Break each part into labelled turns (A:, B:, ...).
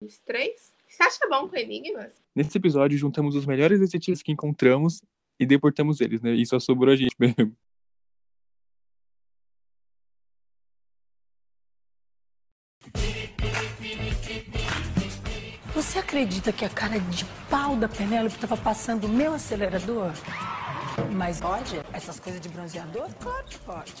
A: Os três? Você acha bom com enigmas?
B: Nesse episódio, juntamos os melhores detetives que encontramos e deportamos eles, né? E só sobrou a gente mesmo.
C: Você acredita que a cara de pau da Penélope estava passando o meu acelerador? Mas pode? Essas coisas de bronzeador? Claro que pode.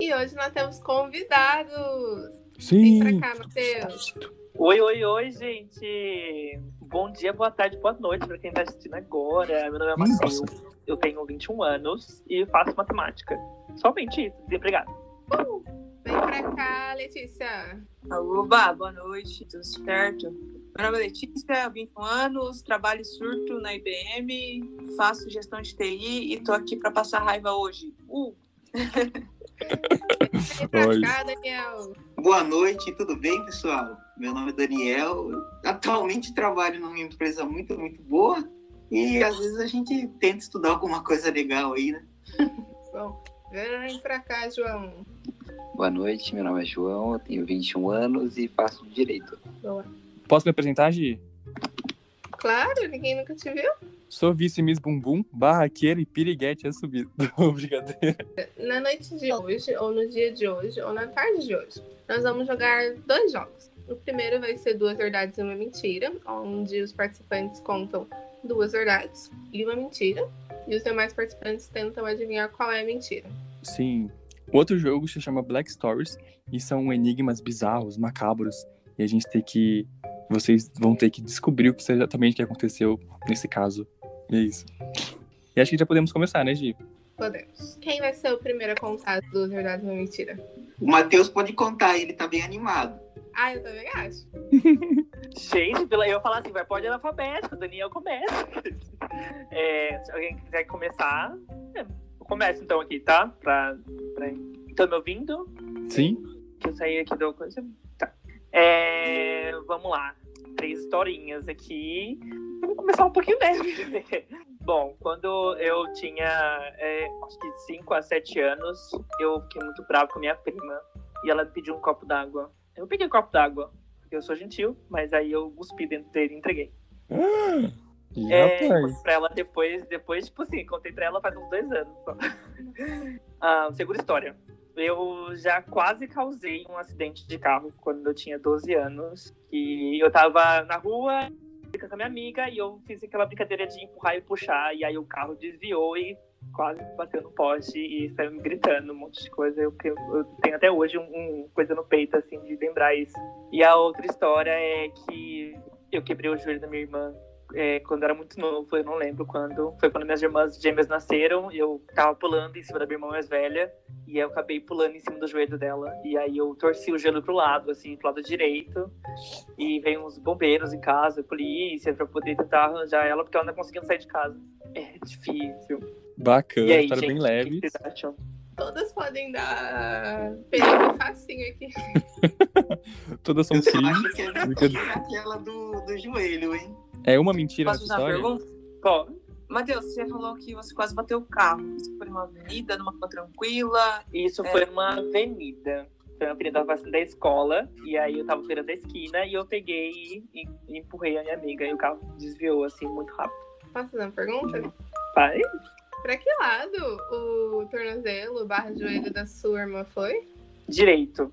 A: E hoje nós temos convidados. Vem pra
B: Sim!
A: cá, Matheus.
D: Oi, oi, oi, gente! Bom dia, boa tarde, boa noite pra quem tá assistindo agora. Meu nome é Matheus,
B: Nossa.
D: eu tenho 21 anos e faço matemática. Somente isso, desempregado.
A: Vem pra cá, Letícia.
E: Aruba, boa noite, tudo certo? Meu nome é Letícia, 21 anos, trabalho e surto na IBM, faço gestão de TI e tô aqui pra passar raiva hoje. Uh,
A: Vem pra
B: Oi.
A: cá, Daniel.
F: Boa noite, tudo bem, pessoal? Meu nome é Daniel. Atualmente trabalho numa empresa muito, muito boa e às vezes a gente tenta estudar alguma coisa legal aí, né?
A: Bom, vem pra cá, João.
G: Boa noite, meu nome é João, eu tenho 21 anos e faço direito.
B: Posso me apresentar, Gi?
A: Claro, ninguém nunca te viu?
B: Sou vice-miss bumbum, barraqueiro e piriguete é assumido. Obrigado.
A: Na noite de hoje, ou no dia de hoje, ou na tarde de hoje, nós vamos jogar dois jogos. O primeiro vai ser duas verdades e uma mentira, onde os participantes contam duas verdades e uma mentira, e os demais participantes tentam adivinhar qual é a mentira.
B: Sim. O outro jogo se chama Black Stories e são enigmas bizarros, macabros. E a gente tem que. Vocês vão ter que descobrir o que exatamente que aconteceu nesse caso. E é isso. E acho que já podemos começar, né, Gi?
A: Podemos. Quem vai ser o primeiro a contar as duas verdades e uma mentira?
F: O Matheus pode contar, ele tá bem animado.
A: Ah, eu também acho.
D: Gente, pela- eu ia falar assim, vai por ordem alfabética, o Daniel começa. É, se alguém quiser começar, é, eu começo então aqui, tá? Pra, pra... Estão me ouvindo?
B: Sim?
D: que eu saí aqui da coisa. Tá. É, vamos lá. Três historinhas aqui. Vamos começar um pouquinho leve. Bom, quando eu tinha é, acho que 5 a 7 anos, eu fiquei muito bravo com minha prima. E ela me pediu um copo d'água. Eu peguei o copo d'água, porque eu sou gentil, mas aí eu cuspi dentro dele e entreguei.
B: Ih,
D: É,
B: rapaz.
D: contei pra ela depois, depois, tipo assim, contei pra ela faz uns dois anos só. Ah, segura história. Eu já quase causei um acidente de carro quando eu tinha 12 anos. E eu tava na rua com a minha amiga e eu fiz aquela brincadeira de empurrar e puxar. E aí o carro desviou e quase bateu no poste e saiu me gritando um monte de coisa. Eu, eu tenho até hoje um, um coisa no peito, assim, de lembrar isso. E a outra história é que eu quebrei o joelho da minha irmã é, quando eu era muito novo, eu não lembro quando. Foi quando minhas irmãs gêmeas nasceram, eu tava pulando em cima da minha irmã mais velha, e aí eu acabei pulando em cima do joelho dela. E aí eu torci o gelo pro lado, assim, pro lado direito. E veio uns bombeiros em casa, polícia, pra poder tentar arranjar ela, porque ela não conseguia sair de casa. É difícil.
B: Bacana,
D: e aí,
B: história
D: gente,
B: bem
D: o
B: leve.
D: que vocês acham?
A: Todas podem dar perigo facinho aqui.
B: Todas são
F: Eu só
B: crimes.
F: acho que é
B: Brincadeira.
F: aquela do, do joelho, hein?
B: É uma mentira
E: posso
B: nessa
E: fazer uma
B: história?
E: pergunta?
D: Bom,
E: Matheus, você falou que você quase bateu o carro. Isso foi numa avenida, numa rua tranquila.
D: Isso
E: É.
D: foi numa avenida. Foi uma avenida próxima da escola. E aí eu tava virando a esquina e eu peguei e, e empurrei a minha amiga. E o carro desviou, assim, muito rápido.
A: Posso fazer uma pergunta?
D: Pai?
A: Pra que lado o tornozelo barra joelho da sua irmã foi?
D: Direito.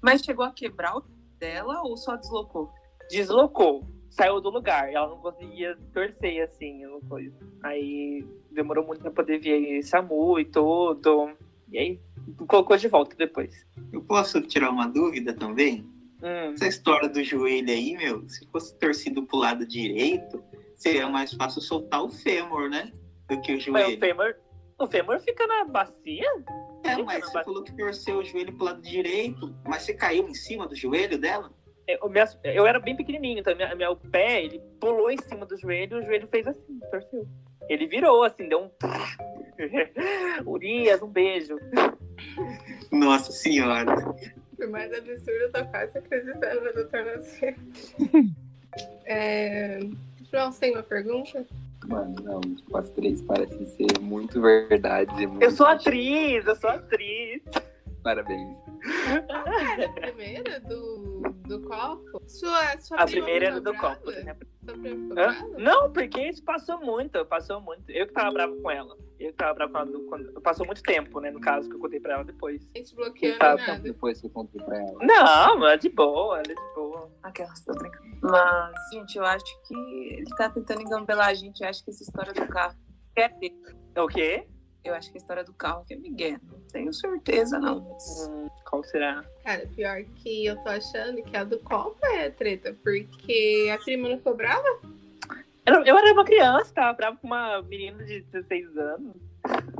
E: Mas chegou a quebrar o dela ou só deslocou?
D: Deslocou. Saiu do lugar. Ela não conseguia torcer, assim, não coisa. Aí demorou muito pra poder vir SAMU e tudo. E aí colocou de volta depois.
F: Eu posso tirar uma dúvida também?
D: Hum.
F: Essa história do joelho aí, meu, se fosse torcido pro lado direito, seria mais fácil soltar o fêmur, né? Do que o
D: Mas o
F: joelho.
D: fêmur, o fêmur fica na bacia?
F: É,
D: fica
F: mas
D: na
F: você
D: base.
F: falou que torceu o joelho pro lado direito, mas você caiu em cima do joelho dela?
D: Eu, eu me ass- eu era bem pequenininho, então minha, meu pé, ele pulou em cima do joelho, o joelho fez assim, torceu. Ele virou, assim, deu um... Urias, um beijo.
F: Nossa senhora.
A: Por mais absurdo, eu tô quase acreditando no tornozelo. É, João, você tem uma pergunta?
G: Mano, não, as três parecem ser muito verdade. Muito
D: Eu sou atriz, eu sou atriz.
G: Parabéns.
A: Cara, a primeira do, do copo? Sua, sua
D: A
A: prima
D: primeira era
A: ficou
D: do
A: brava?
D: copo, né?
A: Sua prima ficou
D: Hã?
A: brava?
D: Não, porque isso passou muito, passou muito. Eu que tava bravo com ela. Eu que tava bravo com ela. do- Quando, passou muito tempo, né? No caso, que eu contei pra ela depois.
A: A gente bloqueou tá,
D: Tá, tá.
A: nada.
G: Depois que eu contei pra ela.
D: Não, ela é de boa, ela é de boa.
E: Aquelas, tô tá brincando. Mas, gente, eu acho que ele tá tentando engambelar a gente. Eu acho que essa história do carro é dele.
D: É O quê?
E: Eu acho que a história do carro que é Miguel. Não tenho certeza, não. Mas...
D: Hum, qual será?
A: Cara, pior que eu tô achando que a do copo é treta, porque a prima não ficou brava?
D: Eu, eu era uma criança, tava bravo com uma menina de 16 anos.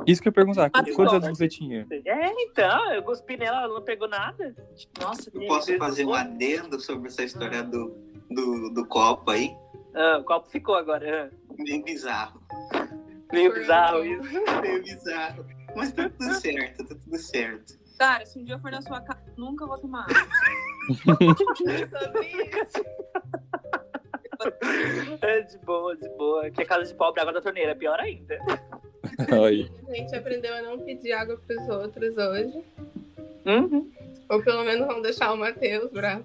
B: Isso que eu ia perguntar,
E: Mas
B: quantos
E: bom.
B: anos você tinha?
D: É, então, eu cuspi nela, ela não pegou nada.
E: Nossa,
F: Eu Ah. posso fazer um adendo sobre essa história do, do, do copo aí?
D: Ah, o copo ficou agora. ah.
F: Bem bizarro.
D: Meio
A: Foi
D: bizarro
A: um-
D: isso.
F: Bem bizarro. Mas tá tudo certo, tá tudo certo.
E: cara, se um dia eu for na sua casa, nunca vou tomar.
A: Sobre isso.
D: É de boa, de boa. Que a casa de pobre, água da torneira, é pior ainda.
B: Aí.
A: A gente aprendeu a não pedir água pros outros hoje.
D: Uhum.
A: Ou pelo menos vão deixar o Matheus bravo.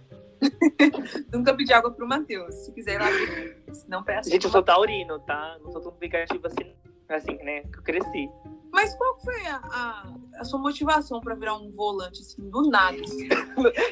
E: nunca pedi água pro Matheus. Se quiser ir lá, pedir. se não peça.
D: Gente, eu sou taurino, tá? Não sou tão vingativo assim, assim, né? Que eu cresci.
E: Mas qual foi a, a, a sua motivação pra virar um volante, assim, do nada? assim?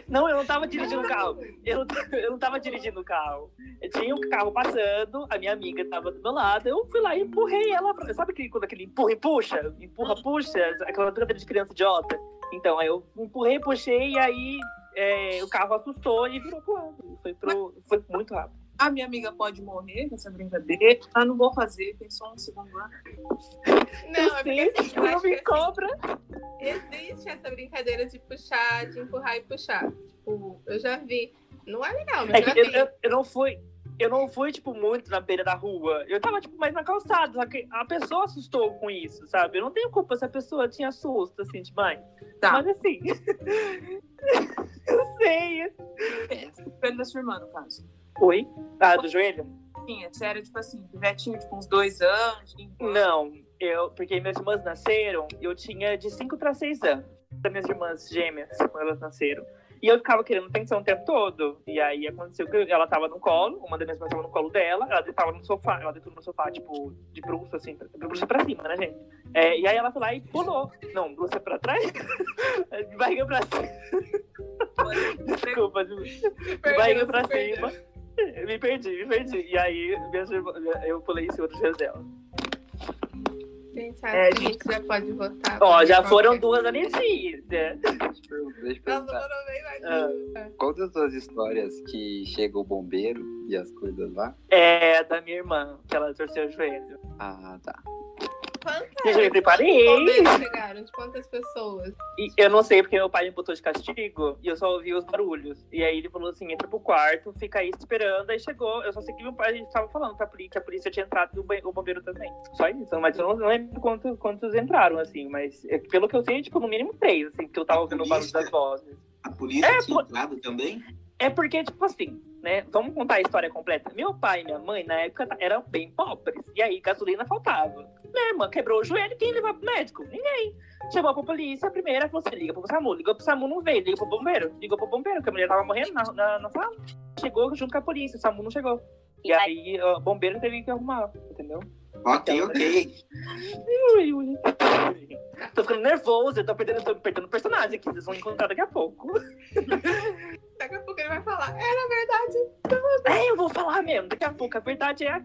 D: Não, eu não tava dirigindo o carro. Eu não, ta- eu não tava dirigindo o carro. Eu tinha um carro passando, a minha amiga tava do meu lado, eu fui lá e empurrei ela. pra- Sabe aquele, quando aquele empurra e puxa? Empurra, puxa? Aquela brincadeira de criança idiota. Então, aí eu empurrei, puxei, e aí é, o carro assustou e virou pro lado. Foi, pro, foi muito rápido.
E: A minha amiga pode morrer com essa brincadeira. Ah, não vou fazer, tem só um segundo ano.
A: Não, é porque assim,
D: Sim,
A: eu
D: não
A: acho que
D: me
A: assim,
D: cobra.
A: existe essa brincadeira de puxar, de empurrar e puxar. Tipo, eu já vi. Não é legal, mas
D: É
A: eu já
D: que
A: vi.
D: eu, eu, eu não fui. Eu não fui, tipo, muito na beira da rua. Eu tava, tipo, mais na calçada. Só que a pessoa assustou com isso, sabe? Eu não tenho culpa se a pessoa tinha susto, assim, demais.
E: Tá.
D: Mas assim. eu sei.
E: Pelo da sua irmã, no caso.
D: Oi? Ah, do joelho?
E: Sim, você era, tipo assim, pivetinho, tipo, uns dois anos. cinco anos.
D: Não. Eu, porque minhas irmãs nasceram, eu tinha de 5 pra 6 anos. Das Minhas irmãs gêmeas, quando elas nasceram. E eu ficava querendo atenção o tempo todo. E aí aconteceu que ela tava no colo, uma das minhas irmãs tava no colo dela, ela tava no sofá, ela deitou no sofá, tipo, de bruxa, assim, de bruxa pra cima, né, gente? É, e aí ela foi lá e pulou. Não, bruxa pra trás, de barriga pra cima. Desculpa, de- de
A: Perdeu,
D: barriga pra
A: perdeu.
D: cima. Me perdi, me perdi. E aí, minhas irmãs- eu pulei em cima dos dias dela.
A: Gente,
D: É,
A: acho que a gente já pode votar.
D: Ó,
A: pra
D: já
A: ver
D: foram
A: qual é
D: duas anistas. né?
G: Deixa eu per- deixa eu
A: que é. Nossa,
G: perguntar.
A: foram bem mais
D: Ah.
A: duas.
G: Qual das duas histórias que chega o bombeiro e as coisas lá?
D: É, da minha irmã, que ela torceu o joelho.
G: Ah, tá.
A: Quantas?
D: Eu já me preparei.
A: Quantos chegaram? De quantas pessoas?
D: E eu não sei porque meu pai me botou de castigo e eu só ouvi os barulhos. E aí ele falou assim: entra pro quarto, fica aí esperando. Aí chegou, eu só sei que meu pai estava falando pra polícia, que a polícia tinha entrado e o ba- o bombeiro também. Só isso, mas eu não não lembro quanto- quantos entraram, assim. Mas é, pelo que eu sei, tipo, no mínimo três, assim, porque eu tava ouvindo o barulho das vozes.
F: A polícia
D: É,
F: tinha
D: pô-
F: entrado também?
D: É porque, tipo assim, né? Vamos contar a história completa. Meu pai e minha mãe, na época, ta- eram bem pobres. E aí, gasolina faltava. Minha irmã quebrou o joelho, quem levou pro médico? Ninguém. Chamou pra polícia, a primeira falou assim: liga pro SAMU. Ligou pro SAMU, não veio. Liga pro bombeiro. Ligou pro bombeiro, que a mulher tava morrendo na, na, na sala. Chegou junto com a polícia, o SAMU não chegou. E aí, o bombeiro teve que arrumar, entendeu?
F: Ok, ok.
D: Ui, ui. Tô ficando nervoso, eu tô perdendo, tô perdendo personagem aqui, vocês vão encontrar daqui a pouco.
A: Daqui a pouco ele vai falar. É, na verdade,
D: É, eu vou falar mesmo, daqui a pouco, a verdade é a.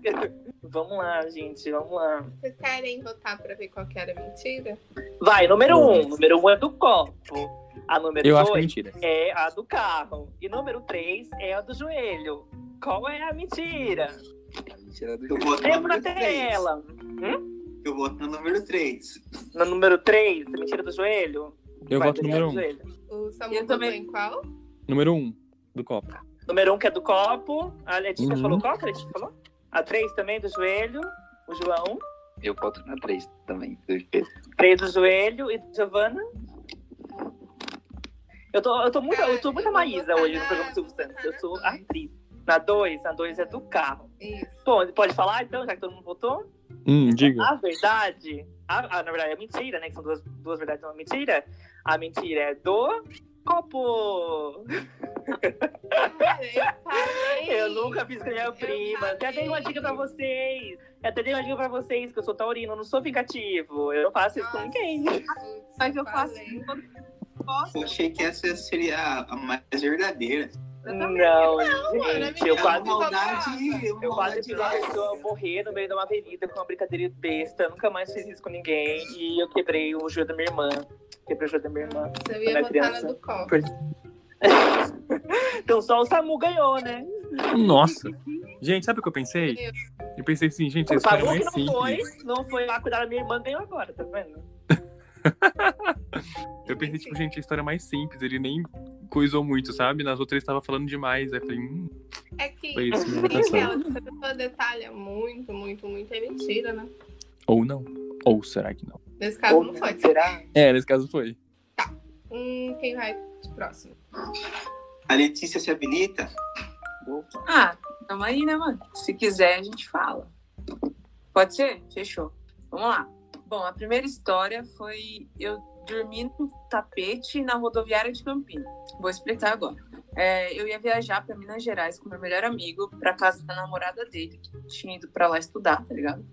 D: Vamos lá, gente, vamos lá.
A: vocês querem votar pra ver qual que era a mentira?
D: Vai, número um. Número um é do copo. A número
B: Eu acho que é
D: dois
B: mentira.
D: é a do carro. E número três é a do joelho. Qual é a mentira?
G: A mentira do
F: Eu voto no
D: Lembra
F: número
D: até
F: 3.
D: ela.
F: Eu voto no número 3.
D: No número três, a mentira do joelho?
B: Eu
D: Vai,
B: voto número
D: mentira do
B: um.
D: joelho.
A: O Samu
E: Eu
A: votou
E: também.
A: em qual?
B: Número um do copo.
D: Número um que é do copo. A Letícia
B: Uhum.
D: falou qual que a Letícia falou? A três também do joelho. O João.
G: Eu voto na 3 também. certeza.
D: Três do joelho e do Giovana. Eu tô, eu tô muito, eu tô muito
A: Eu vou
D: Maísa
A: botar
D: hoje
A: na-
D: no programa de
A: vou botar
D: substância. Eu
A: na
D: sou
A: dois.
D: atriz. Na dois, na dois é do carro.
A: Isso.
D: Bom, pode falar então, já que todo mundo votou?
B: Hum, diga.
D: A verdade, a, a- na verdade, a mentira, né? Que são duas, duas verdades e uma mentira. A mentira é do copo. Eu nunca fiz com a minha
A: Eu
D: prima. Até dei uma dica pra
A: falei.
D: vocês. Até dei uma dica pra vocês que eu sou taurino, eu não sou vingativo. Eu não faço isso com
A: Nossa.
D: ninguém.
A: Putz,
E: Mas eu faço
A: falei.
E: todo posso.
F: Eu achei que essa seria a- a mais verdadeira.
E: Eu também.
D: Não,
A: mano, é
D: gente,
A: mentira.
D: eu
F: é
D: quase,
F: uma maldade,
A: Eu
F: uma
D: eu quase
F: maldade
D: fiz uma
F: lá.
D: pessoa morrer no meio de uma avenida com uma brincadeira besta. Eu nunca mais fiz isso com ninguém. E eu quebrei o joelho da minha irmã. Quebrei o joelho da minha irmã.
A: Nossa, eu
D: Quando
A: ia
D: é
A: botar na
D: criança.
A: do copo.
D: Então só o Samu ganhou, né?
B: Nossa. Gente, sabe o que eu pensei?
A: Eu.
B: Eu pensei assim, gente,
D: O
B: esse cara é
D: Samu
B: mais
D: que não foi,
B: simples.
D: não foi lá cuidar da minha irmã, ganhou agora, tá vendo?
B: Eu pensei, tipo, gente, a história é mais simples. Ele nem coisou muito, sabe? Nas outras ele estava falando demais. Aí eu falei, hum,
A: É que
B: Foi isso, minha
A: tem
B: votação.
A: aquela que se a pessoa detalha muito, muito, muito, é mentira, né?
B: ou não. Ou será que não?
A: Nesse caso não foi.
D: Será?
B: É, nesse caso foi.
A: Hum, quem vai de próximo?
F: A Letícia se habilita?
E: Ah, tamo aí, né, mano? Se quiser, a gente fala. Pode ser? Fechou. Vamos lá. Bom, a primeira história foi eu dormindo no tapete na rodoviária de Campinas. Vou explicar agora. É, eu ia viajar para Minas Gerais com meu melhor amigo, para casa da namorada dele, que tinha ido para lá estudar, tá ligado?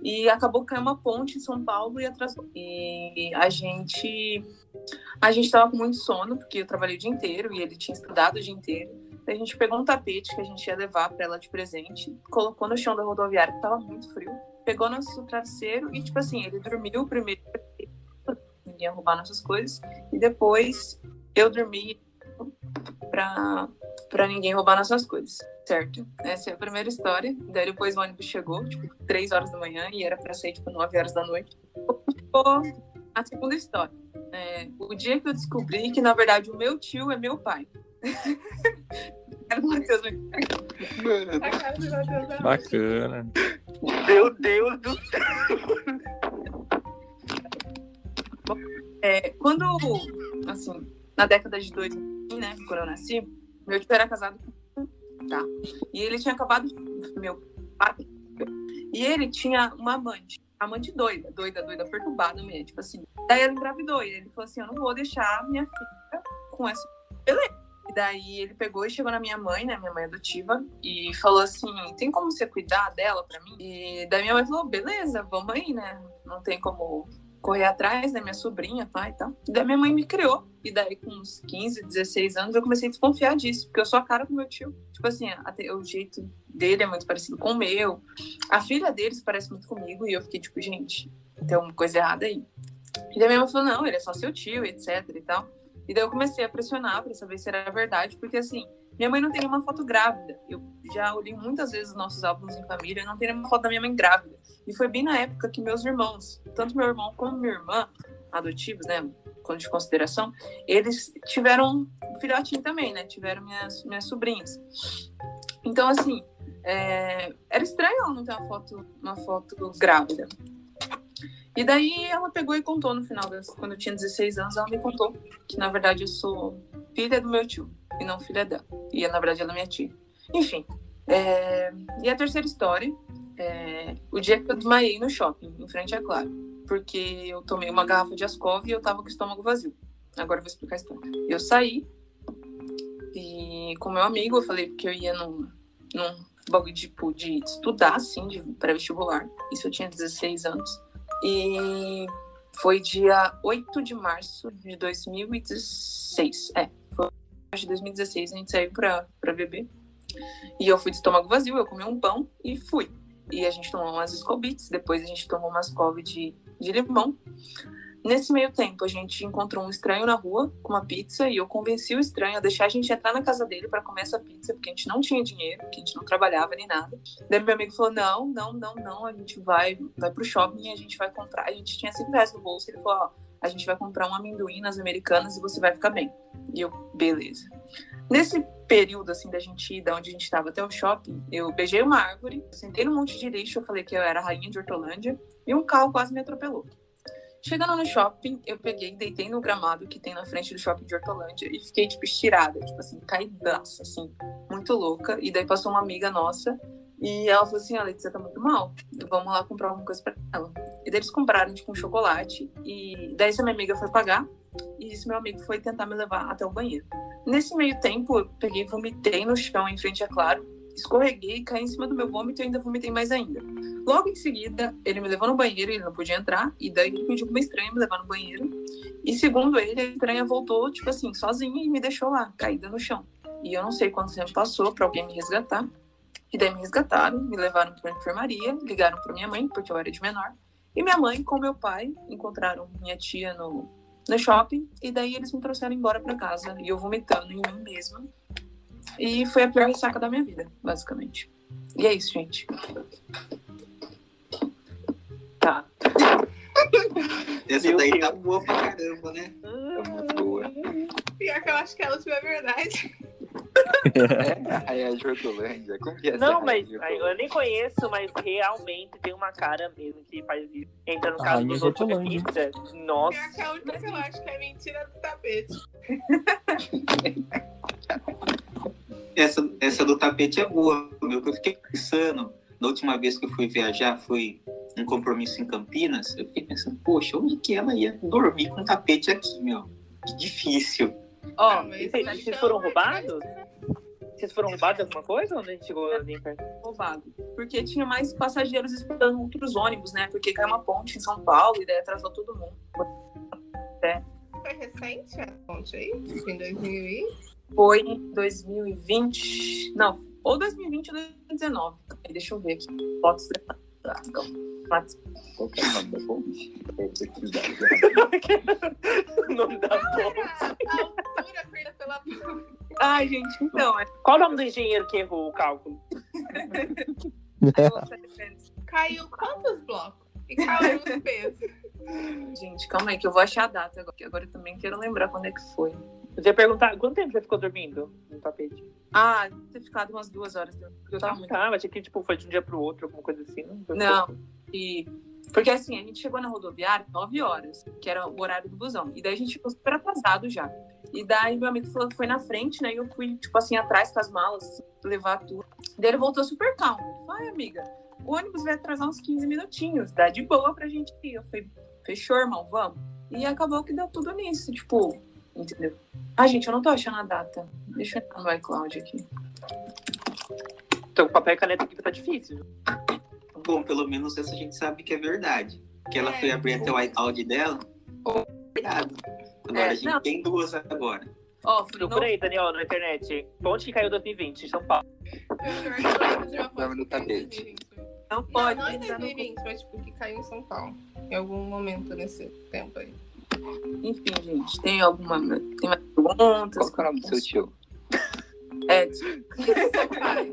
E: E acabou caindo uma ponte em São Paulo e atrasou. E a gente. A gente tava com muito sono, porque eu trabalhei o dia inteiro e ele tinha estudado o dia inteiro. Daí A gente pegou um tapete que a gente ia levar pra ela de presente, colocou no chão da rodoviária, que tava muito frio, pegou nosso travesseiro e, tipo assim, ele dormiu primeiro, ninguém ia roubar nossas coisas, e depois eu dormi pra, pra ninguém roubar nossas coisas, certo? Essa é a primeira história. Daí depois o ônibus chegou, tipo, 3 horas da manhã, e era pra sair, tipo, 9 horas da noite. Ficou a segunda história. É, o dia que eu descobri que, na verdade, o meu tio é meu pai. Era o Matheus, mas
A: Tá claro que vai ter outra.
B: Bacana.
D: Meu Deus do céu.
E: É, quando, assim, na década de 2000, né, quando eu nasci, meu tio era casado com tá? E ele tinha acabado de- meu pai. E ele tinha uma amante, amante doida, doida, doida, perturbada mesmo, tipo assim. Daí ela engravidou e ele falou assim: "Eu não vou deixar minha filha com essa beleza". E daí ele pegou e chegou na minha mãe, né, minha mãe adotiva, e falou assim: "Tem como você cuidar dela pra mim?". E daí minha mãe falou: "Beleza, vamos aí, né? Não tem como correr atrás, né? Minha sobrinha, pai e tal. E daí minha mãe me criou. E daí, com uns 15, 16 anos, eu comecei a desconfiar disso, porque eu sou a cara do meu tio. Tipo assim, até o jeito dele é muito parecido com o meu. A filha dele se parece muito comigo. E eu fiquei tipo, gente, tem alguma coisa errada aí. E daí minha mãe falou, não, ele é só seu tio, etc e tal. E daí eu comecei a pressionar pra saber se era verdade, porque assim, minha mãe não tem nenhuma foto grávida. Eu já olhei muitas vezes os nossos álbuns em família, não tem nenhuma foto da minha mãe grávida. E foi bem na época que meus irmãos, tanto meu irmão como minha irmã, adotivos, né? Quando de consideração, eles tiveram um filhotinho também, né? Tiveram minhas, minhas sobrinhas. Então, assim, é, era estranho ela não ter uma foto, uma foto grávida. E daí ela pegou e contou no final, das, quando eu tinha 16 anos, ela me contou que na verdade eu sou filha do meu tio e não filha dela. E na verdade ela é minha tia. Enfim. é, e a terceira história é, o dia que eu desmaiei no shopping, em frente à Clara, porque eu tomei uma garrafa de Ascov e eu tava com o estômago vazio. Agora eu vou explicar a história. Eu saí e com meu amigo eu falei que eu ia num, num bagulho tipo, de estudar, assim, de pré-vestibular. Isso eu tinha 16 anos. E foi dia 8 de março de 2016. É, foi de 2016, a gente saiu pra, pra beber. E eu fui de estômago vazio, eu comi um pão e fui. E a gente tomou umas Scobits, depois a gente tomou umas Cove de, de limão. Nesse meio tempo, a gente encontrou um estranho na rua com uma pizza e eu convenci o estranho a deixar a gente entrar na casa dele para comer essa pizza, porque a gente não tinha dinheiro, porque a gente não trabalhava nem nada. Daí meu amigo falou: Não, não, não, não, a gente vai, vai pro shopping e a gente vai comprar. A gente tinha 5 reais no bolso. Ele falou: Ó, a gente vai comprar um amendoim nas americanas e você vai ficar bem. E eu, beleza. Nesse período, assim, da gente ir da onde a gente tava até o shopping, eu beijei uma árvore, sentei num monte de lixo, eu falei que eu era a rainha de Hortolândia, e um carro quase me atropelou. Chegando no shopping, eu peguei, e deitei no gramado que tem na frente do shopping de Hortolândia e fiquei, tipo, estirada, tipo assim, caidaça, assim, muito louca. E daí passou uma amiga nossa E ela falou assim, a Letícia tá muito mal, vamos lá comprar alguma coisa pra ela. E daí eles compraram, tipo, um chocolate. E daí essa minha amiga foi pagar. E esse meu amigo foi tentar me levar até o banheiro. Nesse meio tempo, eu peguei e vomitei no chão em frente a Claro. Escorreguei, caí em cima do meu vômito e ainda vomitei mais ainda. Logo em seguida, ele me levou no banheiro, ele não podia entrar. E daí ele pediu pra uma estranha me levar no banheiro. E segundo ele, a estranha voltou, tipo assim, sozinha e me deixou lá, caída no chão. E eu não sei quanto tempo passou pra alguém me resgatar. E daí me resgataram, me levaram para a enfermaria, ligaram para minha mãe, porque eu era de menor. E minha mãe com meu pai encontraram minha tia no, no shopping. E daí eles me trouxeram embora para casa. E eu vomitando em mim mesma. E foi a pior ressaca da minha vida, basicamente. E é isso, gente.
D: Tá.
F: Essa
D: Meu
F: daí
D: Deus.
F: tá boa pra caramba, né?
G: muito boa.
A: Pior que eu acho que é ela tiver verdade.
G: É, aí a Jotolândia, como que é essa
D: Não, mas
G: rainha
D: aí, eu nem conheço, mas realmente tem uma cara mesmo que faz isso. Entra no
B: A
D: caso
B: rainha né?
D: dos
B: de
D: outros
B: Hortolândia.
D: pizza.
A: Pior que
D: Nossa.
A: a única que eu acho que é mentira do tapete.
F: Essa, essa do tapete é boa, meu. que Eu fiquei pensando. Da última vez que eu fui viajar, foi um compromisso em Campinas. Eu fiquei pensando, poxa, onde que ela ia dormir com tapete aqui, meu? Que difícil.
E: Ó,
A: Ah, mas
D: E
A: isso aí
D: vocês,
A: chama
D: vocês foram
A: de
D: roubados? Vocês foram roubados de alguma coisa ou nem chegou nem perto?
E: roubado. Porque tinha mais passageiros esperando outros ônibus, né? Porque caiu uma ponte em São Paulo e daí atrasou todo mundo.
A: Foi recente a ponte aí? Em 2000 e...
E: Foi em 2020. Não, ou 2020 ou 2019. Peraí, Deixa eu ver aqui. Fotos da- da- da-
G: Jotolândia? Qual que é o nome da ponte? Eu vou pesquisar.
D: Não dá bom.
A: Cara, a altura feita pela ponte.
E: Ai, gente, então, é
D: Qual o nome do engenheiro que errou o cálculo?
A: Caiu quantos blocos? E caiu os pesos.
E: Gente, calma aí, que eu vou achar a data agora. Que agora eu também quero lembrar quando é que foi.
D: Eu ia perguntar, quanto tempo você ficou dormindo no tapete?
E: Ah, deve ter ficado umas duas horas. né? Porque eu tava muito.
D: Ah, mas tinha que tipo, foi de um dia pro outro, alguma coisa assim. Não.
E: Não, e. Porque assim, a gente chegou na rodoviária 9 horas, que era o horário do busão. E daí a gente ficou super atrasado já. E daí meu amigo falou que foi na frente, né? E eu fui, tipo assim, atrás com as malas, assim, levar tudo. Daí ele voltou super calmo. Ele falou, ai, amiga, o ônibus vai atrasar uns 15 minutinhos, dá de boa pra gente ir. Eu falei, fechou, irmão, vamos. E acabou que deu tudo nisso, tipo, entendeu? Ah, gente, eu não tô achando a data. Deixa eu entrar no iCloud aqui.
D: Então, papel e caneta aqui tá difícil.
F: Bom, pelo menos essa a gente sabe que é verdade. Que ela
A: É.
F: foi abrir até o iCloud dela. Cuidado. Agora
E: É,
F: a gente
E: não.
F: tem duas agora.
E: Ó, foi no...
D: Procura aí, Daniel, na internet. Ponte que caiu em 2020, em São Paulo.
G: Nome do tapete.
A: Não,
E: não pode.
A: não em
E: entrar no
A: 2020, mas tipo, que caiu em São Paulo. Em algum momento nesse tempo aí.
E: Enfim, gente, tem alguma. Tem mais
G: Qual
E: perguntas?
G: que é o nome do seu tio?
E: É,
A: Pai,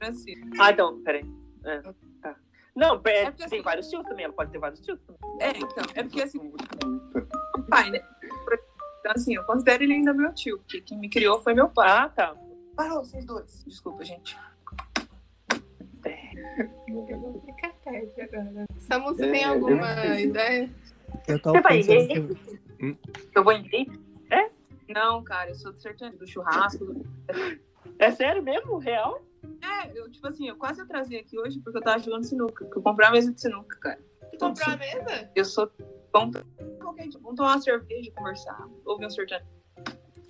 E: Francisco.
D: Ah, então, peraí. É, tá. Não, é,
E: É porque,
D: tem
E: assim-
D: vários tios também, ela pode ter vários tios. também.
E: É, então, é porque assim, meu pai, né? Então, assim, eu considero ele ainda meu tio, porque quem me criou foi meu pai.
D: Ah, tá.
E: Parou, vocês dois. Desculpa, gente.
A: eu vou ficar tarde agora. Samu, você
G: É,
A: tem
G: eu
A: alguma
G: entendi.
A: ideia?
H: Eu tava
D: Você vai
H: pensando
D: ver?
H: que-
E: Eu vou entender? É? Não, cara, eu sou do sertanejo, do churrasco. do-
D: É sério mesmo? Real?
E: É, eu, tipo assim, eu quase atrasei aqui hoje porque eu tava jogando sinuca. Porque eu comprei uma mesa de sinuca, cara.
A: Você comprou a mesa?
E: Eu sou bom pra qualquer dia. Vamos tomar uma cerveja, conversar, ouvir um sertanejo.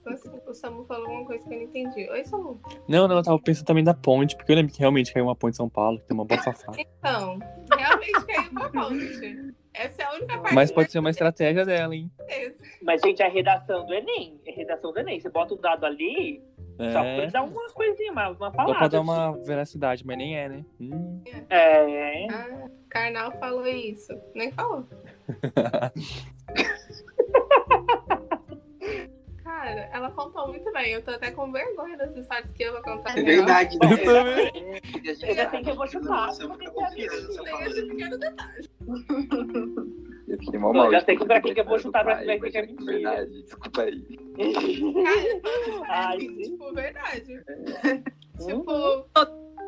A: Nossa, O Samu falou alguma coisa que eu não entendi. Oi, Samu.
B: Não, não, eu tava pensando também da ponte, porque eu lembro que realmente caiu uma ponte em São Paulo, que tem uma bafafá.
A: Então, realmente caiu uma ponte. Essa é a única parte
B: Mas
A: da
B: pode ser uma estratégia dela, hein?
A: certeza.
D: Mas, gente, é a redação do Enem. É a redação do Enem. Você bota um dado ali, só pra
B: É.
D: dar uma coisinha, uma, assim. uma
B: Só
D: palavra.
B: pra dar uma veracidade, mas nem é, né? Hum.
D: É.
A: Ah, Karnal falou isso. Nem falou. Cara, ela contou muito bem. Eu tô até com vergonha das histórias que eu vou contar.
F: É verdade, né?
B: Eu também.
F: Porque a gente
D: Eu já
F: sabe
D: sei que eu vou chutar,
F: Você
D: porque
F: fica
D: tem a vida.
F: confiança assim,
A: Tem
F: falando.
A: esse pequeno detalhe.
G: Eu fiquei mal
D: Não,
G: mal.
D: já sei que pra quem que eu vou
G: Do
D: chutar, pra
G: pai,
D: quem vai
G: mas é
D: que é mentira.
G: Verdade, desculpa aí.
A: Cara, todas
D: Ai,
A: parecem,
D: gente.
A: tipo, verdade.
D: Uhum.
A: Tipo,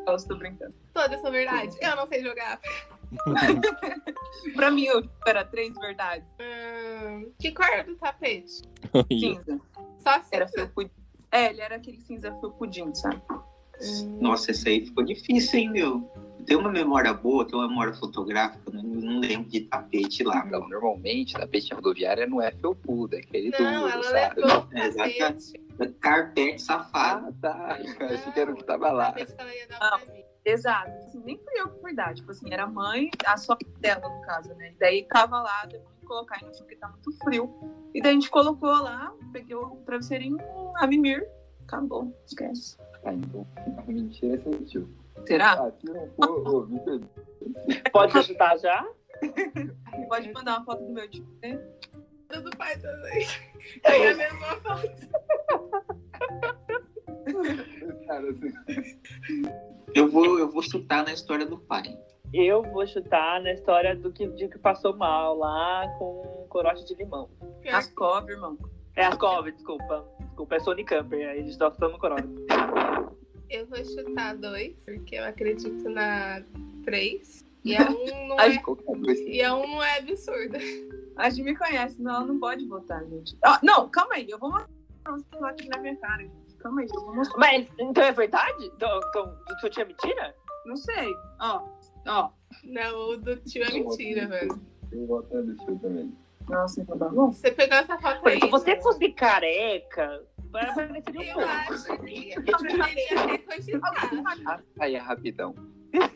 E: Eu estou brincando.
A: todas são verdade. Eu não sei jogar.
E: Pra mim, eu tipo, era três verdades.
A: Hum, que cor era do tapete?
E: Cinza.
A: Só se
E: Era fio pudim. É, ele era aquele cinza fio pudim, sabe?
F: Nossa, essa aí ficou difícil, hein, meu? Tem uma memória boa, tem uma memória fotográfica, não, não lembro de tapete lá, meu.
G: Então, normalmente, tapete rodoviário não é felpudo, é aquele
A: Não,
G: duro,
A: ela
G: sabe?
A: levou o
F: Exatamente.
A: tapete.
F: Carpete safado.
G: Ah, tá. Eu achei
A: Não,
G: que era o que tava lá.
A: O tapete que ela ia dar pra mim.
E: Exato. Assim, nem fui eu que fui dar. Tipo assim, era a mãe, a sogra dela, no caso, né? E daí tava lá, deu pra colocar ainda, porque tá muito frio. E daí a gente colocou lá, peguei o travesseirinho, a mimir. Acabou, esquece.
G: Ah, então, a mentira é sentiu.
E: Será?
G: Ah, se não for, ô, me perdoa.
D: Pode ajudar já?
E: Pode mandar uma foto do meu tio, né?
A: Do pai também. Tem a mesma foto.
G: Cara, assim,
F: Eu vou, eu vou chutar na história do pai.
D: Eu vou chutar na história do que, de que passou mal lá com corote de limão.
E: As cobras, irmão.
D: É as Covid, desculpa. Desculpa, é Sony Camper, aí eles estão tomando corona.
A: Eu vou chutar dois, porque eu acredito na três. E a um não
E: Ai,
A: é,
G: qualquer coisa.
A: e a um não é absurda.
E: A gente me conhece, senão ela não pode votar, gente. Ah, não, calma aí, eu vou mostrar pra vocês lá aqui na minha cara, gente. Calma aí, eu vou mostrar.
D: Mas então é verdade? Então, então tu tinha mentira?
E: Não sei. Ó, ó.
A: Não, o do tio é mentira, velho.
G: Eu vou até deixar também.
E: Nossa, tá bom.
A: Você pegou essa foto aí.
D: Porque se você fosse careca, para parecer um
A: Eu
D: pouco.
A: acho que eu deveria reconquistar.
G: Ah, aí é rapidão.
A: Ela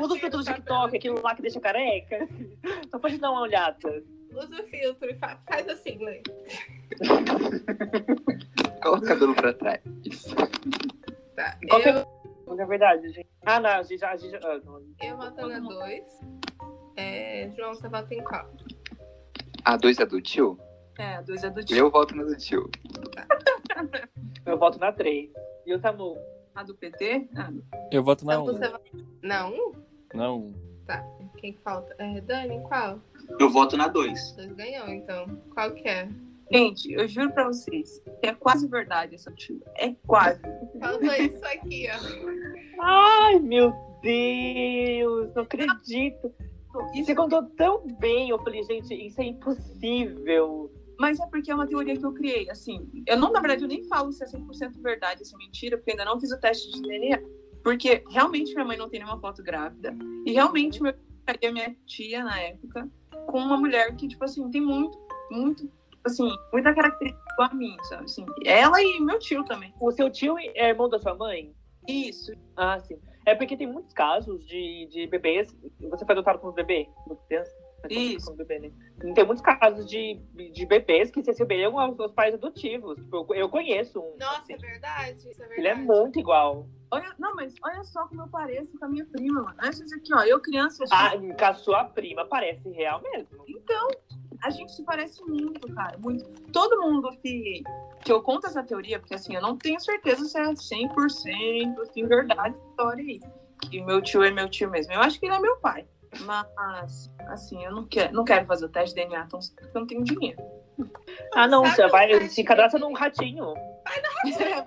D: Usa
A: tira
D: o filtro do
A: foto
D: TikTok, aquilo lá que deixa careca. Só pra gente dar uma olhada.
A: Usa o filtro e fa- faz assim, né?
G: Coloca o cabelo pra trás. Isso.
A: Tá.
D: Qual que é
A: Eu,
D: Na verdade, gente. Ah, não, a gente já. a gente já- ah, não.
A: eu voto na dois. É, João, você vota em qual?
G: A dois é do tio?
E: É, a dois é do tio.
G: Eu volto no do tio.
D: Eu voto na 3. E o Tamu?
E: A do PT? Ah,
B: Eu voto na
A: Então
B: 1.
A: você vota... Não?
B: Não.
A: Quem que falta? É, Dani, em qual?
F: Eu voto na 2.
A: Vocês ganhou, então. Qual que é?
E: Gente, eu juro pra vocês que é quase verdade essa tio. É quase.
A: Falta isso aqui, ó.
D: Ai, meu Deus, não acredito. E
E: Isso,
D: você contou tão bem. Eu falei, gente, isso é impossível.
E: mas é porque é uma teoria que eu criei. Assim, eu não, na verdade, eu nem falo se é 100% verdade, se é mentira, porque ainda não fiz o teste de DNA. Porque realmente minha mãe não tem nenhuma foto grávida. E realmente meu e a minha tia, na época, com uma mulher que, tipo assim, tem muito, muito, tipo assim, muita característica igual a mim, sabe? Assim, ela e meu tio também.
D: O seu tio é irmão da sua mãe?
E: Isso.
D: Ah, sim. É porque tem muitos casos de, de bebês. Você foi adotado como bebê? Como criança? né?
E: Isso.
D: Como bebê, né? Tem muitos casos de, de bebês que se receberam aos, aos pais adotivos. Tipo, eu, eu conheço um.
A: Nossa,
D: assim.
A: é verdade? Isso é verdade.
D: ele é muito igual.
E: Olha, não, mas olha só como eu pareço com a minha prima, mano. Olha isso aqui, ó. Eu criança, eu sou assim.
D: Ah, com a sua prima parece real mesmo.
E: Então, a gente se parece muito, cara. Muito. Todo mundo que, que eu conto essa teoria, porque assim, eu não tenho certeza se é 100% assim, verdade essa história aí. Que meu tio é meu tio mesmo. Eu acho que ele é meu pai. Mas, assim, eu não quero, não quero fazer o teste de DNA tão cedo, porque eu não tenho dinheiro.
D: Ah, não,
A: Sabe um
D: você
A: o
D: vai,
A: teste
D: se cadastra
A: que-
D: num ratinho.
A: Menina,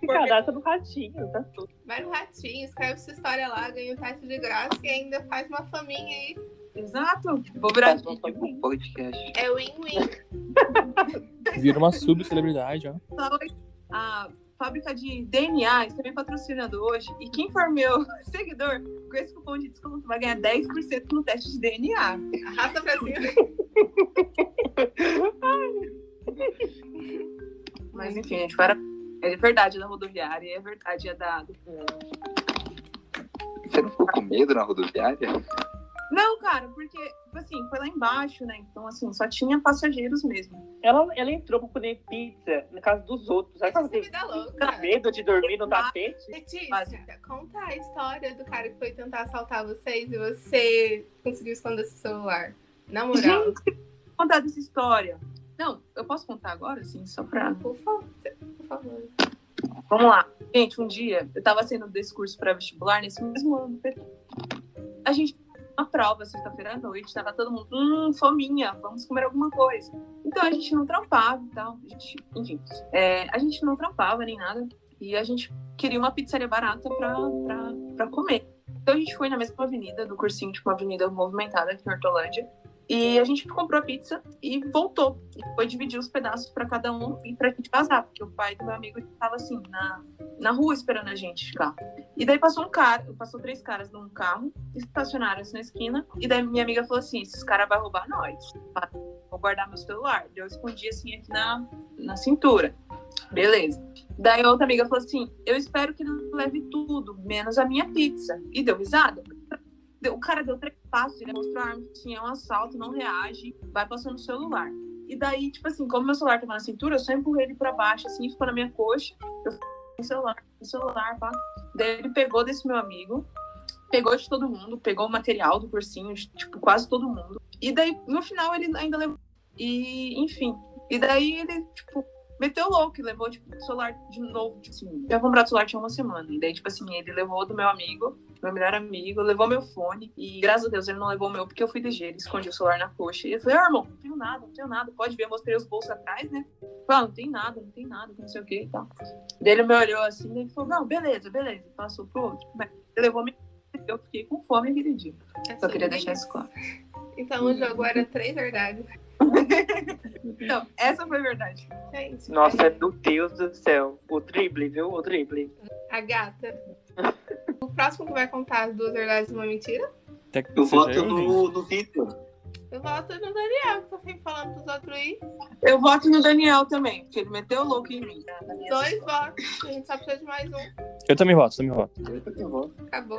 D: Se cadastra num ratinho, tá tudo.
A: vai no ratinho, escreve sua história lá, ganha o teste de graça e ainda faz uma faminha aí.
E: Exato. Vou virar.
D: Faz uma
G: Tipo
D: família.
G: um podcast.
A: É win-win.
B: Vira uma subcelebridade, ó.
E: a fábrica de DNA está me patrocinando hoje. E quem for meu seguidor, com esse cupom de desconto vai ganhar 10% no teste de DNA.
A: Arrasta pra cima.
E: Mas enfim, gente, para. É verdade, é da rodoviária, é verdade, é da.
G: Você não ficou com medo na rodoviária?
E: Não, cara, porque, tipo assim, foi lá embaixo, né? Então, assim, só tinha passageiros mesmo.
D: Ela, ela entrou pra comer pizza na casa dos outros. Sabe quando
A: Essa
D: tem
A: vida tá louca.
D: medo de dormir no tapete?
A: Letícia, conta a história do cara que foi tentar assaltar vocês e você conseguiu esconder seu celular. Na moral,
E: Contar dessa história. Não, eu posso contar agora, assim, só pra.
A: por favor, por favor. É
E: Vamos lá. Gente, um dia, eu tava sendo desse curso pré-vestibular nesse mesmo ano. do PT. A gente tinha uma prova sexta-feira à noite, tava todo mundo, hum, fominha, vamos comer alguma coisa. Então a gente não trampava e tal. A gente, enfim, é, a gente não trampava nem nada. E a gente queria uma pizzaria barata pra, pra, pra comer. Então a gente foi na mesma avenida do cursinho, tipo uma avenida movimentada aqui em Hortolândia. E a gente comprou a pizza e voltou. E foi dividir os pedaços pra cada um e pra gente vazar, porque o pai do meu amigo tava assim, na, na rua esperando a gente ficar. E daí passou um cara, passou três caras num carro, estacionaram-se na esquina, e daí minha amiga falou assim: esses caras vão roubar nós. Vou guardar meu celular. Daí Eu escondi assim aqui na, na cintura. Beleza. Daí a outra amiga falou assim: Eu espero que não leve tudo, menos a minha pizza. E deu risada. Deu- O cara deu três passos, ele mostrou a arma, assim, é um assalto, não reage, vai passando o celular. E daí, tipo assim, como meu celular tava na cintura, eu só empurrei ele pra baixo, assim, ficou na minha coxa. Eu falei, "Meu celular, meu celular, pá. Daí ele pegou desse meu amigo, pegou de todo mundo, pegou o material do cursinho, de, tipo, quase todo mundo. E daí, no final, ele ainda levou. E, enfim. E daí ele, tipo, meteu louco e levou, tipo, o celular de novo. Tipo assim, eu tinha comprado o celular tinha uma semana. E daí, tipo assim, ele levou do meu amigo, meu melhor amigo, levou meu fone. E graças a Deus ele não levou o meu, porque eu fui ligeiro, ele escondi o celular na coxa. E eu falei, ah, irmão, não tenho nada, não tenho nada. Pode ver, eu mostrei os bolsos atrás, né? Falei, ah, não tem nada, não tem nada, não sei o que e tal. Daí ele me olhou assim, daí ele falou, não, beleza, beleza. Passou pro outro. Mas ele levou minha. Eu fiquei com fome aquele dia. Só queria deixar isso claro.
A: Então o jogo era três verdades.
E: Então, essa foi a verdade.
A: É isso.
D: Nossa, meu Deus do céu. O drible, viu? O drible.
A: A gata. O próximo que vai contar as duas verdades e uma mentira,
B: Até que
F: Eu
B: seja
F: voto
B: eu, Lin.
F: no, no Vitor.
A: eu voto no Daniel, que tá sempre falando pros outros aí.
E: Eu voto no Daniel também, porque ele meteu louco em mim.
A: Dois votos. A gente só precisa de mais um.
B: Eu também voto, também voto.
A: Acabou.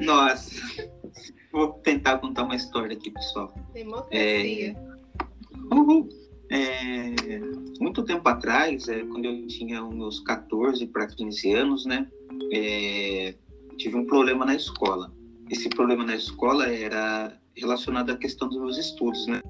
F: Nossa. Vou tentar contar uma história aqui, pessoal.
A: Democracia.
F: Uhul. É, muito tempo atrás, é, quando eu tinha uns 14 para 15 anos, né? é, tive um problema na escola. Esse problema na escola era relacionado à questão dos meus estudos, né?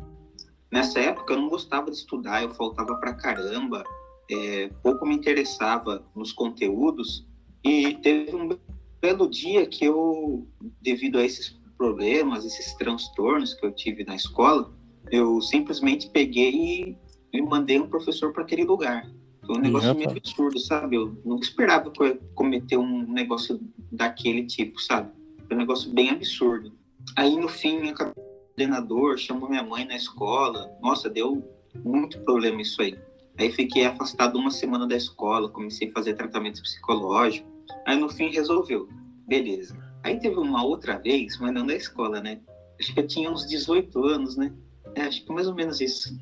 F: Nessa época eu não gostava de estudar, eu faltava pra caramba, é, pouco me interessava nos conteúdos e teve um belo dia que eu, devido a esses problemas, esses transtornos que eu tive na escola, eu simplesmente peguei e, e mandei um professor para aquele lugar. Foi um
B: Ih,
F: negócio
B: rapaz.
F: meio absurdo, sabe? Eu nunca esperava que eu ia cometer um negócio daquele tipo, sabe? Foi um negócio bem absurdo. Aí no fim, acabei coordenador, chamou minha mãe na escola. Nossa, deu muito problema isso aí. Aí fiquei afastado uma semana da escola, comecei a fazer tratamento psicológico. Aí no fim resolveu. Beleza. Aí teve uma outra vez, mas não da escola, né? Acho que eu tinha uns 18 anos, né? É, acho que mais ou menos isso.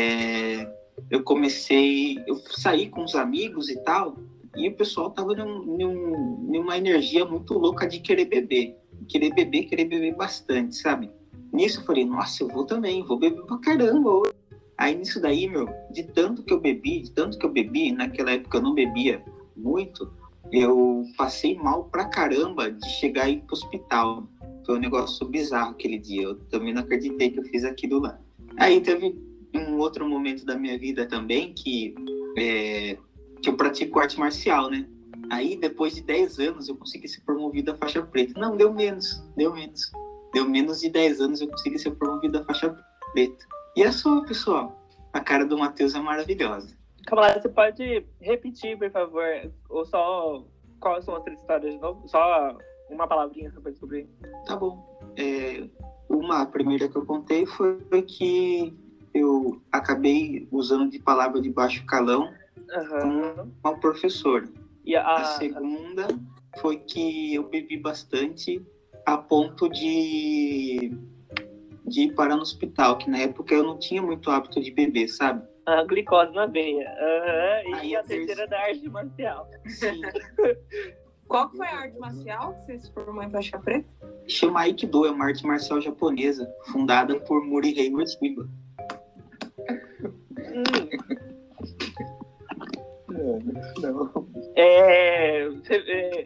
F: É, eu comecei, eu saí com os amigos e tal, e o pessoal tava num- num- numa energia muito louca de querer beber. Querer beber, querer beber bastante, sabe? Nisso eu falei, nossa, eu vou também, vou beber pra caramba. hoje. Aí nisso daí, meu, de tanto que eu bebi, de tanto que eu bebi, naquela época eu não bebia muito, eu passei mal pra caramba de chegar aí pro hospital. Foi um negócio bizarro aquele dia. Eu também não acreditei que eu fiz aquilo lá. Aí teve um outro momento da minha vida também que, é, que eu pratico arte marcial, né? Aí depois de 10 anos eu consegui ser promovido à faixa preta. Não, deu menos, deu menos deu menos de 10 anos eu consegui ser promovido à faixa preta. E a sua, pessoal? A cara do Matheus é maravilhosa.
D: Camarada, você pode repetir, por favor? Ou só. Quais são as três histórias de novo? Só uma palavrinha só pra descobrir.
F: Tá bom. É, uma a primeira que eu contei foi que eu acabei usando de palavra de baixo calão
D: Aham.
F: uma professora.
D: E a.
F: A segunda foi que eu bebi bastante a ponto de, de ir parar no hospital, que na época eu não tinha muito hábito de beber, sabe?
D: a glicose na veia. Aham.
F: Aí
D: E
F: a
D: a terceira da arte marcial.
F: Sim.
E: Qual que foi a arte marcial que você se formou em faixa preta?
F: Chama Aikido, é uma arte marcial japonesa, fundada por Morihei Ueshiba.
D: É, é,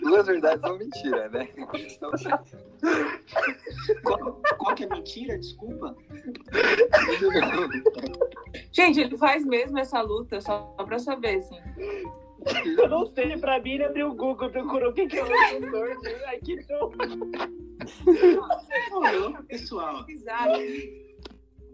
G: Duas verdades são mentira, né? Então,
F: Qual, qual que é a mentira? Desculpa.
E: Gente, ele faz mesmo essa luta, só pra saber, assim.
D: eu não sei, pra mim ele abriu o Google, procurou o que que é o professor. né? Ai, que dor.
F: Ô, louco, pessoal,
E: Bizarro.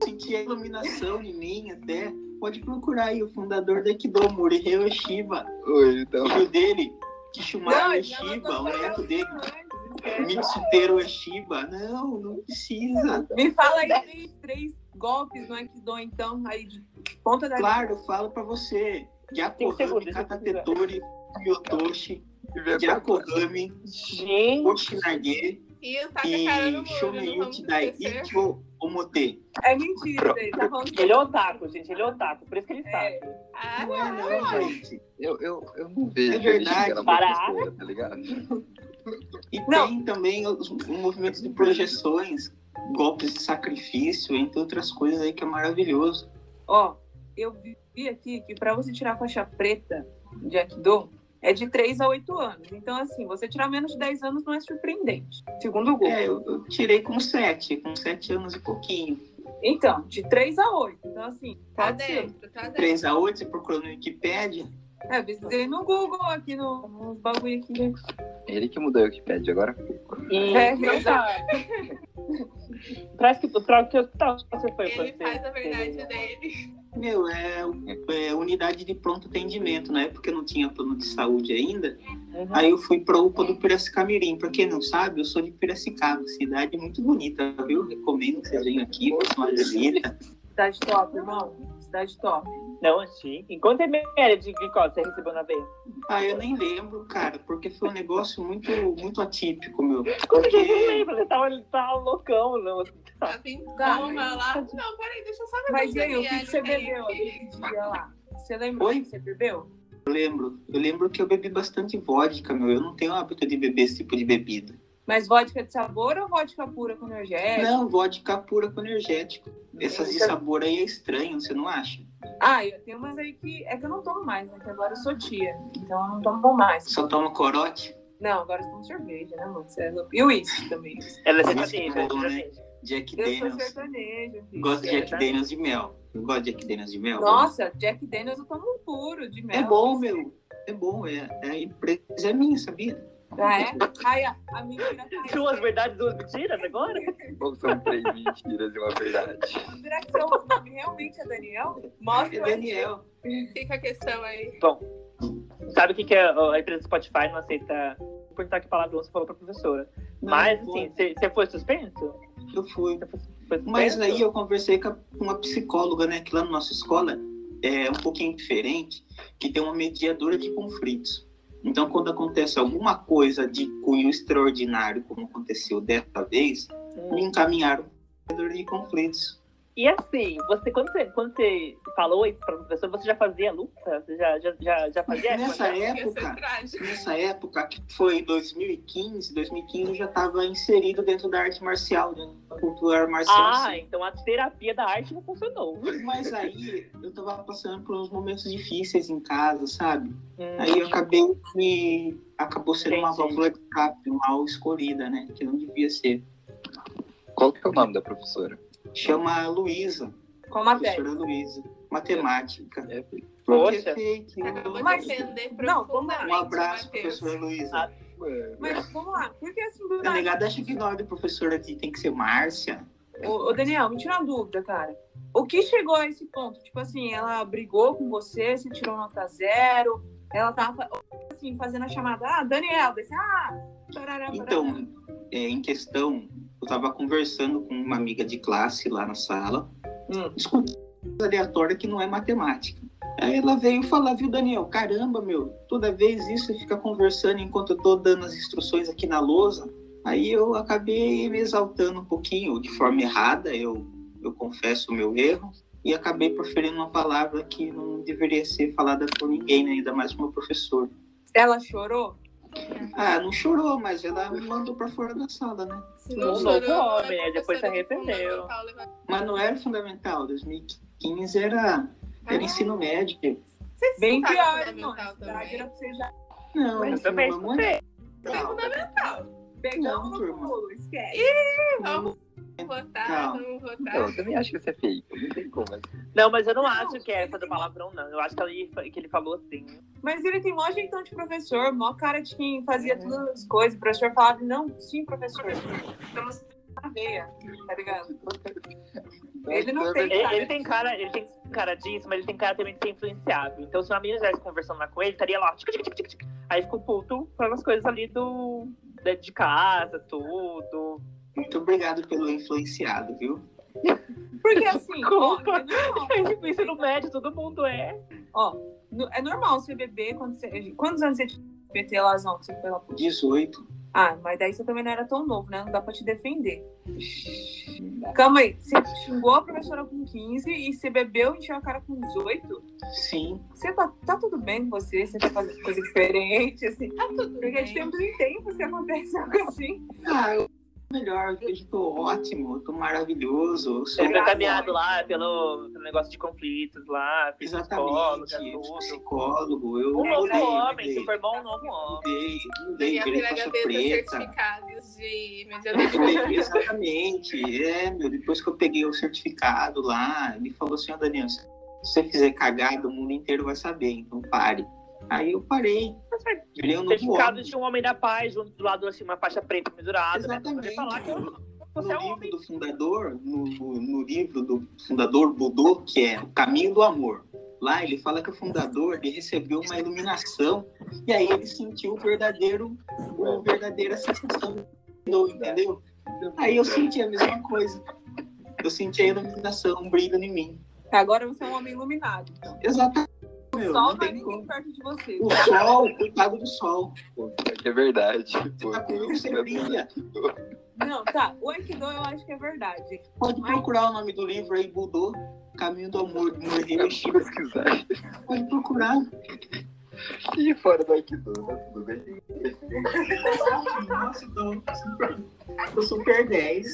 F: senti a iluminação em mim até. Pode procurar aí o fundador da Aikido, Morihei Ueshiba.
G: Oi, então.
F: Filho dele, Kishimaro
E: Não, ele já
F: Ueshiba,
E: mandou
F: o
E: pra
F: neto dele. É.
E: Esquece.
F: Mitsutero Shiba. Não, não precisa.
E: Me fala aí três, três golpes no Aikido, então, aí de ponta da
F: Claro, eu falo pra você. Yakohami,
D: segundos,
F: Katatetori, Yotoshi, Yakohami,
D: Gente,
F: Oshinage
A: E eu tava
F: e
A: cara no muro, não vamos
F: Shomeyuki Dai
A: esquecer.
F: Icho Omote.
E: É mentira, ele tá falando que
D: ele é otaku, gente. Ele é otaku. Por isso que ele
E: É.
D: sabe.
A: Ah,
F: Não é
G: tá?
F: não, gente.
G: Eu, eu, eu não vejo.
F: É
G: ele
F: verdade.
G: chegando na
D: Para.
G: professora, tá ligado?
F: E
E: Não.
F: tem também os movimentos de projeções, golpes de sacrifício, entre outras coisas aí que é maravilhoso.
E: Ó, eu vi vi aqui que pra você tirar a faixa preta de Aikido é de 3 a 8 anos. Então, assim, você tirar menos de 10 anos não é surpreendente, segundo o Google.
F: É, eu, eu tirei com sete, com sete anos e pouquinho.
E: Então, de 3 a 8. Então, assim,
A: Tá
E: pode ser.
A: dentro, tá dentro.
F: 3 a 8, você procurou no Wikipédia.
E: É, pesquisei no Google aqui, no, nos bagulho aqui.
G: Ele que mudou o Wikipedia agora.
D: E
E: É,
D: não
E: exato.
D: tá. Parece que o troco que eu tá, você foi
A: Ele
D: você.
A: faz a verdade dele.
F: Meu, é, é unidade de pronto atendimento. Na época eu não tinha plano de saúde ainda.
D: Uhum.
F: Aí eu fui pra UPA do Piracicamirim. Pra quem não sabe, eu sou de Piracicaba, cidade muito bonita, viu? Recomendo que vocês venham aqui, façam uma visita.
E: Cidade top, irmão. Cidade top.
D: Não, achei. Enquanto é média de glicose você recebeu na veia?
F: Ah, eu nem lembro, cara, porque foi um negócio muito, muito atípico, meu.
D: Como que eu
F: Porque-
D: não lembro? Ele tava, ele tava loucão, não.
A: Tava em
E: Tá,
A: coma lá. Não, peraí, deixa eu só ver
E: Mas
A: como
E: e aí, o que,
A: Daniele
E: que você
A: tem
E: bebeu
A: aqui.
E: aquele dia lá? Você lembrou
F: Oi?
E: que você bebeu?
F: Eu lembro. Eu lembro que eu bebi bastante vodka, meu. Eu não tenho hábito de beber esse tipo de bebida.
E: Mas vodka de sabor ou vodka pura com energético?
F: Não, vodka pura com energético. Essas de
D: Isso é-
F: sabor aí é estranho, você não acha?
E: Ah, eu tenho umas aí que. É que eu não tomo mais, né? Que agora eu sou tia. Então eu não tomo mais.
F: Só toma corote,
E: Não, agora eu tomo cerveja, né, mano? Você é louco. E o uísque também.
D: Ela é
F: Isso que
D: sertaneja,
F: bom, né?
D: sertaneja.
F: Jack
E: Eu sou
F: Daniels.
E: sertaneja. filho.
F: Gosto de Jack
D: Sertanejo.
F: Daniels de mel. Eu gosto de Jack Daniels de mel.
E: Nossa, Jack Daniels eu tomo um puro de mel.
F: É bom, meu. É bom, é. é a empresa é minha, sabia?
E: Ah, é? Ai, a, a mentira tá aí.
D: Duas verdades, duas mentiras agora?
G: Ou são três mentiras e uma verdade?
E: Será que seu nome realmente é Daniel? Mostra
F: É
E: o
F: Daniel.
A: Fica a questão aí.
D: Sabe o que, que é a empresa do Spotify não aceita? Vou perguntar que palavra você falou pra professora.
F: Não,
D: Mas,
F: pô,
D: assim, você foi suspenso?
F: Eu fui.
D: Você foi- foi
F: Mas
D: suspenso?
F: aí eu conversei com a- com uma psicóloga, né? Que lá na nossa escola é um pouquinho diferente, que tem uma mediadora de conflitos. Então, quando acontece alguma coisa de cunho extraordinário, como aconteceu dessa vez, me encaminharam para a mediadora de conflitos.
D: E assim, você quando, você quando você falou isso pra professora, você já fazia luta? Você já, já, já, já fazia? né?
F: Nessa
A: Ia ser
F: época,
A: trágico.
F: nessa época, que foi 2015, 2015 eu já estava inserido dentro da arte marcial, né, da cultura marcial.
D: Ah,
F: sim.
D: então a terapia da arte não funcionou.
F: Mas aí eu estava passando por uns momentos difíceis em casa, sabe? Aí eu acabei que acabou sendo uma
D: Entendi.
F: válvula de escape mal escolhida, né? Que não devia ser.
G: Qual que é o nome da professora?
F: Chama a Luísa,
E: Qual
F: professora
E: matéria?
F: Luísa, matemática.
G: É,
F: Por que
D: Poxa.
F: fake? né?
A: Você acabou de
E: Mas-
A: ofender
E: Não, vamos lá.
A: profundamente,
F: Um abraço,
A: Matheus.
F: professora Luísa.
D: Ah,
G: mano.
E: Mas vamos lá, por que assim do
F: A
E: nada?
F: negada acha que o nome da professora aqui tem que ser Márcia.
E: Ô, ô, Daniel, me tira uma dúvida, cara. O que chegou a esse ponto? Tipo assim, ela brigou com você, você tirou nota zero, ela tava fa- assim, fazendo a chamada, ah, Daniel, desse, ah, tarará, tarará.
F: Então, é, em questão, eu tava conversando com uma amiga de classe lá na sala,
E: Hum.
F: discutindo uma aleatória que não é matemática. Aí ela veio falar, viu, Daniel, caramba, meu, toda vez isso você fica conversando enquanto eu tô dando as instruções aqui na lousa. Aí eu acabei me exaltando um pouquinho, de forma errada, eu, eu confesso o meu erro, e acabei proferindo uma palavra que não deveria ser falada por ninguém, né, ainda mais por uma professora.
E: ela chorou?
F: Ah, não chorou, mas ela me mandou pra fora da sala, né?
A: Se
D: Um
A: não
D: novo
A: chorou, a
D: homem, né? Depois se
E: tá
A: professora
D: arrependeu.
A: fundamental levantou-
F: Mas não era fundamental, 2015 era,
D: Ah.
F: era ensino médio.
A: Vocês
E: Bem
A: ficaram
E: pior, irmão.
A: fundamental
E: Era
A: também.
E: pra você já
F: Não, assim,
D: Mas
F: ensino
D: também
F: fundamental.
A: Bem fundamental.
E: pegar
F: Não,
E: um no
F: turma.
E: pulo, esquece.
A: Vamos votar,
F: Não.
A: vamos
G: Então,
A: votar.
G: eu também acho que isso é fake. Não tem como. assim.
D: Não, mas eu não,
E: Não,
D: acho que é essa do
E: ele-
D: palavrão, não. Eu acho que, ela- que ele falou assim.
E: Mas ele tem mó jeitão de professor, mó cara de quem fazia todas as coisas. O professor falava, não, sim, professor. Então, Estamos na veia, tá ligado? Ele não tem
D: Ele,
E: cara.
D: é ele tem cara, ele tem cara disso, mas ele tem cara também de ser influenciado. Então, se uma menina estivesse conversando lá com ele, estaria lá, tic, tic, tic, tic, tic. aí ficou puto pelas coisas ali do, dentro de casa, tudo.
F: Muito obrigado pelo influenciado, viu?
E: Porque assim, ó,
D: Desculpa.
E: é normal.
D: É tipo, ensino médio, todo mundo é.
E: No- É normal você beber quando você. Quantos anos você tinha PT Lazão? Você foi lá pro.
F: 18.
E: Ah, mas daí você também não era tão novo, né? Não dá pra te defender. Calma aí, você xingou a professora com 15 e você bebeu e encheu a cara com 18?
F: Sim.
E: Você tá, tá tudo bem com você? Você tá fazendo coisa diferente, assim?
A: Tá tudo
E: Porque de tempos em tempos que acontece algo assim.
F: Ah, eu tô melhor, eu estou ótimo, eu tô maravilhoso. Eu sou
D: Sempre encaminhado lá pelo, pelo negócio de conflitos lá, psicólogo,
F: Exatamente,
D: é
F: É
D: tudo.
F: psicólogo. Eu
D: Um novo
F: mudei,
D: homem,
F: mudei,
D: super bom um novo homem.
F: mudei, mudei,
A: Pegar
F: virei
A: pela
F: é faixa
A: gaveta
F: preta.
A: certificados de
F: Peguei,
A: mediador.
F: Exatamente, é, meu. Depois que eu peguei o certificado lá, ele falou assim: Ó, Daniel, se você fizer cagada, o mundo inteiro vai saber, então pare. Aí eu parei. Virei um novo
D: Certificado
F: homem.
D: de um homem da paz, junto do lado assim, uma faixa preta pendurada, né? Pra poder falar
F: Exatamente.
D: que eu-
F: No
D: você é um
F: livro
D: homem.
F: do fundador, no, no livro do fundador Budô, que é O Caminho do Amor, lá ele fala que o fundador ele recebeu uma iluminação e aí ele sentiu o verdadeiro, a verdadeira sensação do entendeu? Aí eu senti a mesma coisa. Eu senti a iluminação, um brilho em mim.
E: Agora você é um homem iluminado. Então.
F: Exatamente.
E: O
F: Meu,
E: sol
F: não
E: não
D: tá
E: é
F: tem
E: ninguém
F: como.
E: perto de você.
F: O sol, coitado do sol.
G: É verdade.
F: Você tá com você brilha.
E: Não, tá. O Aikido eu acho que é verdade.
F: Pode procurar o nome do livro aí, Budô, Caminho do Amor, de Morihiro Shiba.
G: pesquisar.
F: Pode procurar.
G: E fora do Aikido, tá tudo bem?
F: Nossa, então, eu super 10.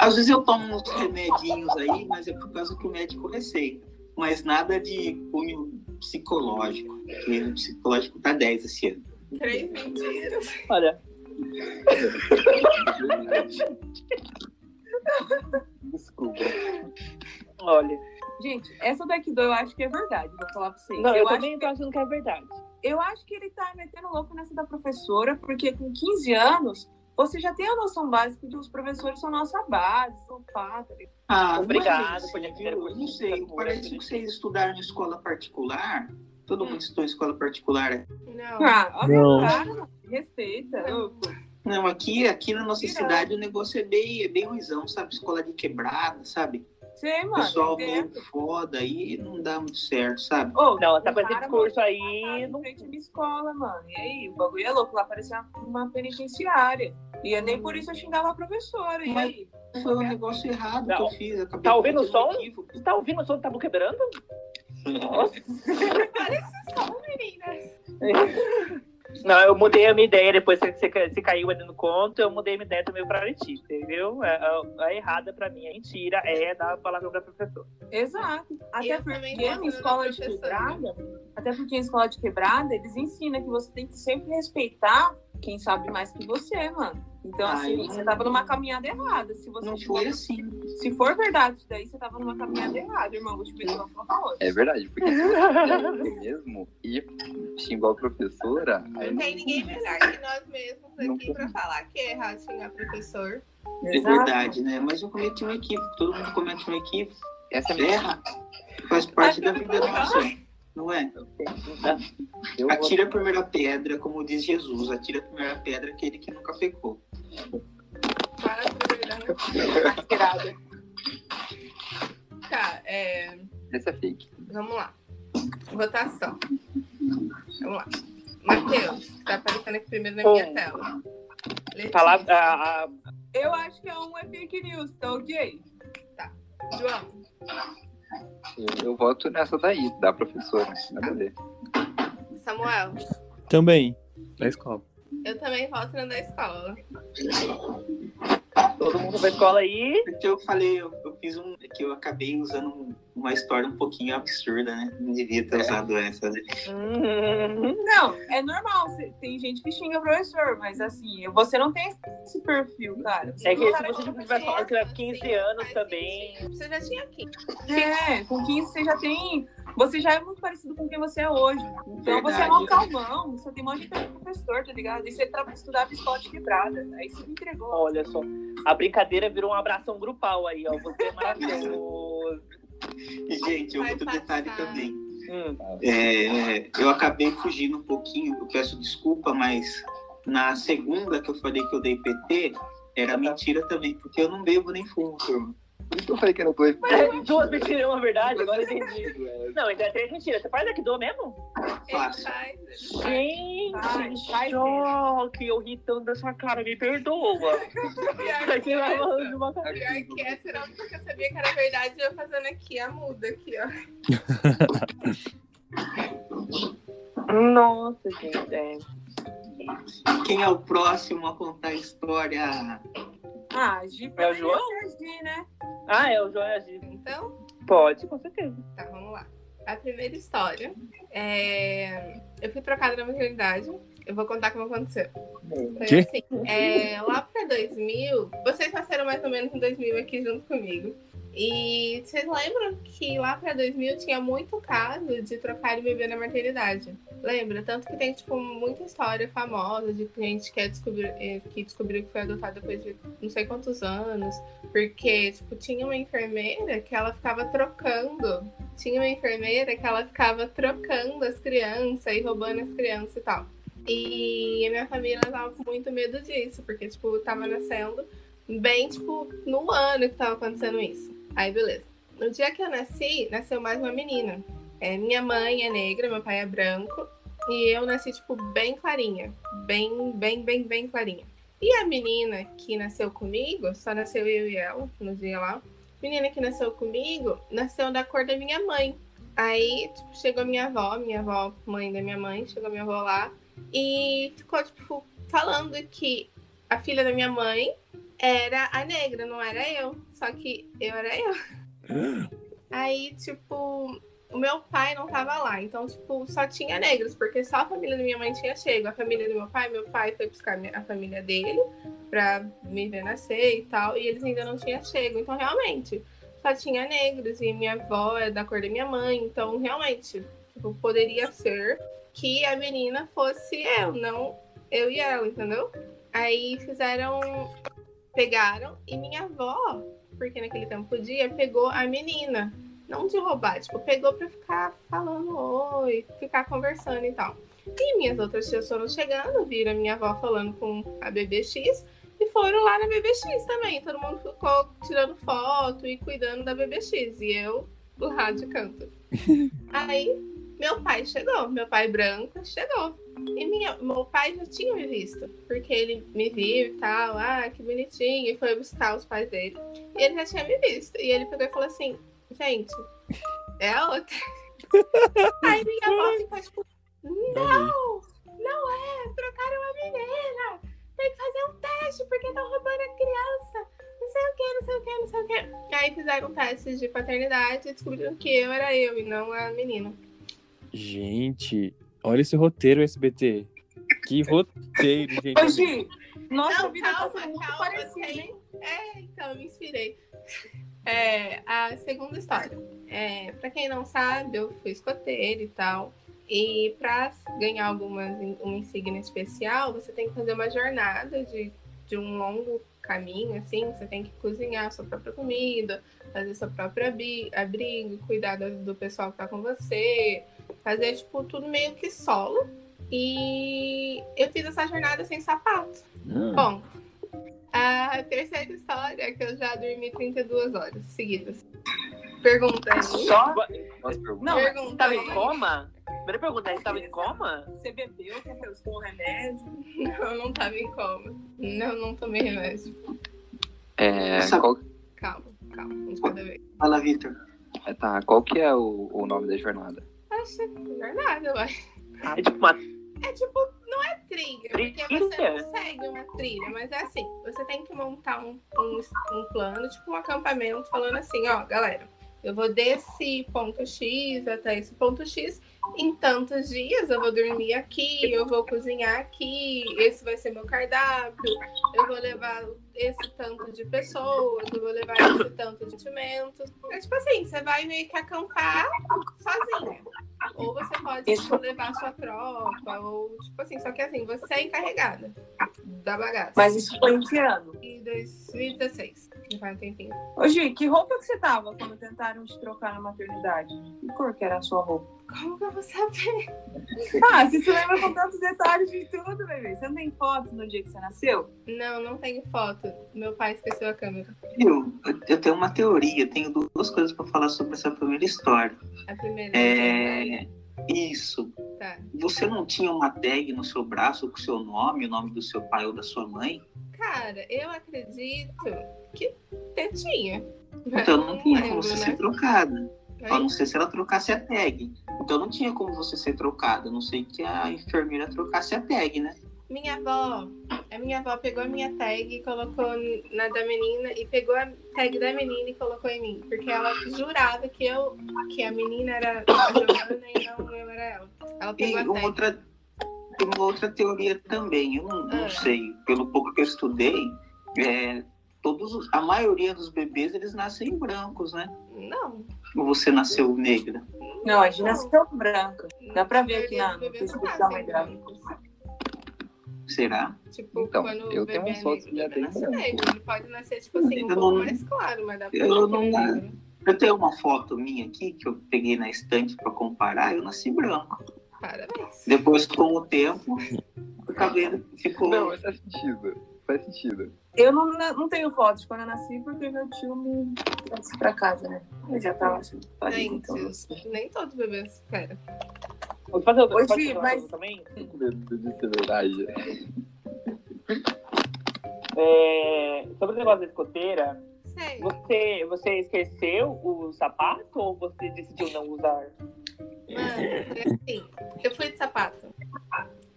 F: Às vezes eu tomo uns remedinhos aí, mas é por causa que o médico receita. Mas nada de cunho psicológico. porque O psicológico tá 10 esse ano.
A: Três mentiras.
D: Olha,
G: é Desculpa.
D: olha.
E: Gente, essa do Aikido eu acho que é verdade. Vou falar pra vocês.
D: Não, eu,
E: acho
D: também tô achando que é verdade.
E: eu acho que ele tá metendo louco nessa da professora, porque com 15 anos, você já tem a noção básica de que os professores são nossa base, são né? padres.
F: Ah,
D: Obrigado
F: mas,
D: por né? ter
F: viu? Eu Não sei,
D: vindo.
F: parece que vocês estudaram em escola particular. Todo
D: Hum.
F: mundo estudou em escola particular.
A: Não.
E: Ah, olha
B: Não.
E: o cara, mano, respeita. é
F: Não, aqui, aqui na nossa
E: Não.
F: cidade o negócio é bem, é bem ruizão, sabe? Escola de quebrada, sabe?
E: Sei,
D: Ah,
E: mano.
F: Pessoal
D: é
E: tem-
F: meio foda aí, não dá muito certo, sabe?
E: Ô,
D: Não, ela tá
E: um
D: fazendo
E: cara,
D: curso
E: mano,
D: aí,
E: passado
D: não-
E: Em frente à minha escola, mano. E aí, o bagulho é louco. Lá parecia uma, uma penitenciária. E eu nem por isso eu xingava a professora. E
F: Mas-
E: aí?
F: Foi um negócio errado que
D: É Não.
F: eu fiz. Acabei
D: Tá ouvindo o
F: cometendo um
D: som?
F: equívoco.
D: Você tá ouvindo o som do tabu quebrando? Nossa.
A: Só meninas.
D: Não, eu mudei a minha ideia depois que você, você caiu ali no conto, eu mudei a minha ideia também pra mentir, entendeu? É- é- A, errada pra mim, a mentira é dar a palavra pra professor.
E: Exato. Até
A: Eu também
E: porque
A: gosto
E: em
A: da
E: escola de
A: professora.
E: quebrada, até porque em escola de quebrada, eles ensinam que você tem que sempre respeitar quem sabe mais que você, mano. Então,
F: Ah,
E: assim,
F: eu
E: você
F: não-
E: tava numa caminhada errada. Se você
F: Não
E: chegou-
F: foi assim.
E: Se for verdade isso daí, você tava numa caminhada errada, irmão. Vou te pedir uma favor.
G: É verdade, porque se você mesmo e xingar a professora, aí
A: Não tem ninguém melhor que nós mesmos
G: Não
A: aqui
G: tem.
A: pra falar que é errado xingar professor.
F: É verdade, né? Mas eu cometi um equívoco. Todo mundo comete um equívoco.
G: essa é
F: Erra. Faz parte da vida nossa. Não é?
G: eu vou-
F: Atira a primeira pedra, como diz Jesus. Atira a primeira pedra aquele que nunca pecou.
A: Fala a verdade.
E: Mascarada.
A: Tá, é,
G: essa é fake.
A: vamos lá. Votação. Vamos lá. Matheus, que tá aparecendo aqui primeiro na minha
D: Um.
A: tela. Letícia,
D: Falar Tá a, a-
E: Eu acho que é um é fake news, tá ok?
A: João,
G: Eu, eu voto nessa daí, da professora. né, Nada a ver.
A: Samuel.
B: Também. Da escola.
A: Eu também voto na da escola.
D: todo mundo pra escola aí,
F: Porque Então, eu falei, eu, eu fiz um. é que eu acabei usando um- uma história um pouquinho absurda, né? Não devia ter usado essa. né?
D: hum,
E: Não, é normal. cê- Tem gente que xinga o professor, mas assim, você não tem esse perfil, cara. Você
D: É
E: não
D: que
E: tá
D: se você
E: com-
D: tiver falar que era 15 anos
A: Faz
D: também.
A: sentido. Você já tinha aqui.
E: É, com 15 você já tem. Você já é muito parecido com quem você é hoje. Então você é
F: Verdade.
E: mal calmão, você tem maior de cara de professor, tá ligado? E você tá pra estudar escola de quebrada. Aí você me entregou.
D: olha só, a brincadeira virou um abração grupal aí, ó, você é maravilhoso.
F: E, gente, um
A: Vai
F: outro detalhe
A: passar.
F: também.
D: Hum,
F: É, eu acabei fugindo um pouquinho, eu peço desculpa, mas Na segunda que eu falei que eu dei PT, era mentira também, porque eu não bebo nem fumo, turma.
G: Por isso que eu falei que era dois.
D: Mas é duas mentiras e uma verdade, agora eu entendi.
G: velho.
D: Não, então é três mentiras. Você faz a que dou mesmo?
F: Fácil.
D: Gente,
E: faz
D: choque! Eu ri tanto da sua cara, me perdoa.
A: Pior que
D: Você vai falando
A: essa.
D: de uma cara.
A: Pior tá que essa era a única é que eu sabia que era verdade. Eu fazendo aqui, a muda aqui, ó.
D: Nossa, gente. É.
F: Quem é o próximo a contar a história?
E: Ah, Gi
D: É o João?
E: poderia ser Gi, né?
D: Ah, é, o João é agido.
A: Então,
D: Pode, com certeza.
A: Tá, vamos lá. A primeira história é. Eu fui trocada na maternidade. Eu vou contar como aconteceu. Foi
B: Quê?
A: assim. é, lá pra 2000, vocês nasceram mais ou menos em 2000 aqui junto comigo. E vocês lembram que lá pra 2000 tinha muito caso de trocar de bebê na maternidade? Lembra? Tanto que tem, tipo, muita história famosa de gente que, é descobri... eh, que descobriu que foi adotada depois de não sei quantos anos. Porque, tipo, tinha uma enfermeira que ela ficava trocando. Tinha uma enfermeira que ela ficava trocando as crianças e roubando as crianças e tal. E a minha família tava com muito medo disso, porque, tipo, tava nascendo bem, tipo, no ano que tava acontecendo isso. Aí, beleza. No dia que eu nasci, nasceu mais uma menina. É, minha mãe é negra, meu pai é branco. E eu nasci, tipo, bem clarinha. Bem, bem, bem, bem clarinha. E a menina que nasceu comigo, só nasceu eu e ela no dia lá. Menina que nasceu comigo, nasceu da cor da minha mãe. Aí, tipo, chegou minha avó, minha avó, mãe da minha mãe, chegou minha avó lá e ficou, tipo, falando que a filha da minha mãe era a negra, não era eu. Só que eu era eu. Aí, tipo, o meu pai não tava lá, então, tipo, só tinha negros, porque só a família da minha mãe tinha chego. A família do meu pai, meu pai foi buscar minha- a família dele pra me ver nascer e tal, e eles ainda não tinham chego. Então, realmente, só tinha negros, e minha avó é da cor da minha mãe, então, realmente, tipo, poderia ser que a menina fosse eu, não eu e ela, entendeu? Aí fizeram. Pegaram, e minha avó, porque naquele tempo podia, pegou a menina não de roubar, tipo, pegou pra ficar falando oi, ficar conversando e tal. E minhas outras tias foram chegando, viram a minha avó falando com a BBX e foram lá na BBX também. Todo mundo ficou tirando foto e cuidando da BBX e eu lá de canto. Aí meu pai chegou, meu pai branco chegou. E minha, meu pai já tinha me visto, porque ele me viu e tal, ah, que bonitinho, e foi buscar os pais dele. E ele já tinha me visto. E ele pegou e falou assim: gente, é a outra. Aí minha avó ficou tipo, não, não é, trocaram a menina, tem que fazer um teste porque estão roubando a criança, não sei o que, não sei o que, não sei o que. Aí fizeram um teste de paternidade e descobriram que eu era eu e não a menina.
B: Gente, olha esse roteiro SBT. Que roteiro,
E: Ô,
B: gente.
E: Gi, nossa
A: Não,
E: vida tá
A: calma,
E: sendo muito
A: calma,
E: parecida,
A: tem-
E: hein?
A: É, então eu me inspirei. É, a segunda história. É, para quem não sabe, eu fui escoteira e tal. E para ganhar alguma uma insígnia especial, você tem que fazer uma jornada de, de um longo caminho, assim. Você tem que cozinhar a sua própria comida, fazer seu próprio abi- abrigo, cuidar do, do pessoal que tá com você, fazer, tipo, tudo meio que solo. E eu fiz essa jornada sem sapato.
B: Hum,
A: Bom, a terceira história é que eu já dormi 32 horas seguidas. Pergunta aí.
D: Só?
G: Posso perguntar?
E: Não, mas
A: Pergunta
D: Tava
A: aí.
D: em coma? Primeira pergunta, ele tava em coma?
E: você bebeu, você prestou um remédio.
A: Não, eu não tava em coma. Não, não tomei remédio.
G: É,
F: Sabe-
G: qual,
A: Calma, calma. Um de cada vez.
F: Fala, Vitor.
G: é, tá, qual que é o, o nome da jornada?
A: Acho que é verdade, eu acho.
D: É tipo uma
A: É tipo, não é trilha, porque você
D: Trilha?
A: não segue uma trilha, mas é assim, você tem que montar um, um, um plano, tipo um acampamento, falando assim, ó, galera, eu vou desse ponto X até esse ponto X, em tantos dias eu vou dormir aqui, eu vou cozinhar aqui, esse vai ser meu cardápio, eu vou levar esse tanto de pessoas, eu vou levar esse tanto de alimentos. É tipo assim, você vai meio que acampar sozinha. Ou você pode
E: Isso.
A: tipo, levar a sua tropa, ou tipo assim, só que assim, você é encarregada da bagaça.
E: Mas isso foi em que ano?
A: Em 2016. Já faz um tempinho.
E: Ô, Gi, que roupa que você tava quando tentaram te trocar na maternidade? Que cor que era a sua roupa?
A: Como que eu vou saber?
E: Ah, você se lembra com tantos detalhes de tudo, bebê. Você não tem foto no dia que você nasceu?
A: Não, não tenho foto. Meu pai esqueceu a câmera.
F: Eu, eu tenho uma teoria, tenho duas coisas pra falar sobre essa primeira história.
A: A primeira.
F: É. Isso.
A: Tá.
F: Você não tinha uma tag no seu braço com o seu nome, o nome do seu pai ou da sua mãe?
A: Cara, eu acredito que até tinha.
F: Então não tinha como
A: lembro,
F: você
A: né?
F: ser trocada. A não
A: Mas
F: ser se ela trocasse a tag. Então não tinha como você ser trocada, a não sei que a enfermeira trocasse a tag, né?
A: Minha avó, a minha avó pegou a minha tag e colocou na da menina e pegou a tag da menina e colocou em mim. Porque ela jurava que eu, que a menina era a Giovana e não eu era ela. Ela
F: E
A: pegou a
F: uma
A: tag.
F: outra, uma outra teoria também, eu não, não
A: Ah.
F: sei, pelo pouco que eu estudei, é, todos, os- a maioria dos bebês eles nascem brancos, né?
A: Não.
F: Ou você nasceu negra?
E: Não, a Gi nasceu branca. Dá pra ver aqui na-
A: Os bebês
E: no
A: não
E: Facebook da
A: nascem
E: mãe dela.
A: brancos.
F: Será?
A: né? Tipo,
G: Então,
A: quando o
G: eu
A: bebê
G: tenho
A: é
G: umas fotos
A: negro,
G: que já
A: o bebê
G: tem
A: nasce
G: branco.
A: negro. Ele pode nascer, tipo assim, um
F: Eu
A: pouco
F: não-
A: mais claro, mas dá pra
F: eu
A: ver que
F: não-
A: ele é negro.
F: Eu tenho uma foto minha aqui que eu peguei na estante para comparar, eu nasci branco.
A: Parabéns.
F: Depois, com o tempo, o cabelo ficou.
G: Não, mas faz sentido. Faz sentido.
E: Eu não, na- não tenho foto de quando eu nasci porque meu tio me trouxe pra casa, né? Eu já tava assim,
A: Gente.
E: então não sei.
A: Nem todos os bebês esperam.
D: Vou fazer outra,
E: Hoje,
D: pode fazer
E: mas-
D: outra também?
G: Fico com medo de ser verdade.
D: É, sobre o negócio da escoteira,
A: Sei.
D: Você, você esqueceu o sapato ou você decidiu não usar?
A: Mano, foi assim, eu fui de sapato.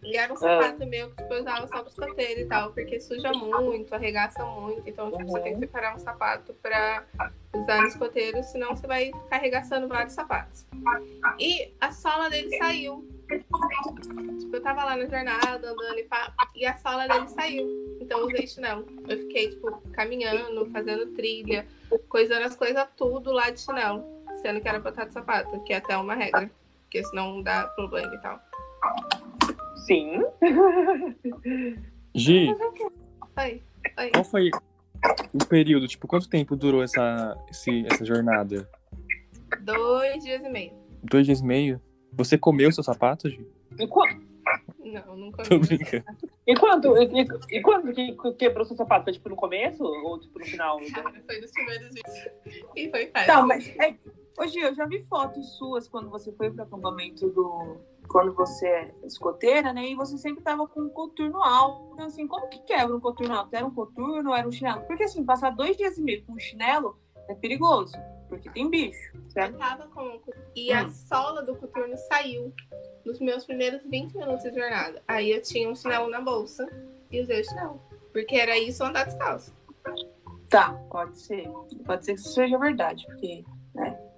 A: E era um sapato meu que tipo, eu usava só pro escoteiro e tal, porque suja muito, arregaça muito. Então, tipo, você tem que separar um sapato pra usar no escoteiro, senão você vai ficar arregaçando vários sapatos. E a sola dele saiu. Tipo, eu tava lá na jornada, andando e pá, e a sola dele saiu. Então, eu usei chinelo. Eu fiquei, tipo, caminhando, fazendo trilha, coisando as coisas tudo lá de chinelo. Sendo que era pra estar de sapato, que é até uma regra. Porque senão dá problema e tal.
D: Sim.
B: Gi,
A: Oi. Oi.
B: qual foi o período? Tipo, quanto tempo durou essa, esse- essa jornada?
A: Dois dias e meio.
B: Dois dias e meio? Você comeu seu sapato, Gi?
D: E, qua-
A: Não, nunca
B: Tô
A: vi.
B: brincando.
D: e quando, e, e- e quando que que quebrou seu sapato? Foi tipo no começo ou tipo no final?
A: Cara, foi nos primeiros dias. E foi fácil.
E: Tá, mas é... hoje eu já vi fotos suas quando você foi pro acampamento do. Quando você é escoteira, né? E você sempre tava com um coturno alto. Então, assim, como que quebra um coturno alto? Era um coturno, era um chinelo? Porque, assim, passar dois dias e meio com um chinelo é perigoso. Porque tem bicho.
A: Eu tava com. E
B: Hum.
A: a sola do coturno saiu nos meus primeiros 20 minutos de jornada. Aí eu tinha um chinelo na bolsa e usei o chinelo. Porque era isso andar descalço.
E: Tá, pode ser. Pode ser que isso seja verdade, porque.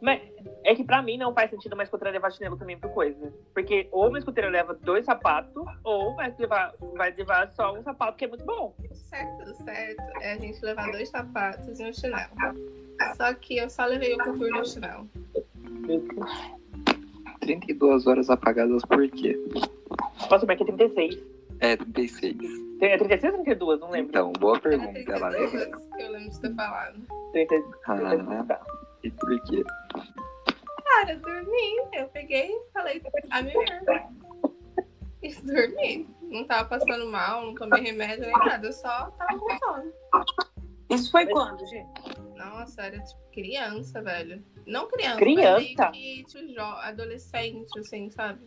D: Mas é que pra mim não faz sentido uma escoteira levar chinelo também pro coisa. Porque ou uma escoteira leva dois sapatos, ou vai levar, vai levar só um sapato que é muito bom.
A: O certo, do certo é a gente levar dois sapatos e um chinelo. Só que eu só levei o coturno e o chinelo.
G: 32 horas apagadas por quê?
D: Nossa, mas que é 36.
G: É, 36.
D: É 36 ou 32? Não lembro.
G: Então, boa
B: Hum,
A: Era
G: pergunta. Ela
A: 32
G: lembra?
A: anos que eu lembro de ter falado.
D: 36.
G: Ah, e por quê?
A: Cara, eu dormi. Eu peguei e falei a merda. E dormi. Não tava passando mal, não tomei remédio nem nada. Eu só tava com sono.
E: Isso foi quando, gente?
A: Nossa, era tipo criança, velho. Não criança.
D: Criança?
A: Mas meio que, tipo, jo- adolescente, assim, sabe?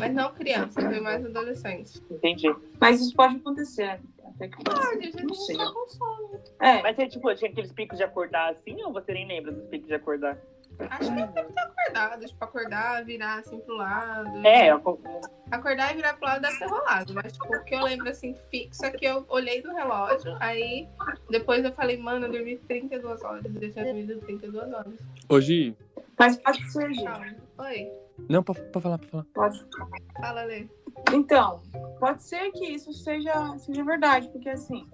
A: Mas não criança, foi mais adolescente.
D: Entendi.
E: Mas isso pode acontecer. Até que pode
A: Ah, eu
E: ser.
A: já
E: Não sei.
A: tava com sono.
E: É,
D: Mas você, tipo, tinha aqueles picos de acordar assim ou você nem lembra dos picos de acordar?
A: Acho que eu devo ter acordado. Tipo, acordar, virar assim pro lado.
D: É, eu-
A: Acordar e virar pro lado deve ter rolado, mas tipo, o que eu lembro assim fixo é que eu olhei do relógio, aí depois eu falei, mano, eu dormi 32 horas, eu tinha dormido 32 horas.
B: Ô, Gi,
E: mas pode ser, gente.
A: Calma. Oi,
B: não, pra, pra falar, pra falar.
E: Pode.
A: fala, Lê.
E: Então, pode ser que isso seja, seja verdade, porque assim,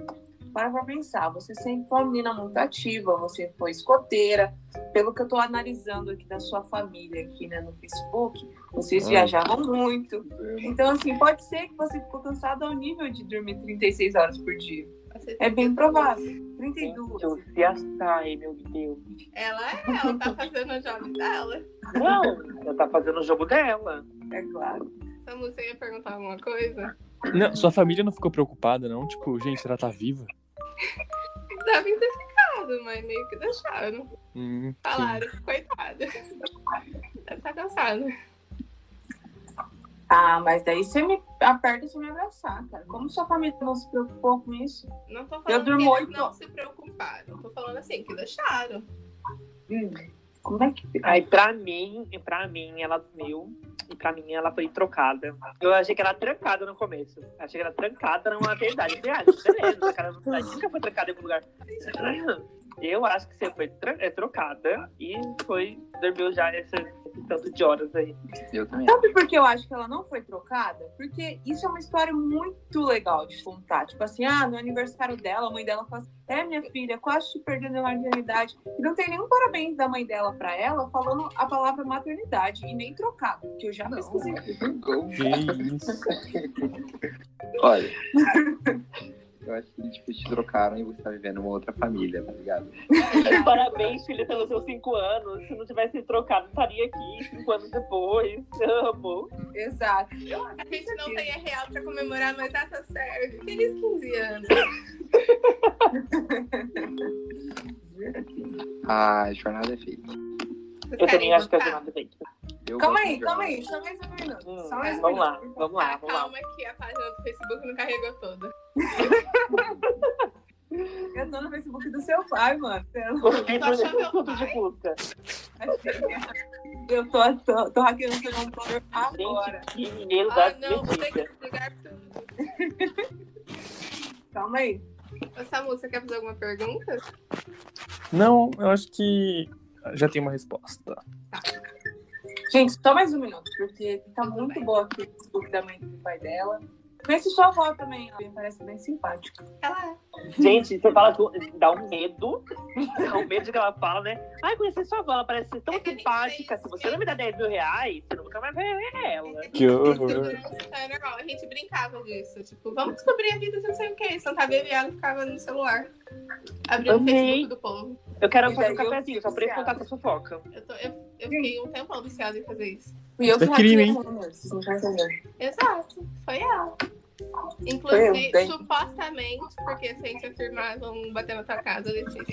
E: para pra pensar, você sempre foi uma menina muito ativa, você foi escoteira, pelo que eu tô analisando aqui da sua família aqui, né, no Facebook, vocês
B: Hum.
E: viajavam muito. Então, assim, pode ser que você ficou cansada ao nível de dormir 36 horas por dia.
A: Você
E: É bem provável.
D: Gente,
E: 32.
D: eu se assai, meu Deus.
A: Ela é, ela tá fazendo o jogo dela.
D: Não, ela tá fazendo o jogo dela.
E: É claro.
A: Samu, você ia perguntar alguma coisa?
B: Não, sua família não ficou preocupada, não? Tipo, gente, ela tá viva?
A: Devem ter ficado, mas meio que deixaram.
B: Hum, sim.
A: Falaram, coitada. Deve tá cansada.
E: Ah, mas daí você me aperta se me abraçar, cara. Como sua família não se preocupou com isso?
A: Não tô
E: Eu
A: falando
E: durmo
A: que eles
E: oito
A: não
E: horas.
A: se preocuparam. Tô falando assim, que deixaram.
E: Como é que.
D: Hum. Aí pra mim, e pra mim, ela dormiu. E pra mim, ela foi trocada. Eu achei que ela era trancada no começo. Achei que ela era trancada numa verdade. Eu falei, ah, beleza, cara, ela tá, nunca foi trancada em algum lugar. Eu acho que você foi tra- é, trocada e foi, dormiu já esse, esse tanto de horas aí.
G: Eu também.
E: Sabe por que eu acho que ela não foi trocada? Porque isso é uma história muito legal de contar. Tipo assim, ah, no aniversário dela, a mãe dela fala assim, é minha filha, quase te perdendo a maternidade. E não tem nenhum parabéns da mãe dela pra ela falando a palavra maternidade e nem trocado, que eu já
G: Não, é
E: pesquisei.
G: eu-
B: Que é isso.
G: Olha, eu acho que tipo, te trocaram e você tá vivendo uma outra família, tá ligado?
D: Parabéns, filha, pelos seus cinco anos. Se não tivesse trocado, estaria aqui cinco anos depois. Amo.
E: Exato.
A: A gente não tem a real pra comemorar, mas ah, tá certo. Feliz 15 anos.
G: A jornada é feita.
A: Vocês
D: Eu
A: querem
D: também acho que a
A: voltar?
D: jornada vem.
G: Eu
E: Calma
G: gosto
E: aí,
G: de
E: calma aí,
G: jornada.
E: só mais um minuto.
D: Hum,
E: só mais um
D: vamos lá,
E: minuto.
D: vamos lá,
A: Ah,
D: vamos lá.
A: calma que a página do Facebook não carregou toda.
E: Eu tô no Facebook do seu pai, mano. Eu
D: Consegui
A: Tá achando
D: fazer
A: meu
D: tudo de
A: pai?
D: busca.
E: achei que- Eu tô, tô, tô hackeando seu computador agora.
D: Gente, que mineiro da
A: Ah, não, vou ter que
D: vida.
A: desligar tudo.
E: Calma aí.
A: Ô, Samu, você quer fazer alguma pergunta?
B: Não, eu acho que já tem uma resposta.
E: Gente, só mais um minuto, porque tá muito boa aqui o Facebook da mãe e do pai dela. Conhece sua avó também, ela me parece bem simpática.
A: Ela é.
D: Gente, você fala, com- dá um medo. Dá um medo de que ela fala, né? Ai, conheci sua avó, ela parece ser tão
A: É que nem
D: simpática.
A: sei
D: Se você não me dá 10 mil reais, você nunca mais vai ver ela.
B: Que horror.
A: é, Segurança tá normal. A gente brincava disso. Tipo, vamos descobrir a vida de não sei o que. Sentava eu e ela ficava no celular. Abriu o
D: Amei.
A: Facebook do povo.
D: Eu quero
E: E
D: fazer um
E: daí eu
D: cafezinho, só pra
E: fico
D: ele contar essa fofoca.
A: Eu, tô, eu, eu fiquei um tempão viciada em fazer isso.
E: E eu
B: Isso é crime,
E: hackeei
B: hein?
E: o mundo, vocês não estão entendendo.
A: Exato, foi ela.
E: Foi eu,
A: Inclusive,
E: bem.
A: supostamente, porque se a gente afirmar, vão bater na tua casa desse jeito.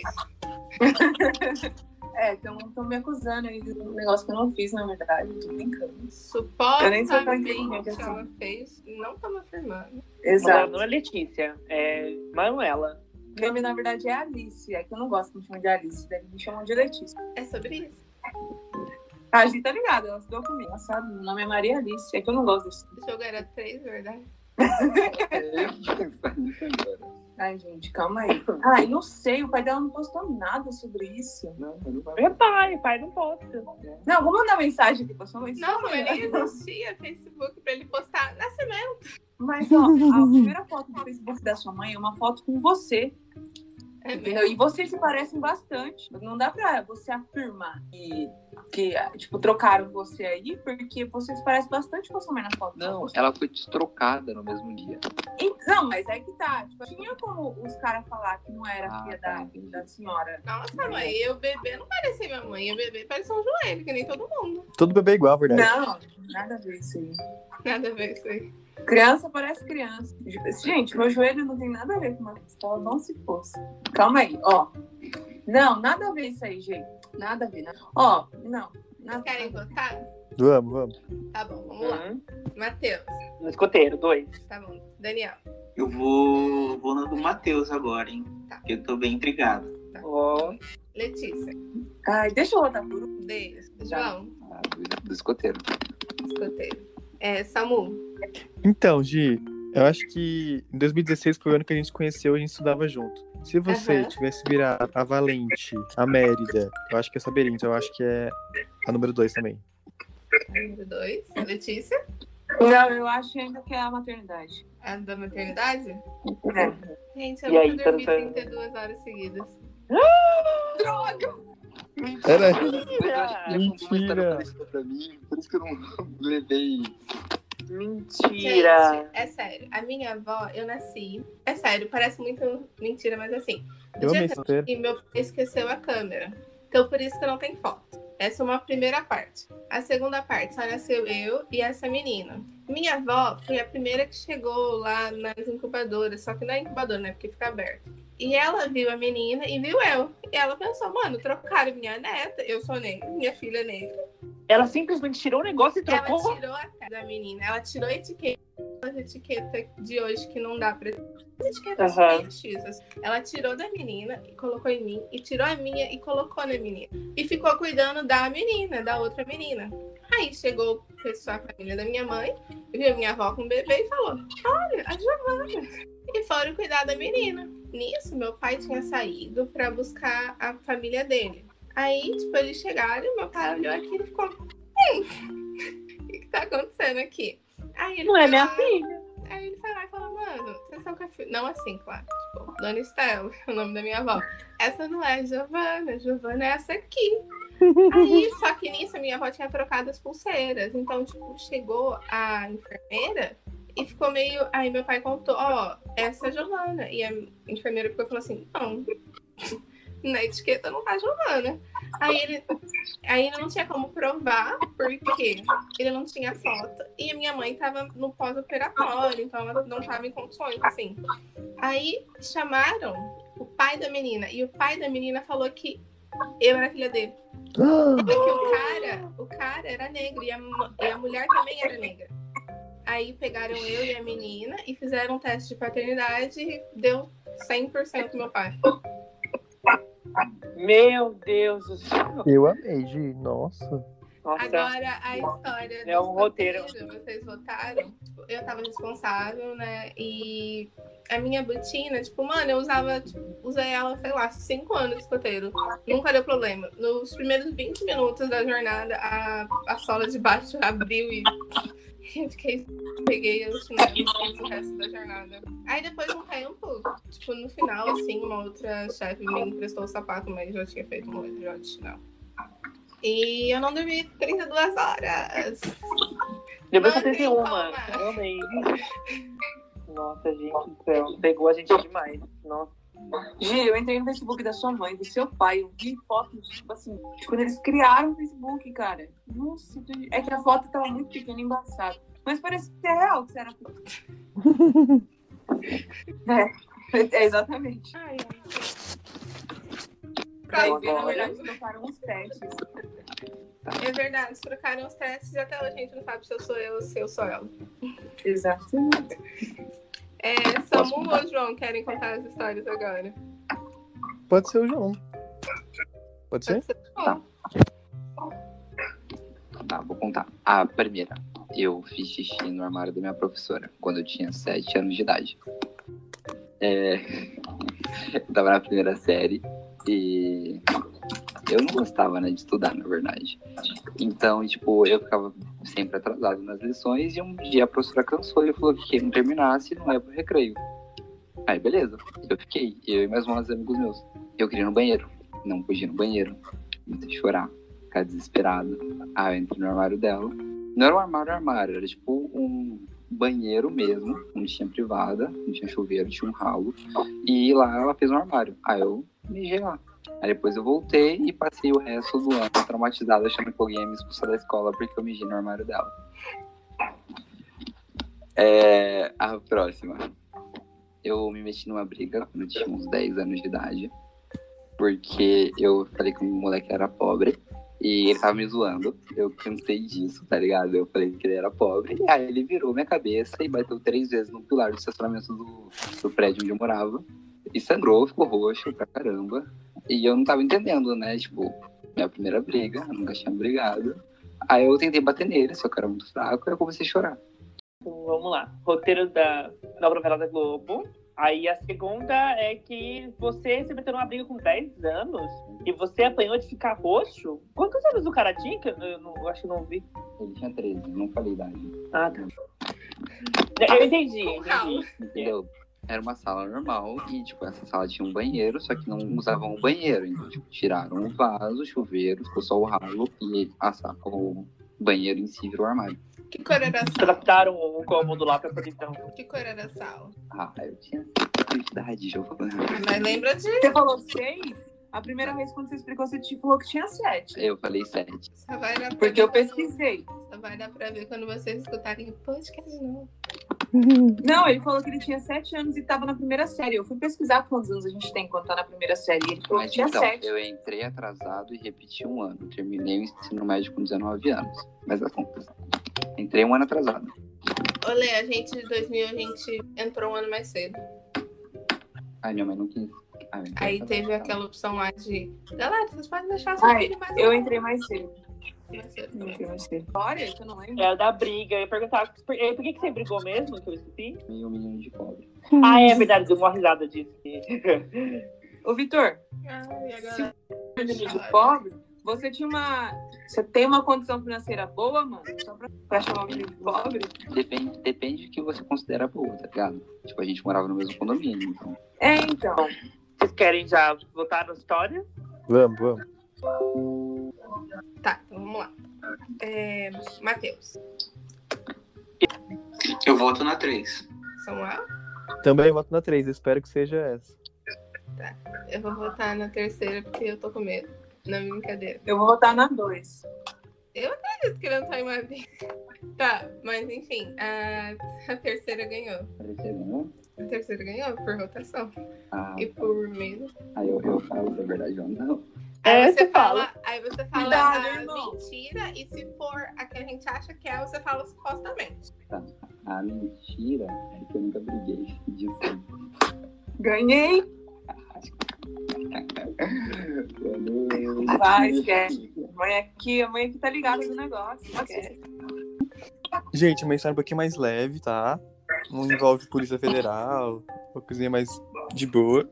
E: É, estão me acusando aí de um negócio que eu não fiz, na verdade. Tô brincando. Eu nem sou tão
A: Supostamente
E: inteligente assim.
A: ela fez, não estamos afirmando.
D: Agora
E: Exato.
D: não é Letícia, é Manuela.
E: Meu nome, na verdade, é Alice. É que eu não gosto que me chamem de Alice, daí me chamam de Letícia.
A: É sobre isso?
E: A gente tá ligada, ela estudou comigo. Ela sabe, meu nome é Maria Alice. É que eu não gosto disso.
A: O jogo era três, verdade?
G: É, Eu ia pensar nisso agora.
E: Ai, gente, calma aí. Ai, não sei, o pai dela não postou nada sobre isso.
G: Não, eu não vou.
D: É pai, pai não posso.
E: Não, vou mandar mensagem aqui, postou uma mensagem.
A: Nossa, mas nem existia Facebook pra ele postar nascimento.
E: Mas, ó, a primeira foto do Facebook da sua mãe é uma foto com você,
A: É
E: entendeu? E vocês se parecem bastante. Não dá pra você afirmar que, que tipo, trocaram você aí, porque você se parece bastante com a sua mãe na foto.
G: Não, ela foi destrocada no mesmo dia.
E: Então, mas aí que tá. Tipo, tinha como os caras falar que não era
G: Ah,
E: filha
G: tá,
E: da,
G: entendi.
E: da senhora.
A: Nossa, mãe, eu bebê não parecia minha mãe. Eu bebê parecia um joelho, que nem todo mundo.
B: Todo bebê é igual, a verdade.
E: Não, nada a ver isso aí.
A: Nada a ver isso aí.
E: Criança parece criança. Gente, meu joelho não tem nada a ver com uma pistola, não se fosse. Calma aí, ó. Não, nada a ver isso aí, gente. Nada a ver. nada- Ó, não. Nada,
A: Vocês querem votar?
B: Vamos, vamos.
A: Tá bom, vamos lá.
D: Hum,
A: Matheus,
D: No Hum, escoteiro, dois.
A: tá bom. Daniel,
F: Eu vou, vou na do Matheus agora, hein?
A: Tá.
F: Que eu tô bem intrigado.
D: Ó,
A: Letícia,
E: Ai, deixa eu voltar por um.
A: Deus, João,
G: Ah, do- do escoteiro.
A: escoteiro. É, Samu,
B: Então, Gi, eu acho que em 2016 foi o ano que a gente se conheceu e a gente estudava junto. Se você
A: Aham.
B: tivesse virado a Valente, a Mérida, eu acho que é Saberinho, então eu acho que é a número 2 também.
A: número 2. Letícia,
E: Não, eu acho ainda que é a maternidade.
A: a da maternidade.
E: É.
A: Gente, eu
D: E aí,
A: nunca dormi
D: tanta-
A: 32 horas seguidas.
B: Era- Mentira.
G: Mas eu acho que já contou uma história
H: É, né?
G: parecida pra mim, por isso que eu não levei
D: Mentira!
A: Gente, é sério. A minha avó, eu nasci. É sério, parece muito mentira, mas assim. dia
B: Eu amei
A: que
B: solteiro.
A: E meu pai esqueceu a câmera. Então por isso que não tem foto. Essa é uma primeira parte. A segunda parte, só nasceu eu e essa menina. Minha avó foi a primeira que chegou lá nas incubadoras, só que não é incubadora, né? Porque fica aberto. E ela viu a menina e viu eu. E ela pensou, mano, trocaram minha neta, eu sou negra, minha filha é negra.
D: Ela simplesmente tirou o negócio e
A: Ela
D: trocou.
A: tirou a cara da menina, ela tirou a etiqueta, as etiquetas de hoje que não dá pra. As etiquetas
D: Aham.
A: feitiças. Ela tirou da menina e colocou em mim, e tirou a minha e colocou na menina. E ficou cuidando da menina, da outra menina. Aí chegou o pessoal, a família da minha mãe, viu minha avó com o bebê e falou: Olha, a Giovana. E foram cuidar da menina. Nisso, meu pai tinha saído pra buscar a família dele. Aí, tipo, eles chegaram, meu pai olhou aquilo e ficou. O que, que tá acontecendo aqui? Aí ele
D: Não é
A: foi
D: minha
A: lá,
D: filha.
A: Aí ele foi lá e falou, mano, vocês são café. Não assim, claro. Tipo, Dona Estela, é o nome da minha avó. Essa não é a Giovana, Giovana é essa aqui. Aí, só que nisso a minha avó tinha trocado as pulseiras. Então, tipo, chegou a enfermeira e ficou meio. Aí meu pai contou, ó, essa é a Giovana. E a enfermeira ficou e falou assim, não. Na etiqueta não tá Giovana. Aí ele, aí ele não tinha como provar, porque ele não tinha foto. E a minha mãe tava no pós-operatório, então ela não tava em condições, assim. Aí chamaram o pai da menina, e o pai da menina falou que eu era filha dele. Porque o cara, o cara era negro e a, mu- e a mulher também era negra. Aí pegaram eu e a menina e fizeram um teste de paternidade e deu 100% pro meu pai.
D: Meu Deus do céu.
H: Eu amei, Gi. Nossa.
D: Nossa.
A: Agora a história. do
D: É um roteiro.
A: sorteio, tá Vocês votaram. Tipo, eu tava responsável, né? E a minha botina, tipo, mano, eu usava, tipo, usei ela, sei lá, cinco anos de escoteiro. Nunca deu problema. Nos primeiros 20 minutos da jornada, a, a sola de baixo abriu e. Eu fiquei. Peguei os chinelos fiz o resto da jornada. Aí depois de um tempo, tipo, no final, assim, uma outra chefe me emprestou o sapato, mas eu já tinha feito um episódio de chinelo. E eu não dormi 32 horas.
D: Depois
A: Não tem
D: 71,
A: como.
D: mano. Eu amei. Nossa, gente, então. Pegou a gente demais. Nossa.
E: Gi, eu entrei no Facebook da sua mãe, do seu pai, eu vi fotos, tipo assim, de quando eles criaram o Facebook, cara. Nossa, gente, é que a foto tava muito pequena e embaçada. Mas parece que é real que você era. é, é, exatamente.
A: Ai, ai.
E: Pra
D: Agora-
E: ver, na verdade, tocaram uns testes. Tá.
A: É verdade, eles trocaram os testes e até hoje a gente não sabe se eu sou eu ou se eu sou ela.
E: Exato.
A: É, Samu ou João querem contar as histórias agora?
H: Pode ser o João. Pode ser?
A: Pode ser João.
G: Tá, vou contar. A primeira. Eu fiz xixi no armário da minha professora quando eu tinha 7 anos de idade. É... eu tava na primeira série e eu não gostava né, de estudar, na verdade. Então, tipo, eu ficava sempre atrasado nas lições e um dia a professora cansou e falou que quem não terminasse não ia pro recreio. Aí, beleza. Eu fiquei, eu e mais uns amigos meus. Eu queria ir no banheiro. Não podia ir no banheiro. Comecei a chorar, ficar desesperado. Ah, eu entrei no armário dela. Não era um armário, armário, era tipo um banheiro mesmo, não tinha privada, não tinha chuveiro, tinha um ralo. E lá ela fez um armário. Aí eu mijei lá. Aí depois eu voltei e passei o resto do ano traumatizado, achando que alguém ia me expulsar da escola porque eu mijei no armário dela. É, a próxima. Eu me meti numa briga quando eu tinha uns 10 anos de idade. Porque eu falei que o moleque era pobre. E ele tava me zoando. Eu cansei disso, tá ligado? Eu falei que ele era pobre. E aí ele virou minha cabeça e bateu três vezes no pilar do estacionamento do, do prédio onde eu morava. E sangrou, ficou roxo pra caramba. E eu não tava entendendo, né? Tipo, minha primeira briga, eu nunca tinha brigado. Aí eu tentei bater nele, só que eu era muito fraco, e eu comecei a chorar.
D: Então, vamos lá. Roteiro da nova novela da Globo. Aí a segunda é que você se meteu numa briga com 10 anos e você apanhou de ficar roxo. Quantos anos o cara tinha? Que eu, eu não- eu acho que não vi.
G: Ele tinha 13, não falei idade.
D: Ah, tá. Eu entendi,
A: Com calma.
D: entendi.
G: Entendeu? Era uma sala normal e, tipo, essa sala tinha um banheiro, só que não usavam o banheiro. Então, tipo, tiraram o vaso, o chuveiro, ficou só o ralo e a sa- o banheiro em si virou armário.
A: Que cor era a sala?
D: Adaptaram o cômodo lá pra então. proteção.
A: Que cor era a sala?
G: Ah, eu tinha seis idade, Giovana.
A: Ah, Mas lembra de
E: Você falou seis? A primeira vez quando você explicou, você te falou que tinha sete.
G: Eu falei sete.
A: Só vai dar pra
E: Porque eu
A: ver-
E: pesquisei.
A: Só vai dar pra ver quando vocês escutarem o podcast de novo.
E: Não, ele falou que ele tinha sete anos e tava na primeira série. Eu fui pesquisar quantos anos a gente tem quando tá na primeira série. Ele falou que
G: Mas
E: tinha
G: então,
E: sete.
G: eu entrei atrasado e repeti um ano. Terminei o ensino médio com 19 anos. Mas dá conta. Entrei um ano atrasado.
A: Olê, a gente de 2000, a gente entrou um ano mais cedo.
G: Ai, minha mãe não quis. Ah, eu entrei
A: Aí
G: atrasado.
A: teve aquela opção lá de... Galera, vocês podem deixar seu
E: Ai,
A: filho mais
E: Eu
A: um
E: entrei mais cedo.
A: ano mais cedo
E: Eu
A: também.
E: entrei mais cedo. Olha, que eu não lembro.
D: É, da briga. Eu ia perguntar, por, eh, por que, que você brigou mesmo, que eu esqueci?
G: Meio menino de pobre.
D: Ah, é verdade, deu uma risada disso.
E: Ô, Vitor,
A: Ah, e
E: Se
A: agora?
E: você é de pobre, você tinha uma. Você tem uma condição financeira boa, mano? Só pra, pra chamar o menino de pobre?
G: Depende, depende do que você considera boa, tá ligado? Tipo, a gente morava no mesmo condomínio, então.
E: É, então.
D: Vocês querem já voltar na história?
H: Vamos, vamos.
A: Tá, então vamos lá. É, Matheus,
F: Eu volto na 3.
A: Samuel,
H: Também voto na 3, espero que seja essa.
A: eu vou votar na terceira porque eu tô com medo. Na brincadeira.
E: Eu vou votar na 2.
A: Eu tô querendo sair mais bem. Tá, mas enfim, a, a terceira ganhou.
G: Parecia, né?
A: A terceira ganhou por votação
G: Ah,
A: e por medo.
G: aí eu, eu falo se é verdade ou não.
A: Aí
D: É,
A: você
D: você
A: fala, aí você fala
E: Cuidado,
A: a
E: irmão.
A: mentira e se for a que a gente acha que é, você fala supostamente.
G: A Ah, mentira é que eu nunca briguei disso.
E: Ganhei! Vai, esquece. Mãe aqui, a mãe aqui tá ligada no negócio. Esquece.
H: Gente, uma história um pouquinho mais leve, tá? Não envolve Polícia Federal, uma coisinha mais de boa.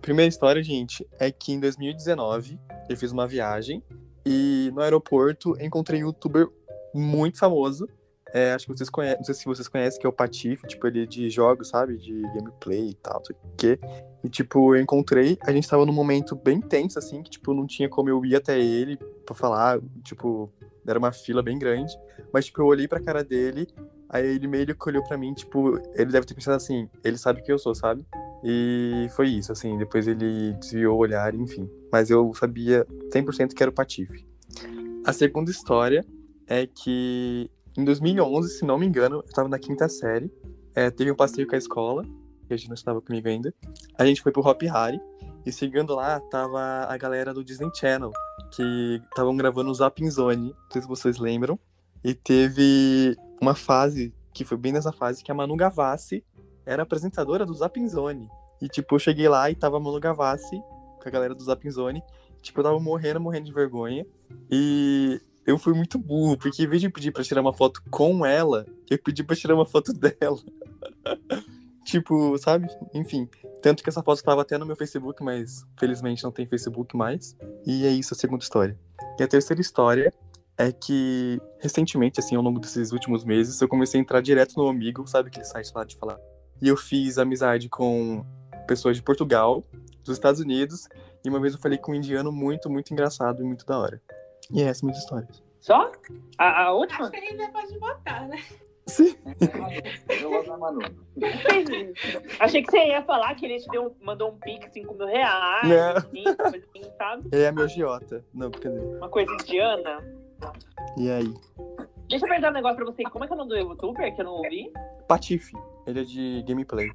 H: Primeira história, gente, é que em 2019 eu fiz uma viagem e no aeroporto encontrei um youtuber muito famoso. é, acho que vocês conhecem, não sei se vocês conhecem, que é o Patife, tipo, ele é de jogos, sabe? De gameplay e tal, não sei o quê. E, tipo, eu encontrei, a gente tava num momento bem tenso, assim, que, tipo, não tinha como eu ir até ele pra falar, tipo, era uma fila bem grande. Mas, tipo, eu olhei pra cara dele, aí ele meio que olhou pra mim, tipo, ele deve ter pensado assim, ele sabe quem eu sou, sabe? E foi isso, assim, depois ele desviou o olhar, enfim. Mas eu sabia 100% que era o Patife. A segunda história é que em 2011, se não me engano, eu tava na quinta série, é, teve um passeio com a escola, que a gente não estava comigo ainda. A gente foi pro Hop Hari, e chegando lá, tava a galera do Disney Channel, que estavam gravando o Zapping Zone, não sei se vocês lembram. E teve uma fase, que foi bem nessa fase, que a Manu Gavassi era apresentadora do Zapinzone. E, tipo, eu cheguei lá e tava a Manu Gavassi com a galera do Zapinzone. Tipo, eu tava morrendo, morrendo de vergonha. E eu fui muito burro, porque em vez de pedir pra tirar uma foto com ela, eu pedi pra tirar uma foto dela. tipo, sabe? Enfim. Tanto que essa foto tava até no meu Facebook, mas felizmente não tem Facebook mais. E é isso a segunda história. E a terceira história é que recentemente, assim, ao longo desses últimos meses, eu comecei a entrar direto no Amigo, sabe aquele site lá de falar? E eu fiz amizade com pessoas de Portugal, dos Estados Unidos, e uma vez eu falei com um indiano muito, muito engraçado e muito da hora. E essa é minhas histórias.
D: Só? A, a
A: Acho
D: última?
A: que ainda pode votar, né?
H: Sim.
G: Eu gosto da Manu.
D: Achei que você ia falar que ele te deu um- mandou um pix 5 mil reais,
H: Não.
D: assim, coisa assim, sabe?
H: É a minha giota. Não, brincadeira.
D: Uma coisa indiana.
H: E aí?
D: Deixa eu perguntar um negócio pra você. Como é que é o nome do youtuber que eu não ouvi?
H: Patife. Ele é de gameplay.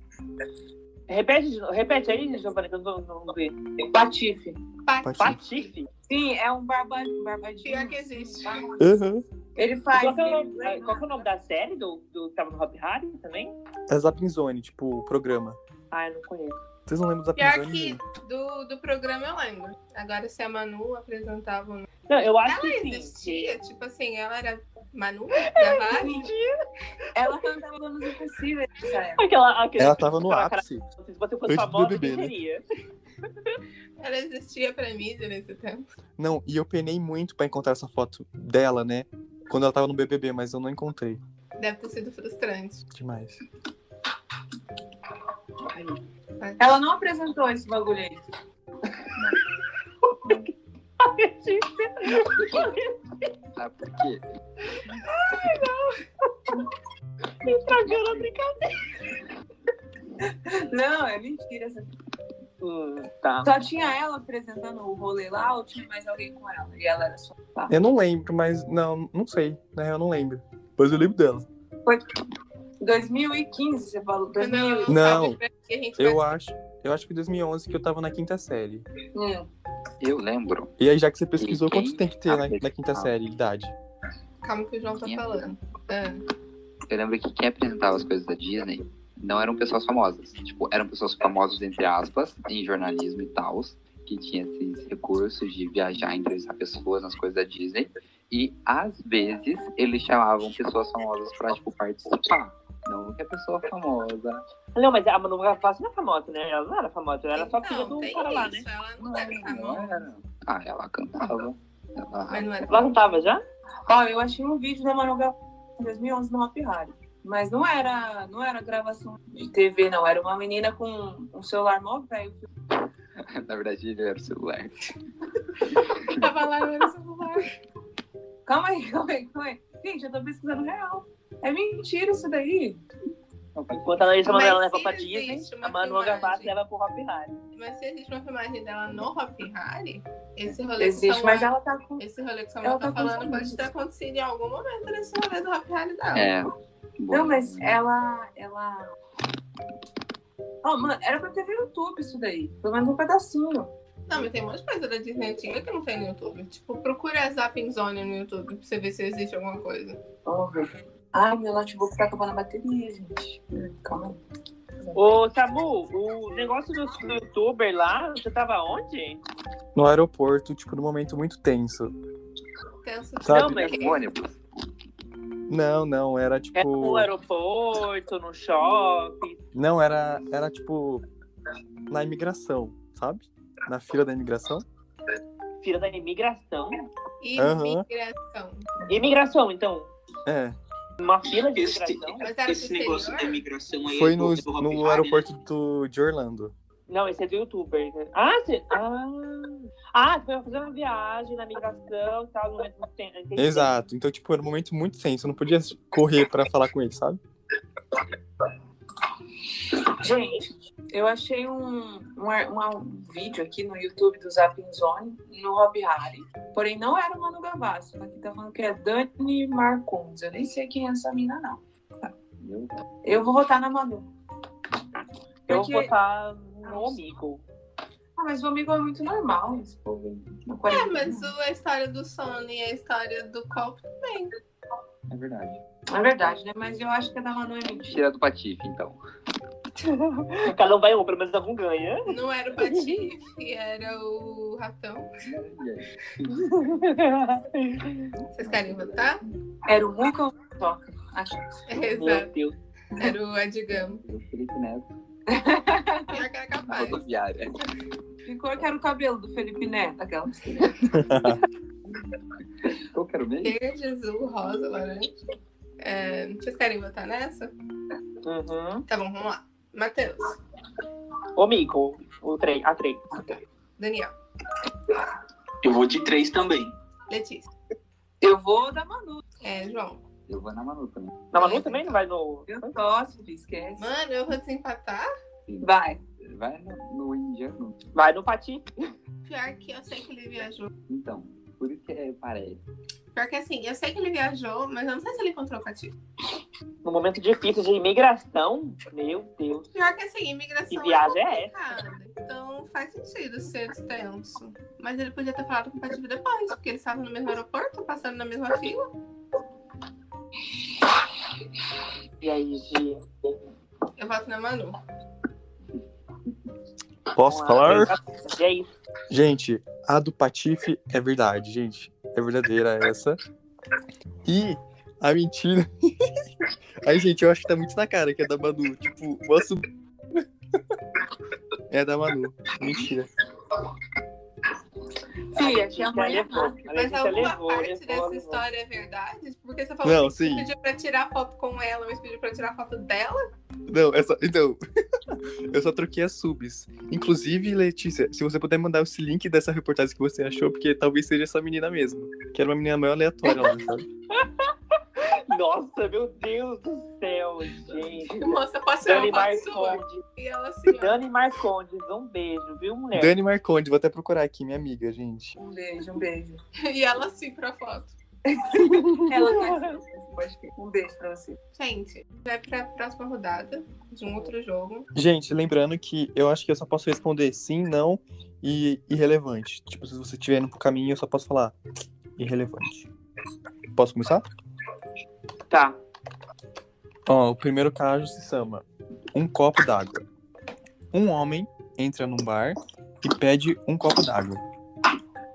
D: Repete, de novo- repete aí, Giovanni, que eu não, não ouvi.
E: Patife.
H: Patife.
D: Patife.
E: Sim, é um barba, barbadinho.
A: Pior que existe.
H: Uhum.
E: Ele
D: Qual
E: faz.
D: que, é o nome,
E: gameplay,
D: qual que é o nome da série do, do que tava no Hop Harry também?
H: É Zapinzone, tipo, o programa.
D: Ah, eu não conheço.
H: Vocês não lembram do
A: Pior
H: Zapinzone?
A: que
H: gente?
A: do, do programa eu lembro. Agora, se a Manu apresentava ou não.
D: Não, eu acho
A: Ela
D: que sim.
A: existia, tipo assim, ela era Manu, Gavassi.
E: Ela cantava Anos Impossíveis nessa época.
D: Aquela, aquela,
H: Ela tava no
D: aquela
H: ápice.
D: cara- Se você fosse
H: Antes do
D: famosa,
H: BBB,
D: quem
H: né?
D: seria?
A: Ela existia pra mídia nesse tempo.
H: Não, e eu penei muito pra encontrar essa foto dela, né? Quando ela tava no BBB, mas eu não encontrei.
A: Deve ter sido frustrante.
H: Demais.
E: Ela não apresentou esse bagulho aí.
D: Gente,
G: Sabe por quê?
D: Pagando a brincadeira.
E: Não, é mentira. essa-
D: Tá.
E: Só tinha ela apresentando o rolê lá ou tinha mais alguém com ela? E ela era só. Tá.
H: Eu não lembro, mas não, não sei. Na real, eu não lembro. Mas eu lembro dela.
E: 2015, você falou.
A: Quando ela
E: 2000.
H: Não,
A: sabe pra que a gente
H: Eu
A: faz-
H: acho, eu acho que 2011 que eu tava na quinta série.
E: Hum.
G: Eu lembro.
H: E aí, já que você pesquisou,
G: Ninguém
H: quanto tem que ter na,
G: sabe.
H: na quinta série, idade?
A: Calma que o João tá falando. Ah,
G: Eu lembro que quem apresentava as coisas da Disney não eram pessoas famosas. Tipo, eram pessoas famosas, entre aspas, em jornalismo e tal, que tinha esses recursos de viajar, entrevistar pessoas nas coisas da Disney. E, às vezes, eles chamavam pessoas famosas pra, tipo, participar. Não que a pessoa famosa.
D: Não, mas a Manu Gavassi não é famosa, né? Ela não era famosa, ela era só filha
A: então,
D: do
A: tem
D: cara lá, né?
A: isso. Ela não
G: Não,
A: deve estar
G: não
A: morta,
G: era. Ah, ela cantava.
A: mas
G: Ela...
A: não é era.
D: Ela não tava já?
E: Ó, eu achei um vídeo da Manu Gavassi em 2011 no Hop Harry. Mas não era, não era gravação de TV, não. Era uma menina com um celular mó velho.
G: Na verdade, ele era o celular.
A: Tava lá no celular.
E: Calma aí, calma aí, calma aí. Gente, eu tô pesquisando real. É mentira isso daí.
D: Enquanto a Larissa
A: Mas
D: Manoela
A: se
D: leva pra
A: existe
D: Disney,
A: uma
D: a Manu Gavassi
A: filmagem.
D: leva pro Hop Harry.
A: Mas se existe uma filmagem dela no Hop Harry, esse rolê que
E: Existe,
A: o Samuel-
E: mas ela tá com.
A: Esse rolê que o Samuel
E: Ela
A: tá
E: tá
A: falando
E: confundindo.
A: pode ter acontecido em algum momento nesse rolê do Hop Harry dela.
G: É.
E: Ah. Não, mas é ela. ela... Ó, mano, era pra ter no YouTube isso daí. Pelo menos um pedacinho.
A: Não, mas tem um monte de coisa da Disney antiga que não tem no YouTube. Tipo, procura a Zapping Zone no YouTube pra você ver se existe alguma coisa.
E: Vamos ver. Ai, meu notebook tá acabando a bateria, gente. Hum, Calma aí.
D: Ô, Samu, o negócio do do youtuber lá, você tava onde?
H: No aeroporto, tipo, num momento muito tenso.
A: Pensa que é
H: Sabe-
D: Não, mas
G: Um ônibus.
H: Não, não, era
D: é no
H: tipo.
D: aeroporto, no shopping.
H: Não, era, era tipo. Na imigração, sabe? Na fila da imigração.
D: Filha da imigração.
H: Aham.
A: imigração.
D: Imigração, então.
H: É.
D: Uma fila de
F: Esse,
D: imigração?
A: Mas era
F: esse
A: pro
F: negócio
A: exterior?
F: da imigração aí
H: Foi
F: é do-
H: no,
F: do Hop Hari,
H: no
F: né?
H: aeroporto do, de Orlando.
D: Não, esse é do youtuber. né? Ah, você. Ah, ah você foi fazer uma viagem na migração e tal, no mesmo tempo. Entendi.
H: Exato. Então, tipo, era um momento muito tenso. Eu não podia correr pra falar com ele, sabe?
E: Gente, eu achei um, um, ar- uma- um vídeo aqui no YouTube do Zapping Zone, no Hop Hari. Porém, não era o Manu Gavassi. Aqui tá falando que é Dani Marcondes. Eu nem sei quem é essa mina, não.
G: Meu Deus.
E: Eu vou votar na Manu.
D: Eu
E: Porque-
D: vou botar no amigo.
E: Ah, mas o amigo é muito normal. tá Esse povo aí, na
A: É,
E: quarentena.
A: mas o- a história do Sony e a história do copo também.
G: É verdade.
E: É verdade, né? Mas eu acho que a da Manu é mentira.
G: Tira do Patife, então.
D: Cada um vai um, pelo menos algum ganha.
A: Não era o Patife, era o Ratão. Vocês querem votar? É,
E: Era o Muca ou o Toca? Acho
A: Exato.
D: Meu Deus.
A: Era o Edgamo.
G: O Felipe Neto,
A: Pior que era
G: na
A: capaz.
G: rodoviária.
E: que cor que era o cabelo do Felipe Neto, aquela.
G: Eu quero ver.
A: Verde, azul, rosa, laranja. É, vocês querem votar nessa?
D: Uhum.
A: Tá bom, vamos lá. Matheus,
D: O amigo. O trem, a trem.
A: Daniel,
F: Eu vou de três também.
A: Letícia,
E: Eu vou da Manu.
A: é, João.
G: Eu vou na Manu também.
D: Na
A: É.
D: Manu também não vai no.
E: Eu posso, filho, esquece.
A: Mano, eu vou desempatar.
E: Vai.
G: Vai no, no indiano.
D: Vai no Pati.
A: Pior que eu sei que ele viajou.
G: Então, por isso que é, parece.
A: Pior que assim, eu sei que ele viajou, mas eu não sei se ele encontrou o Patife.
D: No momento difícil de imigração. Meu Deus.
A: Pior que assim, imigração
D: Que viagem é
A: é complicada. Então faz sentido ser extenso. Mas ele podia ter falado com o Patife depois, porque eles estavam no mesmo aeroporto, passando na mesma fila.
D: E aí, Gi?
A: Eu voto na Manu.
H: Posso falar?
D: E aí?
H: Gente, a do Patife é verdade, gente. É verdadeira essa. E a mentira. Ai, gente, eu acho que tá muito na cara que é da Manu. Tipo, vou assumir. É da Manu. Mentira.
E: Tia, que a
D: Já
E: mãe é
D: levou.
E: má.
D: A
A: Mas
D: Letícia
A: alguma
D: levou,
A: parte
D: levou,
A: dessa
D: levou.
A: história é verdade? Porque você falou
H: Não,
A: que
H: sim.
A: pediu pra tirar foto com ela, mas pediu pra tirar foto dela?
H: Não, essa, então, eu só troquei as subs. Inclusive, Letícia, se você puder mandar esse link dessa reportagem que você achou, porque talvez seja essa menina mesmo. Que era uma menina meio aleatória lá, sabe?
D: Nossa, meu Deus do céu, gente.
A: Moça, posso tirar
D: Dani
A: uma foto sua?
D: Marcondes.
A: E ela assim, ó.
D: Dani Marcondes, um beijo, viu, mulher?
H: Dani Marconde, vou até procurar aqui, minha amiga, gente.
E: Um beijo, um beijo.
A: E ela assim pra foto.
E: Ela tá aqui. Um beijo pra você.
A: Gente, vai pra próxima rodada de um outro jogo.
H: Gente, lembrando que eu acho que eu só posso responder sim, não e irrelevante. Tipo, se você estiver indo pro caminho, eu só posso falar irrelevante. Posso começar?
D: Tá.
H: Ó, o primeiro caso se chama Um Copo d'Água. Um homem entra num bar e pede um copo d'água.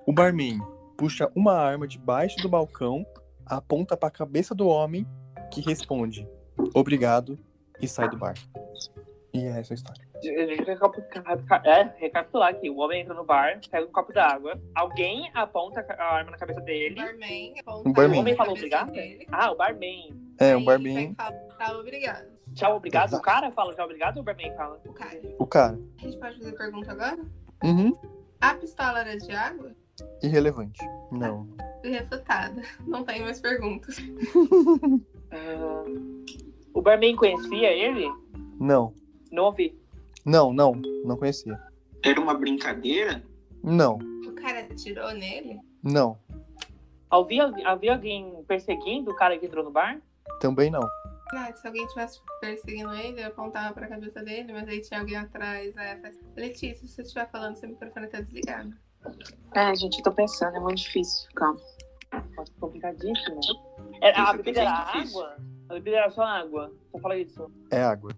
H: O barman puxa uma arma debaixo do balcão, aponta pra cabeça do homem, que responde obrigado e sai do bar. E é essa a história.
D: Deixa eu recapu- reca- é, recapitular aqui. O homem entra no bar, pega um copo d'água. Alguém aponta a arma na cabeça
A: O
D: dele.
A: Um barman
H: O Um barman.
A: aponta pra
H: O homem
D: Um falou
A: cabeça
D: obrigado?
A: dele.
D: Ah, o barman.
H: É,
A: Aí
H: um
A: ele vai
H: barman,
A: falar, Tá, obrigado.
D: Tchau, obrigado.
H: Exato.
D: O cara fala tchau, obrigado ou o barman fala?
A: O cara.
H: o cara.
A: A gente pode fazer pergunta agora?
H: Uhum.
A: A pistola era de água?
H: Irrelevante. Não.
A: Refutada. Não tenho mais perguntas.
D: Ah, o barman conhecia ele?
H: Não.
D: Não ouvi.
H: Não, não. Não conhecia.
F: Era uma brincadeira?
H: Não.
A: O cara atirou nele?
H: Não.
D: Havia, havia alguém perseguindo o cara que entrou no bar?
H: Também não.
A: Ah, se alguém estivesse perseguindo ele, eu apontava pra cabeça dele, mas aí tinha alguém atrás. Aí ela faz, Letícia, se você estiver falando, seu microfone tá desligado.
E: É, gente, eu tô pensando, é muito difícil. Calma.
D: Nossa, complicadíssimo. né? Era,
F: Isso
D: a
F: aqui
D: bebida
F: é
D: era
F: difícil.
D: água? A bebida era só água. Só fala isso.
H: É água.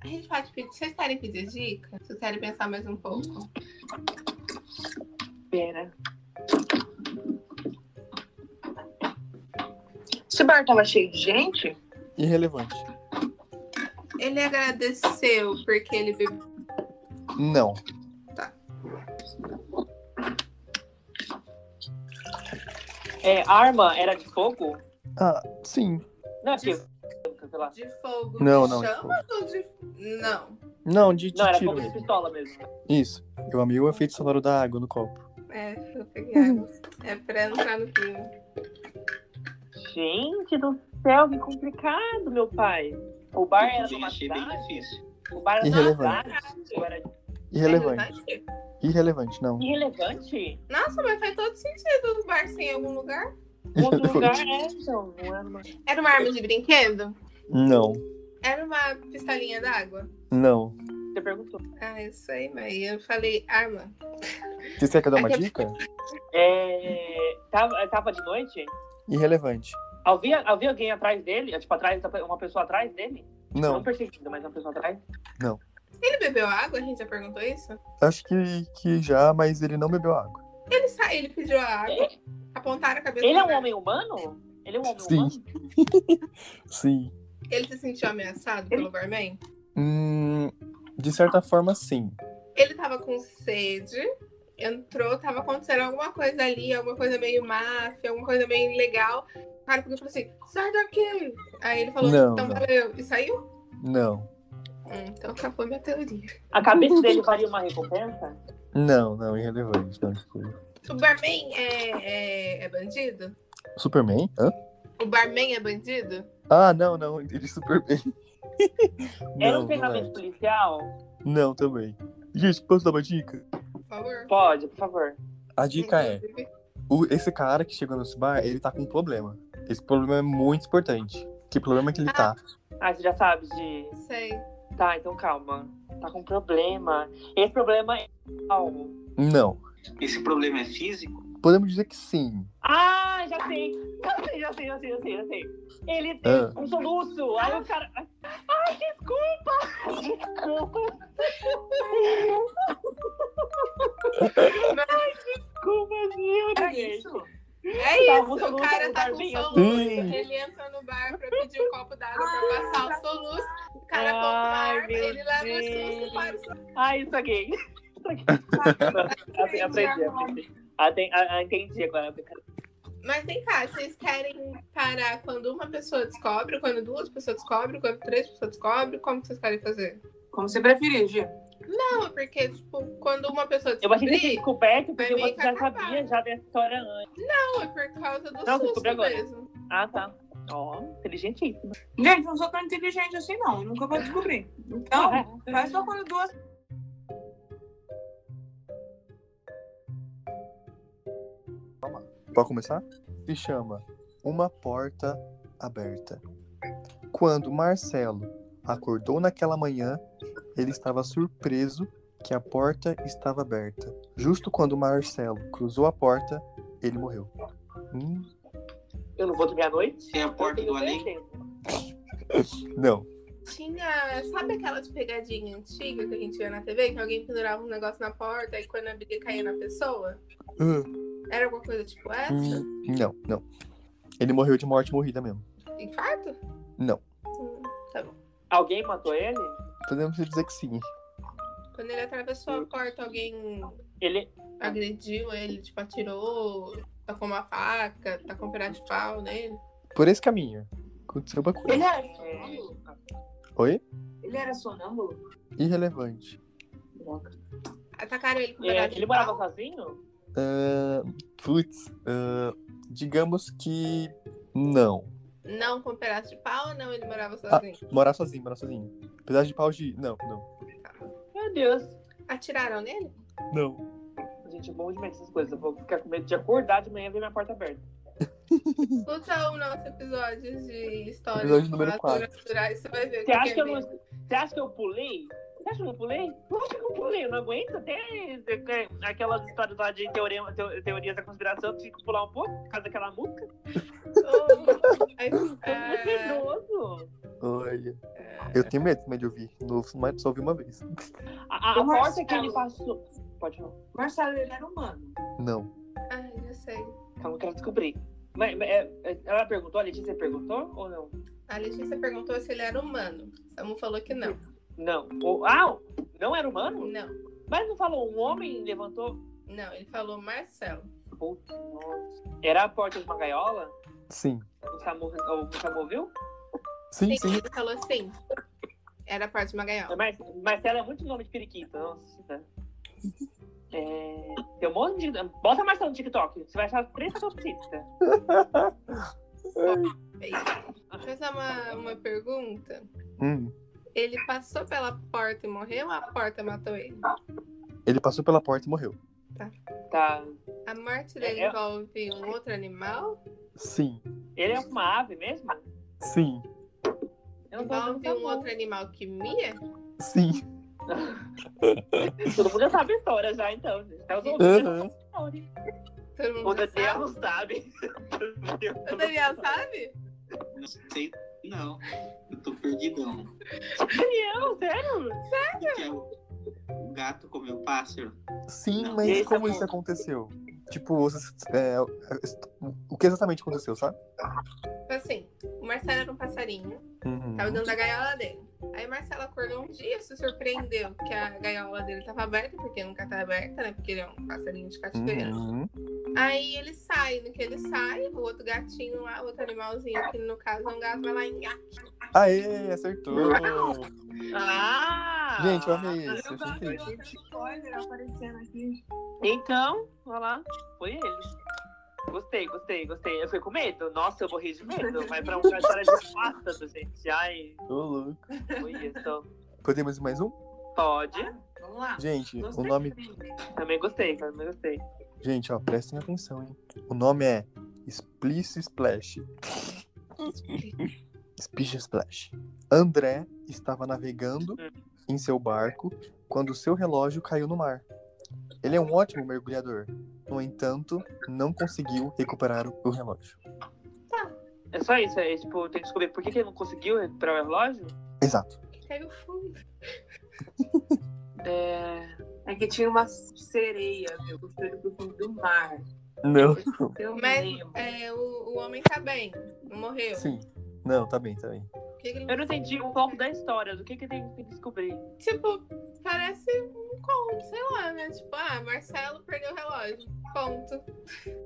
A: A gente pode pedir. Vocês querem pedir dica? Vocês querem pensar mais um pouco?
D: Pena.
E: Esse bar tava cheio de gente?
H: Irrelevante.
A: Ele agradeceu porque ele bebeu.
H: Não.
D: É, a arma era de fogo?
H: Ah, sim.
D: Não, é porque... Sei lá.
A: De fogo.
H: Não,
A: de
H: não, de
A: Chama ou de. Não.
H: Não, de, de
D: Não, era
H: tiro.
D: fogo de
H: mesmo.
D: pistola mesmo.
H: Isso. Eu amei o efeito sonoro da água no copo.
A: É, eu peguei água. É pra entrar no clima.
D: Gente do céu, que complicado, meu pai. O bar era
F: Gente,
D: numa
F: achei bem
D: cidade?
F: difícil.
D: O bar era
H: Irrelevante.
D: numa cidade? Ou Era
H: Irrelevante. Irrelevante, não.
D: irrelevante?
A: Nossa, mas faz todo sentido o bar ser em algum lugar.
D: Outro lugar
H: Irrelevante.
D: é, então. Não era numa...
A: Era uma arma de brinquedo?
H: Não.
A: Era uma pistolinha d'água?
H: Não.
D: Você perguntou.
A: Ah, eu sei, mas eu falei arma.
H: Vocês querem que eu dê uma
A: Aqui-
H: dica?
D: É, tava, tava de noite?
H: Irrelevante.
D: Havia, havia alguém atrás dele? Tipo, atrás, uma pessoa atrás dele?
H: Não.
D: perseguindo, mas uma pessoa atrás?
A: Ele bebeu água? A gente já perguntou isso?
H: Acho que, que já, mas ele não bebeu água.
A: Ele saiu, ele pediu a água. Apontaram a cabeça
D: Ele é
A: dele.
D: um homem humano? Ele é um homem
H: Sim.
D: humano?
H: Sim.
A: Ele se sentiu ameaçado pelo barman?
H: Hum, de certa forma, sim.
A: Ele tava com sede, entrou, tava acontecendo alguma coisa ali, alguma coisa meio máfia, alguma coisa meio ilegal. O cara pegou e falou assim: sai daqui! Aí ele falou:
H: Não,
A: então
H: não.
A: valeu. E saiu?
H: Não.
A: Hum, então acabou minha teoria.
D: A cabeça dele valia uma recompensa?
H: Não, não, irrelevante. Não, desculpa.
A: O barman é, é, é bandido?
H: Superman? Hã?
A: O barman é bandido?
H: Ah, não, não. Ele é Superman.
D: Era
H: não,
D: um
H: não,
D: treinamento
H: é.
D: policial?
H: não, também. Gente, posso dar uma dica?
A: Por favor.
D: Pode, por favor.
H: A dica é.
A: Inclusive,
H: O- esse cara que chegou nesse bar, ele tá com um problema. Esse problema é muito importante. Que problema que ele tá?
D: Ah, você já sabe de.
A: Sei.
D: Tá, então calma. Tá com um problema. Esse problema é. real.
H: Não.
F: Esse problema é físico?
H: Podemos dizer que sim.
D: Ah, já sei. Já sei, já sei, já sei, já sei, já sei. Ele tem
H: Ah.
D: um soluço. Aí o cara. Ai, desculpa! Desculpa, desculpa, meu
E: Era
D: Deus.
E: isso?
A: É
D: Tá,
A: isso,
D: vamos
A: o cara tá com
D: voltar,
A: soluço.
H: Sim.
A: Ele entra no bar pra pedir um copo d'água
D: Ah,
A: pra passar o soluço. O cara aponta uma
D: tá Ai,
A: arma,
D: meu
A: ele leva o
D: Deus. é
A: susto para o soluço.
D: Ai, estraguei. Estraguei. Aprendi, aprendi. Ah, tem- ah, ah, entendi agora. a brincadeira.
A: Mas vem cá, vocês querem parar quando uma pessoa descobre, quando duas pessoas descobrem, quando três pessoas descobrem? Como que vocês querem fazer?
E: Como você preferir, Gi.
A: Não, porque, tipo, quando uma pessoa
D: Eu achei que tinha
A: descobrir,
D: descoberto,
A: Pra
D: porque
A: mim
D: você já
A: tá acabado.
D: sabia já dessa história antes.
A: não, é por causa do
D: Não,
A: susto
D: descobri agora.
A: mesmo.
D: Ah, tá. Ó, inteligentíssimo.
E: Gente, eu não sou tão inteligente assim, não. Eu nunca vou descobrir. Então, faz só quando duas.
H: Pode começar? Se chama Uma Porta Aberta. Quando Marcelo acordou naquela manhã, ele estava surpreso que a porta estava aberta. Justo quando Marcelo cruzou a porta, ele morreu. Hum,
D: Eu não vou dormir à noite?
F: É a porta
D: Eu tenho
F: do além?
D: certeza.
H: não.
A: Tinha, sabe aquelas pegadinhas antigas que a gente via na TV, que alguém pendurava um negócio na porta e quando abria caía na pessoa?
H: Ah,
A: Era alguma coisa tipo essa?
H: hum, Não, não. Ele morreu de morte morrida mesmo.
A: Infarto?
H: Não.
A: Hum, tá bom.
D: Alguém matou ele?
H: Podemos dizer que sim.
A: Quando ele atravessou a porta, alguém
D: Ele.
A: agrediu ele, tipo, atirou, tacou uma faca, tacou um pedaço de pau nele.
H: Por esse caminho. Aconteceu uma coisa.
E: Ele era
D: É,
E: sonâmbulo?
H: Oi?
E: Ele era sonâmbulo?
H: Irrelevante.
A: Atacaram ele com um
D: é,
A: pedaço
D: ele
A: de pau.
D: morava sozinho?
H: Ah, putz. ah, digamos que. Não.
A: Não com um pedaço de pau, não, ele
H: Ah.
A: morava sozinho.
H: Morar sozinho, morar sozinho. Pedaço de pau de. Não, não.
D: Meu Deus.
A: Atiraram nele?
H: Não.
D: Gente, eu morro de medo dessas coisas. Eu vou ficar com medo de acordar de manhã e ver minha porta aberta.
A: Escuta o nosso episódio de histórias
H: Episódio
A: de
H: número
A: cultura naturais, você vai ver o
D: Você
A: que
D: acha que
A: que é
D: eu não. Você acha que eu pulei? Você acha que eu não pulei? Lógico que eu pulei, eu não aguento até até aquelas histórias lá de teorema, teo- teorias da conspiração, eu tive que pular um pouco por causa daquela música.
A: mesmo. Oh,
D: Foi muito
A: é,
D: medroso.
H: Olha. Eu tenho medo também de ouvir. No, mas só ouvi uma vez.
D: A, a- a
E: Ô,
D: porta que
E: Marcelo.
D: ele passou. Pode não.
E: Marcelo, ele era humano.
H: Não.
A: Ai, já sei.
D: Calma, eu quero descobrir. Mas, mas, é, é, ela perguntou, a Letícia perguntou ou não?
A: A Letícia perguntou se ele era humano. Samu falou que não.
D: Não. Ou- ah, não era humano?
A: Não,
D: Mas não falou, um homem levantou.
A: não, ele falou Marcelo.
D: Putz, nossa. Era a porta de uma gaiola?
H: Sim.
D: O Samu, o Samu viu?
H: Sim, sim.
A: Ele falou sim. Era a parte de uma gaiola.
D: Mas, Marcela é muito nome de periquita, nossa. É, tem um monte de. Bota a Marcela no TikTok, você vai achar três pessoas psíquicas.
A: Deixa eu fazer uma, uma pergunta.
H: Hum.
A: Ele passou pela porta e morreu ou a porta matou ele?
H: Ele passou pela porta e morreu.
D: Tá.
A: A morte dele
D: É, é-
A: envolve um outro animal?
H: Sim.
D: Ele é uma ave mesmo?
H: Sim.
D: Eu
E: Tá
D: não
A: Envolve
D: tô
A: um
D: um
A: outro animal que mia?
H: Sim.
D: Todo mundo já sabe a história já, então. gente. Tá os ouvintes
H: Aham.
D: já sabem.
A: Todo
D: O
A: mundo
D: Daniel
A: sabe?
D: não sabe. Meu Deus.
A: O Daniel sabe?
F: Não sei, não. Eu tô perdidão.
D: Daniel, sério?
F: Que é o o gato comeu o pássaro.
H: Sim,
F: Não.
H: mas
D: Esse
H: como
D: é
H: isso aconteceu? Tipo, vocês- é, o que exatamente aconteceu, sabe?
A: Assim, o Marcelo era um passarinho,
H: Uhum.
D: Tá
A: tava dentro da gaiola dele. Aí o Marcelo acordou um dia e se surpreendeu que a gaiola dele tava aberta, porque nunca tá aberta, né? Porque ele é um passarinho de cativeiro.
H: Uhum.
A: Aí ele sai, no que ele sai, o outro gatinho lá, o outro animalzinho, que no caso é um gato, vai lá e nha.
H: Aê, acertou.
D: Ah!
H: Gente, eu amei
E: Eu
H: isso. Eu achei incrível.
E: tava spoiler aparecendo aqui.
D: Então, olha lá. Foi ele. Gostei, gostei, gostei. Eu fui com medo. Nossa, eu morri de medo. Mas pra uma história de pássaro, gente. Ai,
H: Ô, louco.
D: foi isso.
H: Podemos ir mais um?
D: Pode.
E: Vamos lá.
H: Gente, o
E: Gostei.
H: nome.
D: Também gostei, também gostei.
H: Gente, ó, prestem atenção, hein? O nome é Splish Splash. Splish Splash. André estava navegando em seu barco quando seu relógio caiu no mar. Ele é um ótimo mergulhador. No entanto, não conseguiu recuperar o relógio.
D: É só isso, é tipo, tem que descobrir por que, que ele não conseguiu recuperar o relógio.
H: Exato.
A: Que caiu fundo.
D: É...
E: É que tinha uma sereia, meu, que foi do fundo do mar.
H: Não.
E: Eu
A: Mas
E: lembro.
A: é, o, o homem tá bem, não morreu.
H: Sim. Não, tá bem, tá bem.
A: Por que que ele
D: Eu não entendi o foco da história, do que, que tem que descobrir.
A: Tipo, Parece um conto, sei lá, né? Tipo, ah, Marcelo perdeu o relógio. Ponto.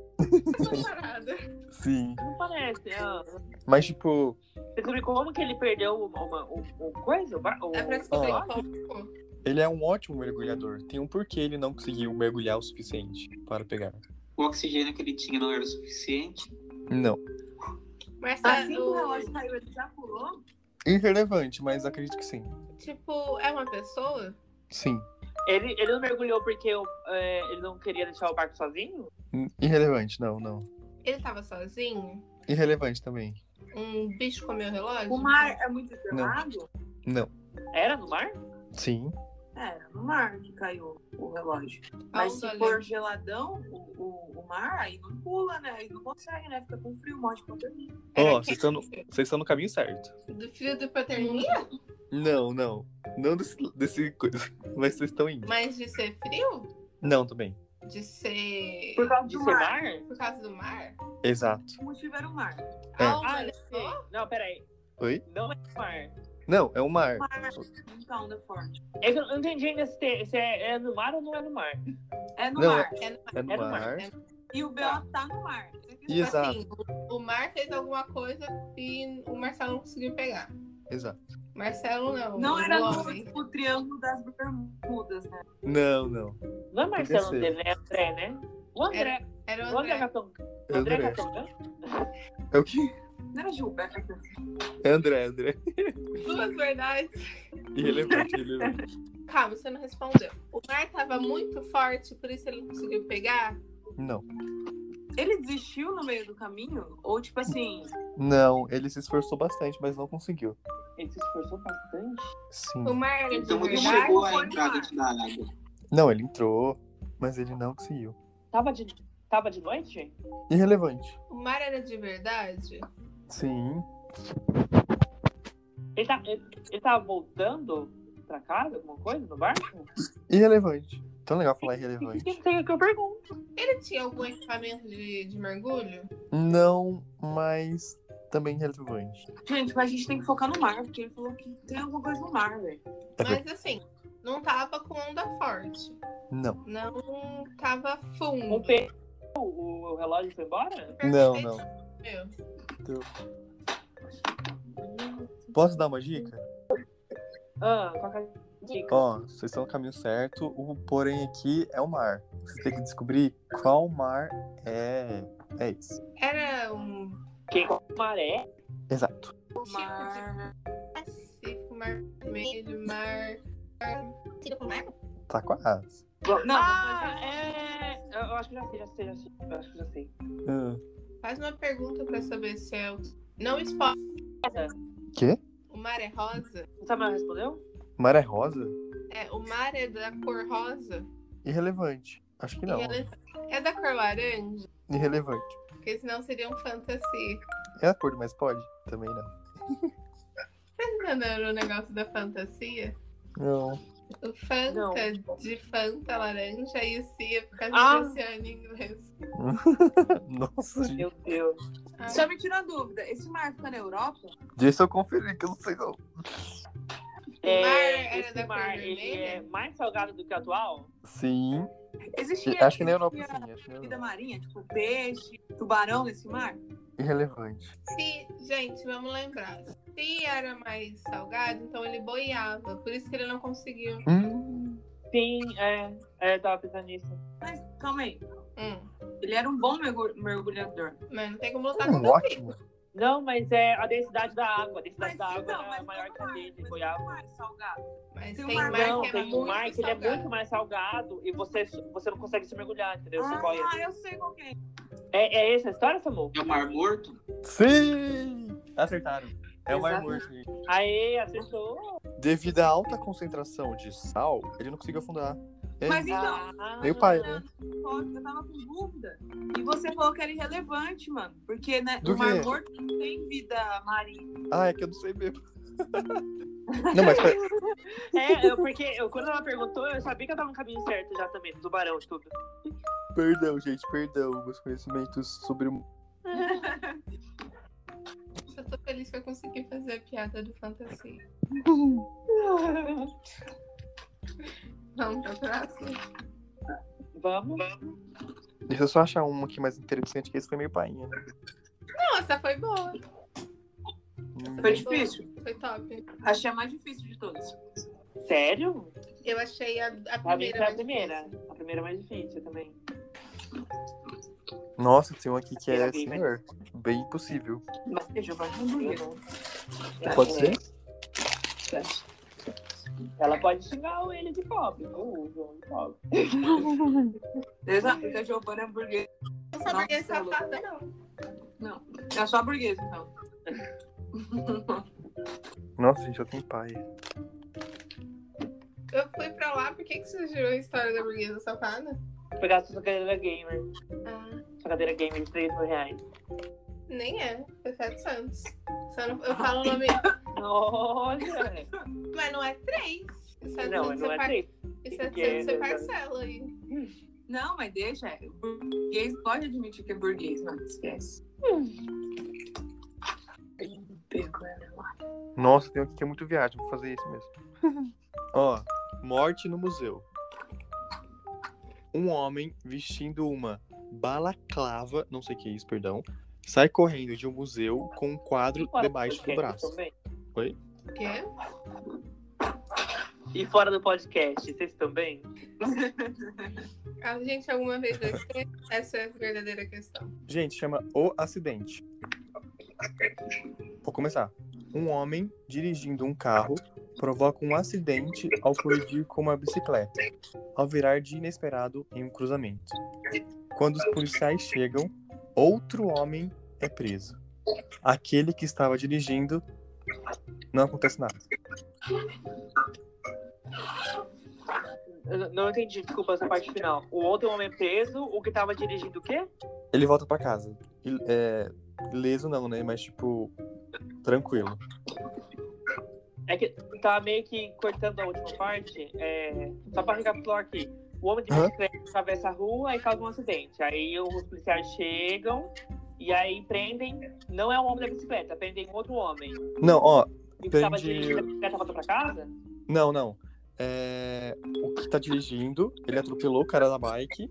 A: Essa parada.
H: Sim.
D: Não parece. ah.
H: Mas, tipo,
D: Descobri como que ele perdeu o, o, o, o um coisa? O, ba- o,
A: É pra descobrir
H: Ah.
A: como.
E: Tá
H: ele é um ótimo mergulhador. Tem um porquê ele não conseguiu mergulhar o suficiente para pegar.
F: O oxigênio que ele tinha não era o suficiente.
H: Não.
A: é
E: Assim que o
A: Marcelo,
E: relógio caiu, ele já pulou.
H: Irrelevante, mas acredito que sim.
A: tipo, é uma pessoa?
H: Sim.
D: Ele, ele não mergulhou porque o- é, ele não queria deixar o barco sozinho?
H: Hum, Irrelevante, não, não.
A: Ele tava sozinho?
H: Irrelevante também.
A: Um bicho comeu o relógio?
E: O mar é muito gelado?
H: Não.
D: Era no mar?
H: Sim.
E: É, no mar que caiu o relógio. Mas
A: Olha.
E: se for geladão, o, o, o mar, aí não pula, né? Aí não consegue, né? Fica com frio, morre de hipotermia.
A: Era
H: Ó, vocês estão no-
A: quente?
H: vocês estão no caminho certo.
A: Do frio do hipotermia?
H: Não, não. Não desse, desse coisa. Mas vocês estão
E: Uhum.
H: indo.
A: Mas de ser frio?
H: Não, também.
A: De ser.
E: Por causa
D: De
E: do
D: ser
E: mar.
D: mar?
A: Por causa do mar?
H: Exato.
E: O motivo era o mar.
H: É.
A: Ah,
D: Ah,
A: olha
D: eu sei.
A: só.
D: Não, peraí.
H: Oi?
D: Não é no mar.
H: Não, é o mar.
E: O mar, muita onda forte.
D: É que eu não entendi ainda se, te- se é, é no mar ou não é no mar.
E: É no
H: Não,
E: mar.
A: É no mar.
H: É no
D: É no
H: mar.
D: mar.
E: E o BO tá no mar.
A: Tipo
H: Exato.
A: assim, o- o mar fez alguma coisa e o Marcelo não conseguiu pegar.
H: Exato.
A: Marcelo não.
E: Não
A: o
E: era no,
A: homem.
E: tipo, o triângulo das bermudas, né?
H: Não, não.
D: Não é Marcelo
H: ser.
D: dele, né? É André, né? O André.
A: Era
D: O
A: o
D: André
A: André.
D: Catonga. O
H: É o
D: André né?
H: André.
D: Catonga.
H: É o que?
E: Não era Gilberto.
H: É André, André.
A: Duas verdades.
H: Irrelevante, irrelevante.
A: Calma, você não respondeu. O mar tava muito forte, por isso ele não conseguiu pegar.
H: Não.
E: Ele desistiu no meio do caminho? Ou, tipo assim,
H: Não, ele se esforçou bastante, mas não conseguiu.
D: Ele se esforçou bastante.
H: Sim.
A: O mar era de
F: Então ele
A: verdade.
F: chegou à
E: foi no
F: entrada
E: mar.
F: da água.
H: Não, ele entrou, mas ele não conseguiu.
D: Tava de, tava de noite?
H: Irrelevante.
A: O mar era de verdade?
H: Sim.
D: Ele, tá, ele, ele tava voltando pra casa, alguma coisa, no barco?
H: Irrelevante. Tão legal falar
D: Não
H: irrelevante.
D: sei o que eu pergunto.
A: Ele tinha algum equipamento de, de mergulho?
H: Não, mas também irrelevante.
E: gente, mas a gente tem que focar no mar, porque ele falou que tem alguma coisa no mar, velho.
H: Tá
A: Mas assim, não tava com onda forte.
H: Não.
A: Não tava fundo.
D: O peixe, o, o relógio foi embora?
H: Não,
A: é
H: não.
A: Meu.
H: Posso dar uma dica?
D: Ah, qual que é a dica?
H: Ó, vocês estão no caminho certo, o porém aqui é o mar. Vocês têm que descobrir qual mar é. É isso.
A: Era um
D: Quem com a maré?
H: Exato.
A: tipo de Pacífico, mar vermelho, mar.
H: Tá quase.
E: Não,
D: ah,
E: mas-
D: é... Eu eu acho que já sei, já sei, já sei. Eu acho que já sei.
H: Ah,
A: Faz uma pergunta pra saber se é. o- Não spoiler.
H: Quê?
A: O mar é rosa?
D: O Samuel respondeu?
H: Mar é rosa?
A: É, o mar é da cor rosa?
H: Irrelevante. Acho que não.
A: E ela- É da cor laranja?
H: Irrelevante.
A: Porque senão seria um fantasy.
H: É a cor do mais pode? Também né? não.
A: Vocês entenderam o negócio da fantasia?
H: Não.
A: O Fanta de Fanta laranja e o Cia é por causa
D: Ah.
A: do oceano em inglês.
H: Nossa, gente.
D: Meu Deus.
A: Ah,
E: Só me tira a dúvida, esse mar fica na Europa?
H: Deixa eu conferir, que eu não sei não.
D: É,
A: mar era
D: esse
A: da cor
D: mar, ele
A: vermelha?
D: é mais salgado do que o atual?
H: Sim.
E: Existia,
H: Acho que na Europa,
E: existia
H: sim. Acho que na
E: vida
H: Europa.
E: marinha, tipo peixe, tubarão nesse mar?
H: Irrelevante.
A: Se, gente, vamos lembrar. Se era mais salgado, então ele boiava. Por isso que ele não conseguiu.
H: Hum,
D: Sim, é. É, eu tava pensando nisso.
E: Mas calma aí,
A: Hum,
E: ele era um bom mergu- mergulhador.
A: mas não tem como lutar
H: hum,
A: contra o pico.
H: ótimo.
D: Não, mas é a densidade da água. A densidade
E: Mas
D: da água
E: então,
D: é
E: mas
D: maior
E: tem
D: que a
E: mar,
D: dele,
E: mas
D: Goiás.
E: tem mar salgado.
A: Mas
E: Tem
A: tem,
E: um
A: mar
E: mar
A: que é
D: Não, tem um
A: muito
D: mar que ele é
A: salgado.
D: muito mais salgado e você, você não consegue se mergulhar, entendeu? Você boia.
E: Ah, eu sei qual que é.
D: É, é essa a história, Samu?
F: É o Mar Morto?
H: Sim! Acertaram. É o Mar
E: Exato.
H: Morto, gente.
D: Aê, acertou.
H: Devido à alta concentração de sal, ele não conseguiu afundar. É,
E: Mas então,
D: Ah,
H: Meu pai, né?
E: eu tava com dúvida. E você falou que era irrelevante, mano. Porque né,
H: Do
E: no Mar
H: quê?
E: Morto não tem vida marinha.
H: Ah, é que eu não sei mesmo. não, mas pera-
D: É, eu- porque eu, quando ela perguntou, eu sabia que eu tava no caminho certo já também, do tubarão tipo, e tudo.
H: perdão, gente, perdão. Meus conhecimentos sobre. o-
A: Eu tô feliz que eu consegui fazer a piada do fantasia. Vamos pra próxima.
D: Vamos.
H: Deixa eu só achar um aqui mais interessante, que esse foi meio painha.
A: Nossa, foi boa.
E: Foi difícil.
A: Foi top.
E: Achei a mais difícil de todas.
D: Sério?
A: Eu achei a, a
D: A
A: primeira.
D: minha foi a
A: mais
D: primeira.
A: difícil.
D: A primeira é mais difícil também.
H: Nossa, tem um aqui que é
D: Bem, né?
H: senhor. Bem impossível.
E: Mas seja mais bonito.
H: Pode ser?
D: Ela pode xingar ele de pobre. O João de pobre.
E: Exato, porque a Giovana é burguesa.
A: Não sou burguesa
E: Nossa,
A: safada, não.
E: É só burguesa, então.
H: Nossa, gente, eu tenho pai.
A: Eu fui pra lá, por que, que surgiu a história da burguesa safada?
D: Pegar sua cadeira gamer.
A: Ah,
D: Sua cadeira gamer de 3 mil reais.
A: nem é. Foi Fred Santos. Só não-
D: Ah,
A: eu falo o nome.
D: Olha!
A: Mas não é três. Isso é
D: Não,
A: tudo
D: não é
A: separ-
D: 3.
A: Isso é
D: porque é
A: tudo você
D: verdade.
A: parcela aí.
E: Não, mas deixa. é, Burguês pode admitir que é burguês, mano. Esquece.
D: Hum.
H: Nossa, tem um aqui que é muito viagem, vou fazer esse mesmo. Ó, morte no museu. Um homem vestindo uma balaclava, não sei o que é isso, perdão, sai correndo de um museu com um quadro
D: Fora
H: debaixo do
D: podcast
H: braço.
D: também.
A: O quê?
D: E fora do podcast, vocês também?
A: A Ah, gente alguma vez vai ter? Essa é a verdadeira questão.
H: Gente, chama O Acidente. Vou começar. Um homem dirigindo um carro provoca um acidente ao colidir com uma bicicleta, ao virar de inesperado em um cruzamento. Quando os policiais chegam, outro homem é preso. Aquele que estava dirigindo não acontece nada.
D: Eu n- não entendi, desculpa, essa parte final. O outro homem preso, o que tava dirigindo o quê?
H: Ele volta pra casa. Il- É, ileso não, né? Mas tipo tranquilo.
D: É que tá meio que cortando a última parte. é, Só pra recapitular aqui. O homem de
H: Hã?
D: bicicleta atravessa a rua e causa um acidente. Aí os policiais chegam e aí prendem. Não é o homem da bicicleta, prendem um outro homem.
H: Não, ó,
D: E o que tava
H: Prende-
D: dirigindo a bicicleta volta pra casa?
H: Não, não. É... O que tá dirigindo, ele atropelou o cara da bike.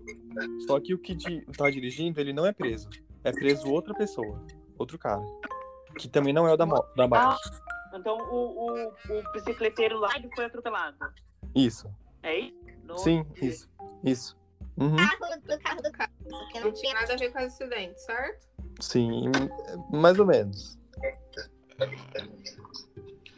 H: Só que o que di... tá dirigindo, ele não é preso. É preso outra pessoa. Outro cara. Que também não é o da, mo... da bike.
B: Ah.
D: Então o, o, o bicicleteiro lá ele foi atropelado.
H: Isso.
D: É isso? No-
H: Sim, isso. Isso. Uhum.
I: carro do carro do carro. Porque
A: Não tinha nada a ver com acidente, certo?
H: Sim, mais ou menos.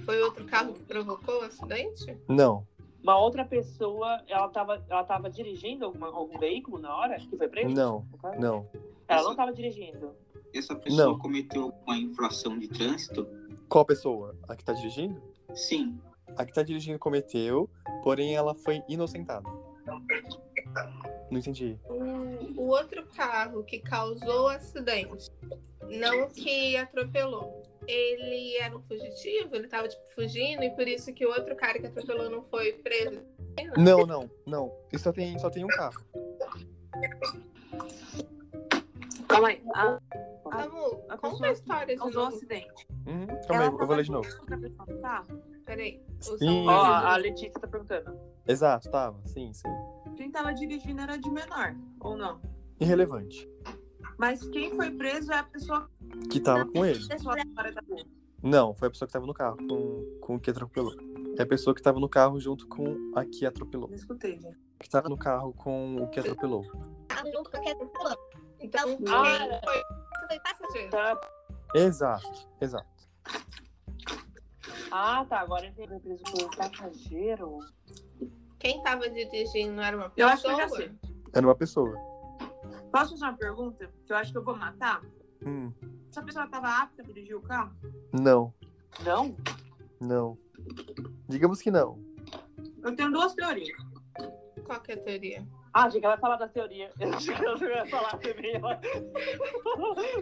A: Foi outro carro que provocou o acidente?
H: Não.
D: Uma outra pessoa, ela tava, ela tava dirigindo alguma, algum veículo na hora que foi preso?
H: Não,
D: No caso?
H: não.
D: Ela não tava dirigindo.
F: Essa pessoa
H: Não.
F: cometeu uma infração de trânsito?
H: Qual pessoa? A que tá dirigindo?
F: Sim.
H: A que tá dirigindo cometeu, porém ela foi inocentada. Não entendi.
A: O, o outro carro que causou o acidente, não o que atropelou. Ele era um fugitivo, ele tava tipo fugindo, e por isso que o outro cara que atropelou não foi preso.
H: Não, não, não. E só tem, só tem um carro.
E: Calma aí. Ah,
A: Samu,
E: a
A: conta
E: pessoa
A: a história de
E: causou um
A: novo.
E: acidente.
H: Uhum. Calma aí, eu vou ler de novo.
E: Tá.
A: Peraí. O
H: Sim.
A: Samu-
D: Ó, a Letícia tá perguntando.
H: Exato, tava, sim, sim.
E: Quem tava dirigindo era de menor, ou não?
H: Irrelevante.
E: Mas quem foi preso é a pessoa que
H: Que tava com ele.
E: pessoa tá fora da rua.
H: Não, foi a pessoa que tava no carro com, com o que atropelou. É a pessoa que tava no carro junto com a que atropelou.
E: Não escutei, gente.
H: Que tava no carro com o que atropelou.
I: carro do carro do carro.
A: Então, quem
D: Ah,
A: foi
I: Foi fácil.
A: passageiro?
D: tá.
H: Exato, exato.
D: Ah, tá. Agora eu entendi. Foi preso por um passageiro.
A: Quem tava dirigindo era uma
E: Eu
A: pessoa?
E: acho que eu já sei.
H: Era uma pessoa.
E: Posso fazer uma pergunta? Que eu acho que eu vou matar.
H: Hum,
E: Essa pessoa tava apta a dirigir o carro?
H: não,
D: Não?
H: não. Digamos que não.
E: Eu tenho duas teorias.
A: Qual que é a teoria?
D: Ah, achei que ela vai falar da teoria. Eu achei que ela ia falar também. Ela...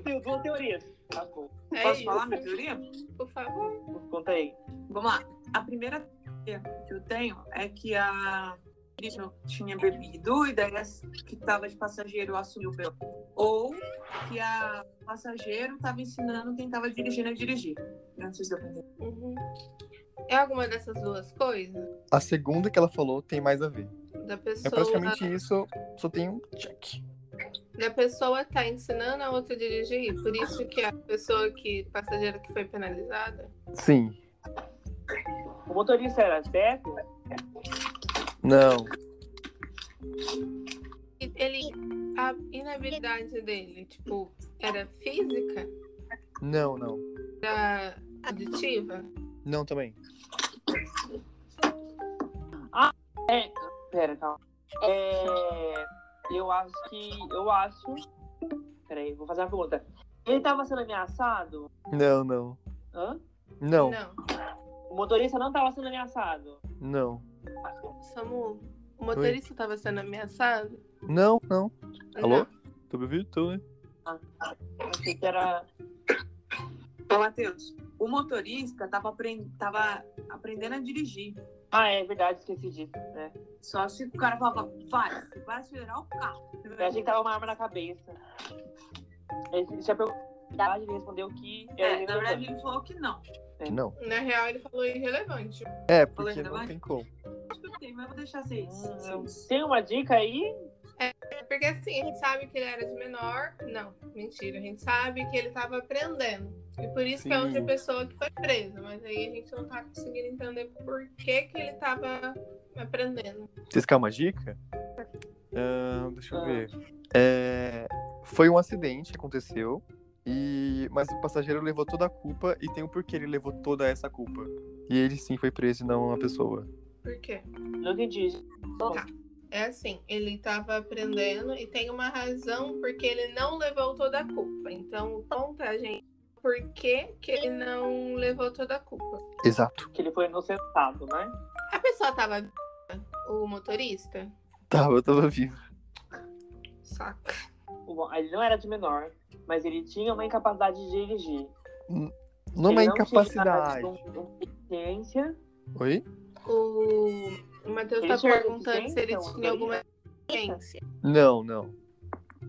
D: Tem duas teorias. Tá bom.
A: É
E: Posso
A: isso,
E: falar minha teoria?
A: Por favor.
D: Conta aí.
E: Vamos lá. A primeira teoria que eu tenho é que a Krishna tinha bebido e daí as- que tava de passageiro assumiu o bebê. Ou que a passageiro tava ensinando quem tava dirigindo a dirigir. Não sei se eu entendi.
A: Uhum. É alguma dessas duas coisas?
H: A segunda que ela falou tem mais a ver.
A: Da pessoa,
H: É praticamente isso, só tem um check.
A: da pessoa tá ensinando a outra a dirigir, por isso que a pessoa que, passageira que foi penalizada.
H: Sim.
D: O motorista era certo?
H: Não.
A: E Ele, a inabilidade dele, tipo, era física,
H: Não, não.
A: era auditiva.
H: Não também.
D: Pera, calma. É, eu acho que. Eu acho. Peraí, vou fazer uma pergunta. Ele tava sendo ameaçado?
H: Não, não.
D: Hã?
H: Não,
A: Não.
D: O motorista não tava sendo ameaçado.
H: não.
A: Samu, o motorista tava sendo ameaçado?
H: Não, não. Alô?
A: Não.
H: Tô me ouvindo? Tô, né?
D: Achei que era.
E: Ô, Então, Matheus, o motorista tava, apren- tava aprendendo a dirigir.
D: Ah, é verdade, esqueci disso. Né?
E: Só se o cara falava, vai, você vai acelerar o carro. É,
D: Eu achei que tava uma arma na cabeça. Ele já perguntou. a idade, Ele respondeu que. era
E: É, na verdade,
D: irrelevante.
E: ele falou que não. Tipo,
H: Que não.
A: Na real, ele falou irrelevante.
H: É, porque
E: Alô,
H: não
E: vai?
H: tem como.
E: Acho que eu tenho, mas vou deixar assim. vocês.
D: Hum, Tem uma dica aí?
A: Porque assim, a gente sabe que ele era de menor. Não, mentira. A gente sabe que ele tava aprendendo. E por isso que é
H: Sim.
A: outra pessoa que foi presa. Mas aí a gente não tá conseguindo entender por que, que ele tava aprendendo.
H: Vocês querem uma dica? Ah, deixa eu ver. É, foi um acidente que aconteceu, e... mas o passageiro levou toda a culpa e tem o porquê ele levou toda essa culpa. E ele sim foi preso e não a pessoa.
A: Por quê?
D: Não entendi.
A: É assim, ele tava aprendendo e tem uma razão porque ele não levou toda a culpa. Então, conta a gente por que, que ele não levou toda a culpa.
H: Exato.
D: Que ele foi inocentado, né?
A: A pessoa tava viva, o motorista?
H: Tava, Tá, eu tava vivo.
A: Saca.
D: O- Ele não era de menor, mas ele tinha uma incapacidade de dirigir.
H: Não
D: Ele
H: é
D: tinha
H: incapacidade.
D: um- um- deficiência.
H: Oi?
A: O, o Matheus
D: Ele
A: tá
D: tinha uma
A: perguntando se ele
D: deficiência,
A: tinha
D: um
A: alguma deficiência.
H: Não, não.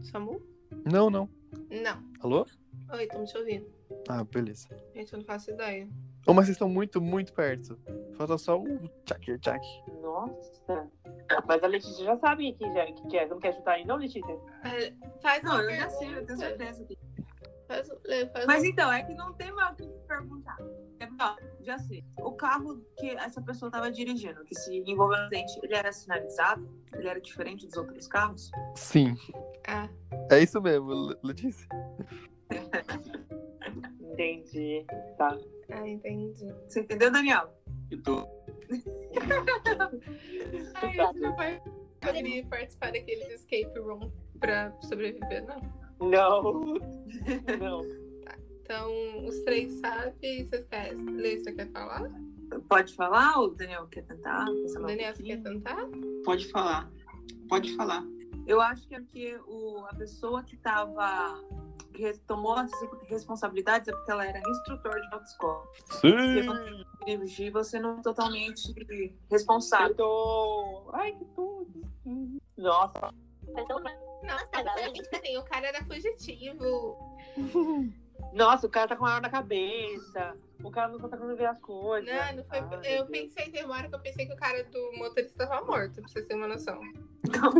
A: Samu?
H: Não, não.
A: Não.
H: Alô?
A: Oi, estamos te ouvindo.
H: Ah, beleza.
A: Gente, eu não faço ideia.
H: Oh, mas vocês estão muito, muito perto. Falta só o tchac, tchac.
D: Nossa. Mas a Letícia já sabe que, já, que, que é. Você não quer chutar aí, não, Letícia?
A: Ah, Faz
E: Não,
A: uma
E: eu já
A: pergunta.
E: sei, eu tenho certeza.
A: Faz, um, lê, faz
E: Mas
A: uma-
E: então, é que não tem mais o que perguntar. É, ó, já sei. O carro que essa pessoa tava dirigindo, que se envolveu no acidente, ele era sinalizado? Ele era diferente dos outros carros?
H: Sim.
A: Ah,
H: É isso mesmo, Le- Letícia.
D: Entendi. Tá.
A: ah, entendi.
E: Você entendeu, Daniel?
F: Eu tô
A: Ai,
D: Tá.
A: você não vai poder participar daqueles escape room pra sobreviver, não.
D: Não. Não.
A: Então, os três sabem. Vocês querem ler? Você quer falar?
D: Tá
E: Pode falar? ou O Daniel quer tentar? Pensar mais um
A: Daniel, você
E: pouquinho?
A: quer tentar?
F: Pode falar. Pode falar.
E: Eu acho que é porque o, a pessoa que tava. que res- tomou as responsabilidades é porque ela era instrutor de autoescola.
A: Hum.
E: Porque
B: Sim!
E: quando você dirigir, você não é totalmente responsável.
D: Eu tô. Ai, que tudo. Nossa.
A: Nossa,
I: galera.
A: tipo assim, o cara era fugitivo.
D: Nossa, o cara tá com uma arma na cabeça. O cara não tá conseguindo ver as coisas.
A: Não, não foi.
D: Ai, meu
A: eu
D: Deus.
A: pensei, tem uma hora que eu pensei que o cara do motorista tava morto, pra vocês terem uma noção.
E: Então,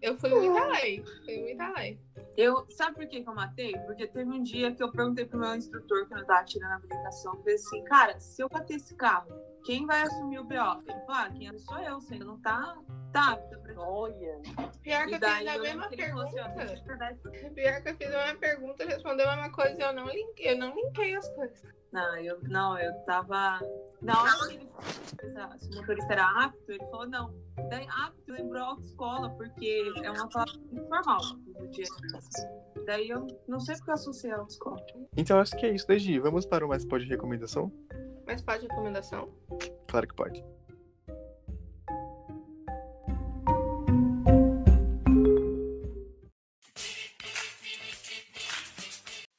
A: Eu fui muito além. Fui muito além.
E: eu, sabe por que, que eu matei? Porque teve um dia que eu perguntei pro meu instrutor, quando eu tava tirando a habilitação, eu falei assim, cara, se eu bater esse carro, quem vai assumir o BO? Ele falou, ah, quem é? sou eu, você ainda não tá tá apta pra
D: Olha.
A: Pior que
E: E
A: eu fiz
E: daí
A: a
E: eu lembro
A: mesma
E: que ele falou assim, ó,
A: pergunta.
E: tem que estudar isso.
A: Pior que eu fiz a mesma pergunta, ele respondeu a mesma coisa e eu não linkei, eu não linkei as coisas.
E: Não, eu, não, eu tava. Na hora que ele falou tipo, se o motorista era apto, ele falou não. Daí apto lembrou autoescola, porque é uma palavra muito normal no dia. Daí eu não sei porque eu associei a autoescola.
H: Então acho que é isso, Deji. Vamos para o mais pode recomendação?
A: Mas pode recomendação?
H: Claro que pode.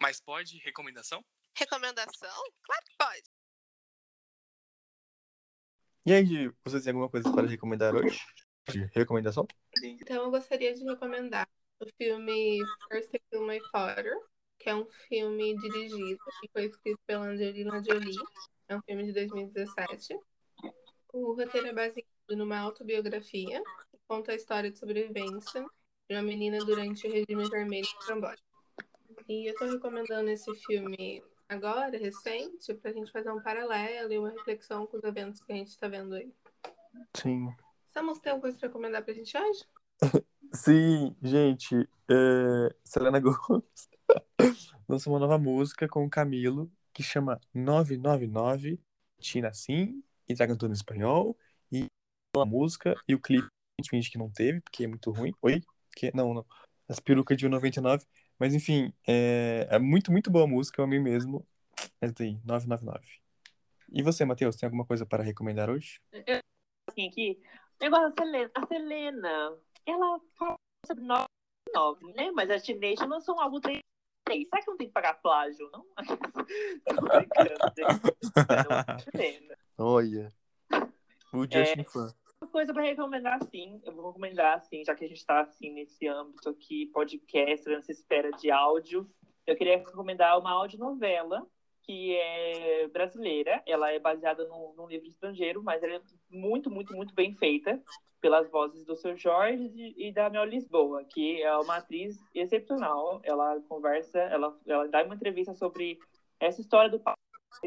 B: Mas pode recomendação?
A: Recomendação? Claro que pode.
H: E aí, Gi, você tem alguma coisa para recomendar hoje? De recomendação?
A: Então, eu gostaria de recomendar o filme First Kill My Father, que é um filme dirigido e foi escrito pela Angelina Jolie É um filme de 2017. O roteiro é baseado numa autobiografia que conta a história de sobrevivência de uma menina durante o regime vermelho do Camboja. E eu tô recomendando esse filme agora, recente, pra gente fazer um paralelo e uma reflexão com os eventos que a gente tá vendo aí.
H: Sim.
A: Samus, tem alguma coisa pra recomendar pra gente hoje?
H: Sim, gente. é, Selena Gomes lançou uma nova música com o Camilo que chama 999 Tina Sim e tá cantando em espanhol. E a música e o clipe a gente finge que não teve, porque é muito ruim. Oi? Que... Não, não. As perucas de 99. Mas enfim, é, é muito, muito boa a música, eu amei mesmo. É isso aí, 999. E você, Matheus, tem alguma coisa para recomendar hoje?
D: assim aqui. Eu gosto da Selena. A Selena, ela fala sobre 99, né? Mas a chinesa lançou um álbum 33. Será que não tem que pagar plágio, não? Tô brincando, gente. Não, né? Selena.
H: Olha. O Justin
D: É.
H: Fan.
D: Uma coisa pra recomendar, sim. Eu vou recomendar, sim, já que a gente tá assim nesse âmbito aqui, podcast, nessa espera de áudio. Eu queria recomendar uma audionovela que é brasileira. Ela é baseada num, num livro estrangeiro, mas ela é muito, muito, muito bem feita pelas vozes do seu Jorge e, e da Mel Lisboa, que é uma atriz excepcional. Ela conversa, ela, ela dá uma entrevista sobre essa história do Papa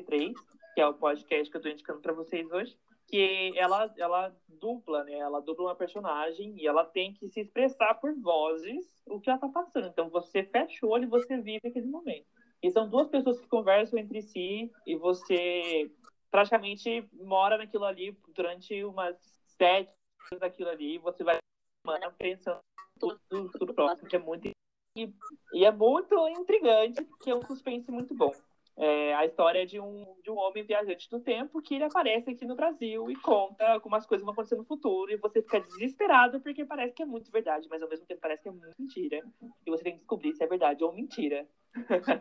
D: 3, que é o podcast que eu tô indicando para vocês hoje, que ela, ela dupla, né? Ela dupla uma personagem e ela tem que se expressar por vozes o que ela tá passando. Então você fecha o olho e você vive aquele momento. E são duas pessoas que conversam entre si e você praticamente mora naquilo ali durante umas sete horas daquilo ali e você vai semana pensando tudo, tudo próximo, que é muito e, e é muito intrigante, porque é um suspense muito bom. É a história de um, de um homem viajante do tempo que ele aparece aqui no Brasil e conta como as coisas vão acontecer no futuro e você fica desesperado porque parece que é muito verdade, mas ao mesmo tempo parece que é muito mentira. E você tem que descobrir se é verdade ou mentira.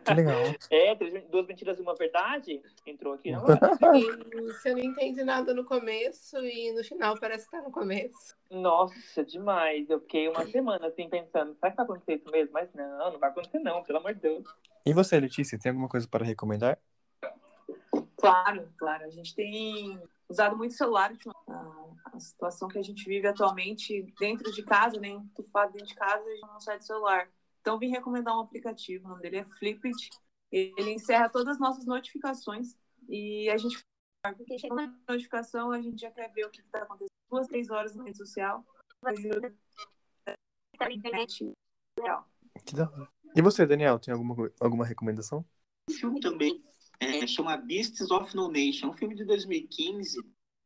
H: Que legal.
D: É, três- duas mentiras e uma verdade? Entrou aqui, não? é?
A: E se eu não entendi nada no começo e no final parece que tá no começo.
D: Nossa, demais. Eu fiquei uma semana assim pensando, será que vai acontecer isso mesmo? Mas não, não vai acontecer não, pelo amor de Deus.
H: E você, Letícia, tem alguma coisa para recomendar?
E: Claro, claro. A gente tem usado muito celular. ultimamente. A- A situação que a gente vive atualmente dentro de casa, né? Entufado dentro de casa, a gente não sai do celular. Então, vim recomendar um aplicativo. O nome dele é Flipit. Ele encerra todas as nossas notificações. E a gente,
I: Porque chega uma
E: quando a notificação, a gente já quer ver o que está acontecendo. Duas, três horas na rede social.
I: coisa na internet.
H: Que da hora. E você, Daniel, tem alguma, co- alguma recomendação?
F: Esse filme também é, chama Beasts of No Nation, é um filme de 2015.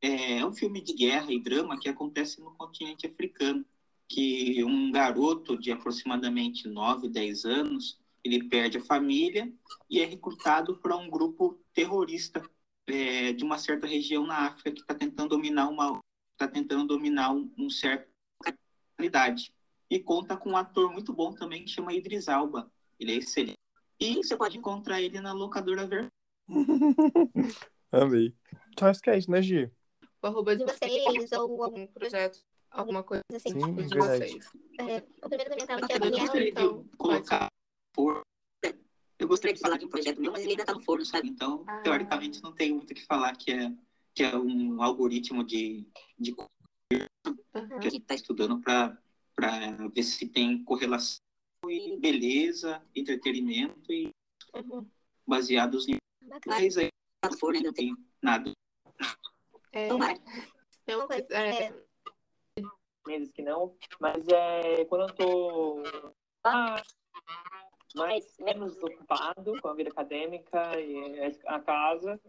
F: É, é um filme de guerra e drama que acontece no continente africano, que um garoto de aproximadamente 9, 10 anos, ele perde a família e é recrutado para um grupo terrorista é, de uma certa região na África que está tentando dominar uma tá tentando dominar um, um certo localidade. E conta com um ator muito bom também que chama Idris Alba. Ele é excelente. E você pode encontrar ele na locadora vermelha.
H: Amei. Então acho que é isso, né, Gi?
A: O arroba de
I: de vocês ou algum
A: algum projeto, alguma coisa
I: assim.
A: assim,
H: Sim,
A: tipo de
H: verdade.
A: vocês.
I: É, o primeiro da minha tela que é
A: Eu
I: o Daniel.
A: gostaria de
F: Então, colocar por. Eu gostaria de falar de um projeto meu, mas ele ainda tá no forno, sabe? Então,
A: Ah.
F: teoricamente, não tem muito o que falar que é, que é um algoritmo de, de co- que a gente está estudando para ver se tem correlação e beleza, entretenimento e
I: Uhum.
F: baseados em
I: Bacana.
F: mas aí tá no forno ainda não tem nada.
A: É,
I: Tomara.
A: tem uma coisa, é,
D: meses que não, mas é quando eu tô ah, mais menos ocupado com a vida acadêmica e a casa,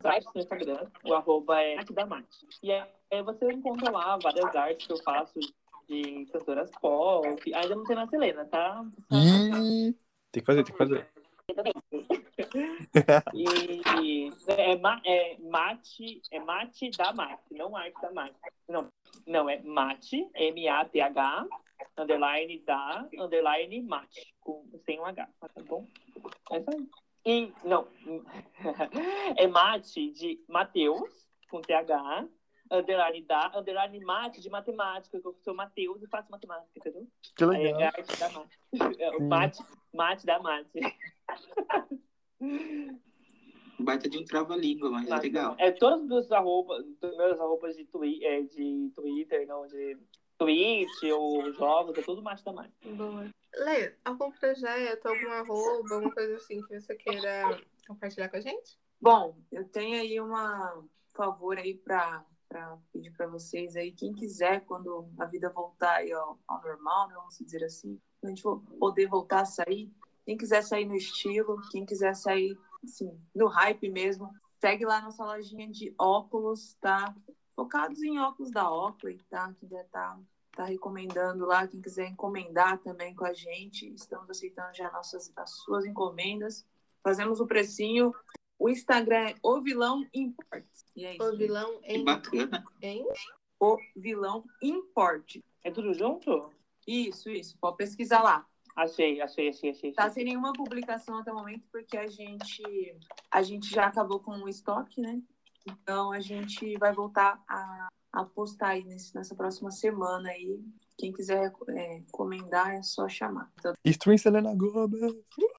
D: sites no Instagram, o arroba é Arte da Mate. E aí é, você encontra lá várias artes que eu faço de cantoras pop. Ainda não tem na Selena, tá?
H: Tem que fazer, tem que fazer.
D: E é, ma- é mate, é mate da mate, não arte da mate. Não, não é mate, M-A-T-H, underline da, underline mate, com, sem um H, tá bom? É isso aí. E, não, é mate de Mateus, com TH, underline da, underline mate de matemática, que eu sou Mateus e faço matemática, entendeu?
H: Que
D: Aí é
H: legal.
D: arte da mate. É o
H: Sim.
D: mate, mate da mate.
F: baita de um trava-língua, mas é
D: Mas
F: legal.
D: É, todas as meus arrobas, meus arrobas de, twi é, de Twitter, não, de Twitch ou jogos, é tudo mastermind.
A: Boa. Lê, algum projeto, algum arroba, alguma coisa assim que você queira compartilhar com a gente?
E: Bom, eu tenho aí uma um favor aí pra, pra pedir pra vocês aí. Quem quiser, quando a vida voltar aí ao, ao normal, né, vamos dizer assim, quando a gente vo- poder voltar a sair, quem quiser sair no estilo, quem quiser sair, assim, no hype mesmo, segue lá nossa lojinha de óculos, tá? Focados em óculos da Oakley, tá? Que já tá, tá recomendando lá, quem quiser encomendar também com a gente, estamos aceitando já nossas, as suas encomendas. Fazemos o precinho o Instagram é O Vilão Import. E é isso.
A: O vilão
F: Que
A: em.
F: bacana.
A: em?
E: O Vilão Import.
D: É tudo junto?
E: Isso, isso. Pode pesquisar lá.
D: Achei, achei, achei, achei.
E: Tá sem nenhuma publicação até o momento, porque a gente, a gente já acabou com o estoque, né? Então a gente vai voltar a, a postar aí nesse- nessa próxima semana aí. Quem quiser é, encomendar é só chamar. Então,
B: Stream Selena Gomez.